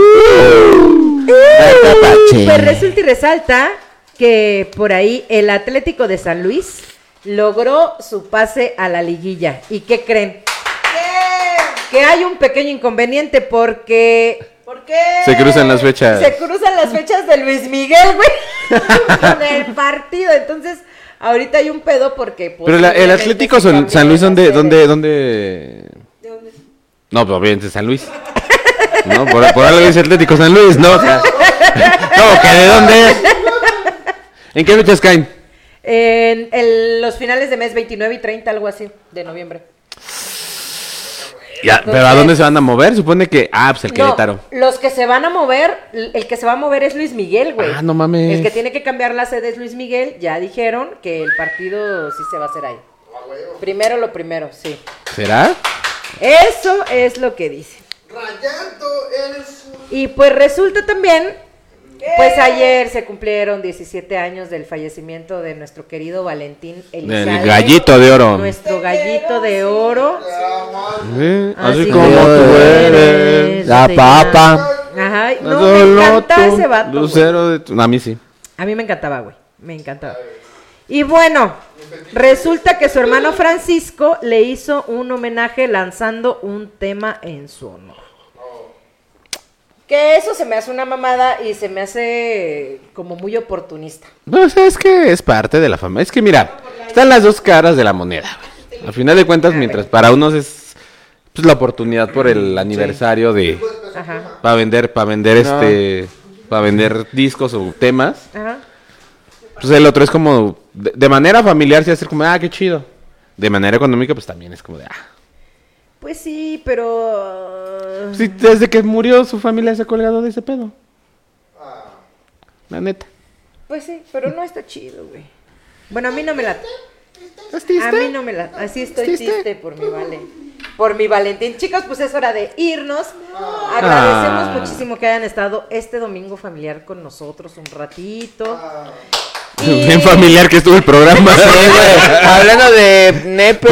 [SPEAKER 1] Pues resulta y resalta que por ahí el Atlético de San Luis logró su pase a la liguilla. ¿Y qué creen? Que hay un pequeño inconveniente porque
[SPEAKER 4] ¿Por qué?
[SPEAKER 2] Se cruzan las fechas.
[SPEAKER 1] Se cruzan las fechas de Luis Miguel, güey, con el partido. Entonces, ahorita hay un pedo porque.
[SPEAKER 2] Pero la- el
[SPEAKER 1] posiblemente
[SPEAKER 2] Atlético
[SPEAKER 1] se
[SPEAKER 2] San-
[SPEAKER 1] cambie
[SPEAKER 2] San Luis,
[SPEAKER 1] la
[SPEAKER 2] ¿dónde,
[SPEAKER 1] sede.
[SPEAKER 2] dónde, dónde?
[SPEAKER 4] ¿De dónde?
[SPEAKER 2] No, pues obviamente San Luis. No, por, por algo dice Atlético San Luis, no. o sea, no, que de dónde es. ¿En qué fechas caen?
[SPEAKER 1] En el- los finales de mes 29 y 30, algo así, de noviembre.
[SPEAKER 2] Ya, pero ¿a dónde se van a mover? Supone que. Ah, pues el
[SPEAKER 1] No,
[SPEAKER 2] Querétaro.
[SPEAKER 1] los que se van a mover, l- el que se va a mover es Luis Miguel, güey.
[SPEAKER 2] Ah, no mames.
[SPEAKER 1] El que tiene que cambiar la sede es Luis Miguel. Ya dijeron que el partido sí se va a hacer ahí. Primero lo primero, sí.
[SPEAKER 2] ¿Será?
[SPEAKER 1] Eso es lo que dice.
[SPEAKER 6] Rayando el sur.
[SPEAKER 1] Y pues resulta también, pues ayer se cumplieron 17 años del fallecimiento de nuestro querido Valentín Elizalde.
[SPEAKER 2] El gallito de oro.
[SPEAKER 1] Nuestro gallito de oro.
[SPEAKER 2] Sí,
[SPEAKER 1] Así
[SPEAKER 2] así
[SPEAKER 1] como
[SPEAKER 2] como tú eres.
[SPEAKER 1] La
[SPEAKER 2] La
[SPEAKER 1] papa.
[SPEAKER 2] papa.
[SPEAKER 1] Ajá, no, me encantaba ese vato. pues. güey.
[SPEAKER 2] Lucero de tu- A mí sí.
[SPEAKER 1] A mí me encantaba, güey. Me encantaba. Y bueno, resulta que su hermano Francisco le hizo un homenaje lanzando un tema en su honor. Que eso se me hace una mamada y se me hace como muy oportunista.
[SPEAKER 2] No, o sea, Pues es que es parte de la fama. Es que mira, están las dos caras de la moneda. güey. Al final de cuentas, mientras para unos es pues, la oportunidad por el aniversario de
[SPEAKER 1] Ajá.
[SPEAKER 2] para vender, para vender
[SPEAKER 3] No.
[SPEAKER 2] este, para vender discos o temas.
[SPEAKER 1] Ajá.
[SPEAKER 2] Pues el otro es como de, de manera familiar se hace como, ah, qué chido. De manera económica, pues también es como de, ah.
[SPEAKER 1] Pues sí, pero.
[SPEAKER 2] Pues Sí, desde que murió su familia se ha colgado de ese pedo. La neta.
[SPEAKER 1] Pues sí, pero no está chido, güey. Bueno, a mí no me la.
[SPEAKER 2] ¿Estás
[SPEAKER 1] A mí no me la. Así estoy
[SPEAKER 2] ¿Triste?
[SPEAKER 1] triste por mi vale. Por mi Valentín. Chicos, pues es hora de irnos. Agradecemos
[SPEAKER 2] Ah.
[SPEAKER 1] muchísimo que hayan estado este domingo familiar con nosotros un ratito.
[SPEAKER 2] Ah.
[SPEAKER 1] Y-
[SPEAKER 2] Bien familiar que estuvo el programa.
[SPEAKER 3] Hablando de nepes,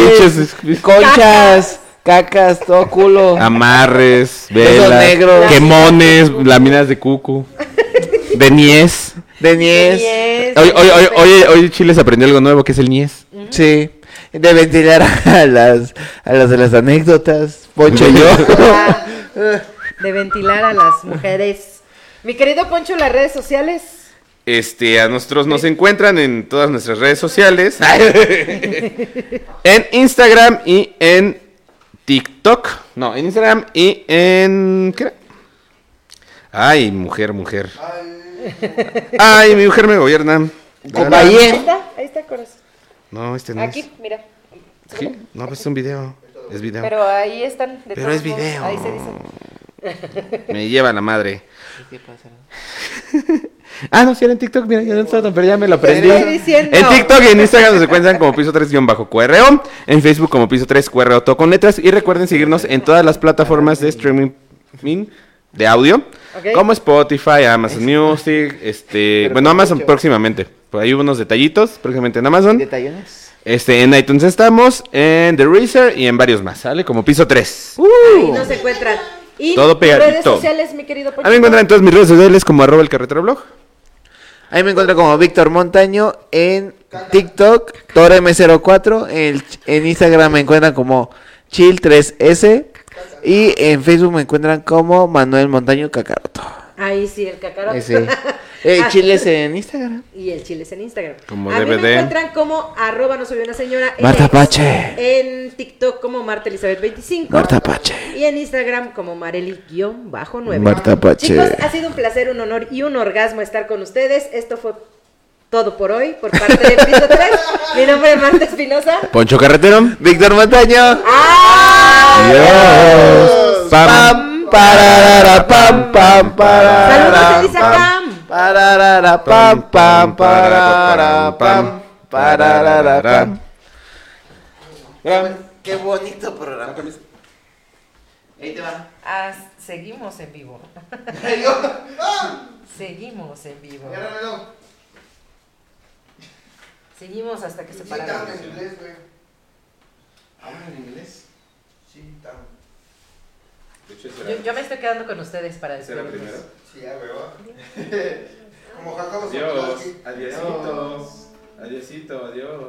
[SPEAKER 2] Pinches-
[SPEAKER 3] conchas, cacas, todo culo.
[SPEAKER 2] Amarres,
[SPEAKER 3] Besos
[SPEAKER 2] velas,
[SPEAKER 3] negros.
[SPEAKER 2] quemones, láminas de cucu, de niés.
[SPEAKER 3] De niez.
[SPEAKER 1] Yes.
[SPEAKER 2] Hoy, hoy, hoy, hoy, hoy Chile se aprendió algo nuevo que es el niés.
[SPEAKER 3] Sí. De ventilar a las, a las de las anécdotas. Poncho y yo.
[SPEAKER 1] Ah, De ventilar a las mujeres. Mi querido Poncho, las redes sociales.
[SPEAKER 2] Este, a nosotros nos encuentran en todas nuestras redes sociales. en Instagram y en TikTok. No, en Instagram y en... ¿qué era? Ay, mujer, mujer. Ay, mi mujer me gobierna.
[SPEAKER 3] Compañía.
[SPEAKER 1] Ahí está, ahí está, corazón.
[SPEAKER 2] No, este no es.
[SPEAKER 1] Aquí, mira.
[SPEAKER 2] ¿Sí? No, pues es un video. Es video.
[SPEAKER 1] Pero ahí están. de
[SPEAKER 2] Pero
[SPEAKER 1] todos
[SPEAKER 2] es
[SPEAKER 1] modos,
[SPEAKER 2] video.
[SPEAKER 1] Ahí se dice.
[SPEAKER 2] Me lleva la madre. ah, no, sí era en TikTok, mira, ya no está tan- pero ya me lo aprendí.
[SPEAKER 1] estoy diciendo.
[SPEAKER 2] En TikTok y en Instagram nos encuentran como piso 3-QRO, en Facebook como piso 3-QRO todo con letras y recuerden seguirnos en todas las plataformas de streaming de audio,
[SPEAKER 1] Ok.
[SPEAKER 2] como Spotify, Amazon Music, este, bueno, Amazon próximamente. Por ahí hubo unos detallitos próximamente en Amazon.
[SPEAKER 3] Detallones.
[SPEAKER 2] Este, en iTunes estamos, en The Razer y en varios más, ¿sale? Como piso 3.
[SPEAKER 1] Uh,
[SPEAKER 3] Uh.
[SPEAKER 1] Ahí nos encuentran. Y
[SPEAKER 2] Todo
[SPEAKER 1] tus redes
[SPEAKER 2] pegadito.
[SPEAKER 1] sociales, mi querido Poncho.
[SPEAKER 2] A mí me encuentran en todas mis redes sociales como arroba el carretero blog.
[SPEAKER 3] Ahí me encuentro como Víctor Montaño en TikTok, TorM04. el- en Instagram me encuentran como Chill3S. Y en Facebook me encuentran como Manuel Montaño Cacaroto.
[SPEAKER 1] Ahí sí, el cacarote. Ah,
[SPEAKER 3] Ese. Eh, chiles en Instagram.
[SPEAKER 1] Y el chiles en Instagram.
[SPEAKER 2] Como
[SPEAKER 1] a mí me
[SPEAKER 2] DVD.
[SPEAKER 1] encuentran como arroba no soy una señora. en
[SPEAKER 3] Marta
[SPEAKER 1] X,
[SPEAKER 3] Pache.
[SPEAKER 1] En TikTok como Marta Elizabeth 25.
[SPEAKER 3] Marta Pache.
[SPEAKER 1] Y en Instagram como Mareli-9.
[SPEAKER 3] Marta Pache.
[SPEAKER 1] Chicos, ha sido un placer, un honor y un orgasmo estar con ustedes. Esto fue todo por hoy, por parte de Piso 3. Mi nombre es Marta Espinosa.
[SPEAKER 2] Poncho Carretero.
[SPEAKER 3] Víctor Montaño.
[SPEAKER 2] Adiós.
[SPEAKER 3] Pam, pararara, pam, pam, pararara,
[SPEAKER 1] Saludos a Elisa
[SPEAKER 3] pam,
[SPEAKER 1] Cam.
[SPEAKER 3] pararara, pam, pam, pararara, pam, pararara, pam.
[SPEAKER 5] Qué bonito programa. Ahí te va.
[SPEAKER 1] Ah, seguimos en vivo.
[SPEAKER 6] Ah.
[SPEAKER 1] Seguimos en vivo.
[SPEAKER 6] Agárramelo.
[SPEAKER 1] Seguimos hasta que se
[SPEAKER 6] Sí,
[SPEAKER 1] pararon.
[SPEAKER 6] canta en inglés, güey. ¿Hablan en inglés? Sí, tan.
[SPEAKER 1] Yo, yo me estoy quedando con ustedes para despedirnos.
[SPEAKER 6] Sí, a huevo. Como Jacobo Zabludowski.
[SPEAKER 2] Adiósito. Adiósito, adiós.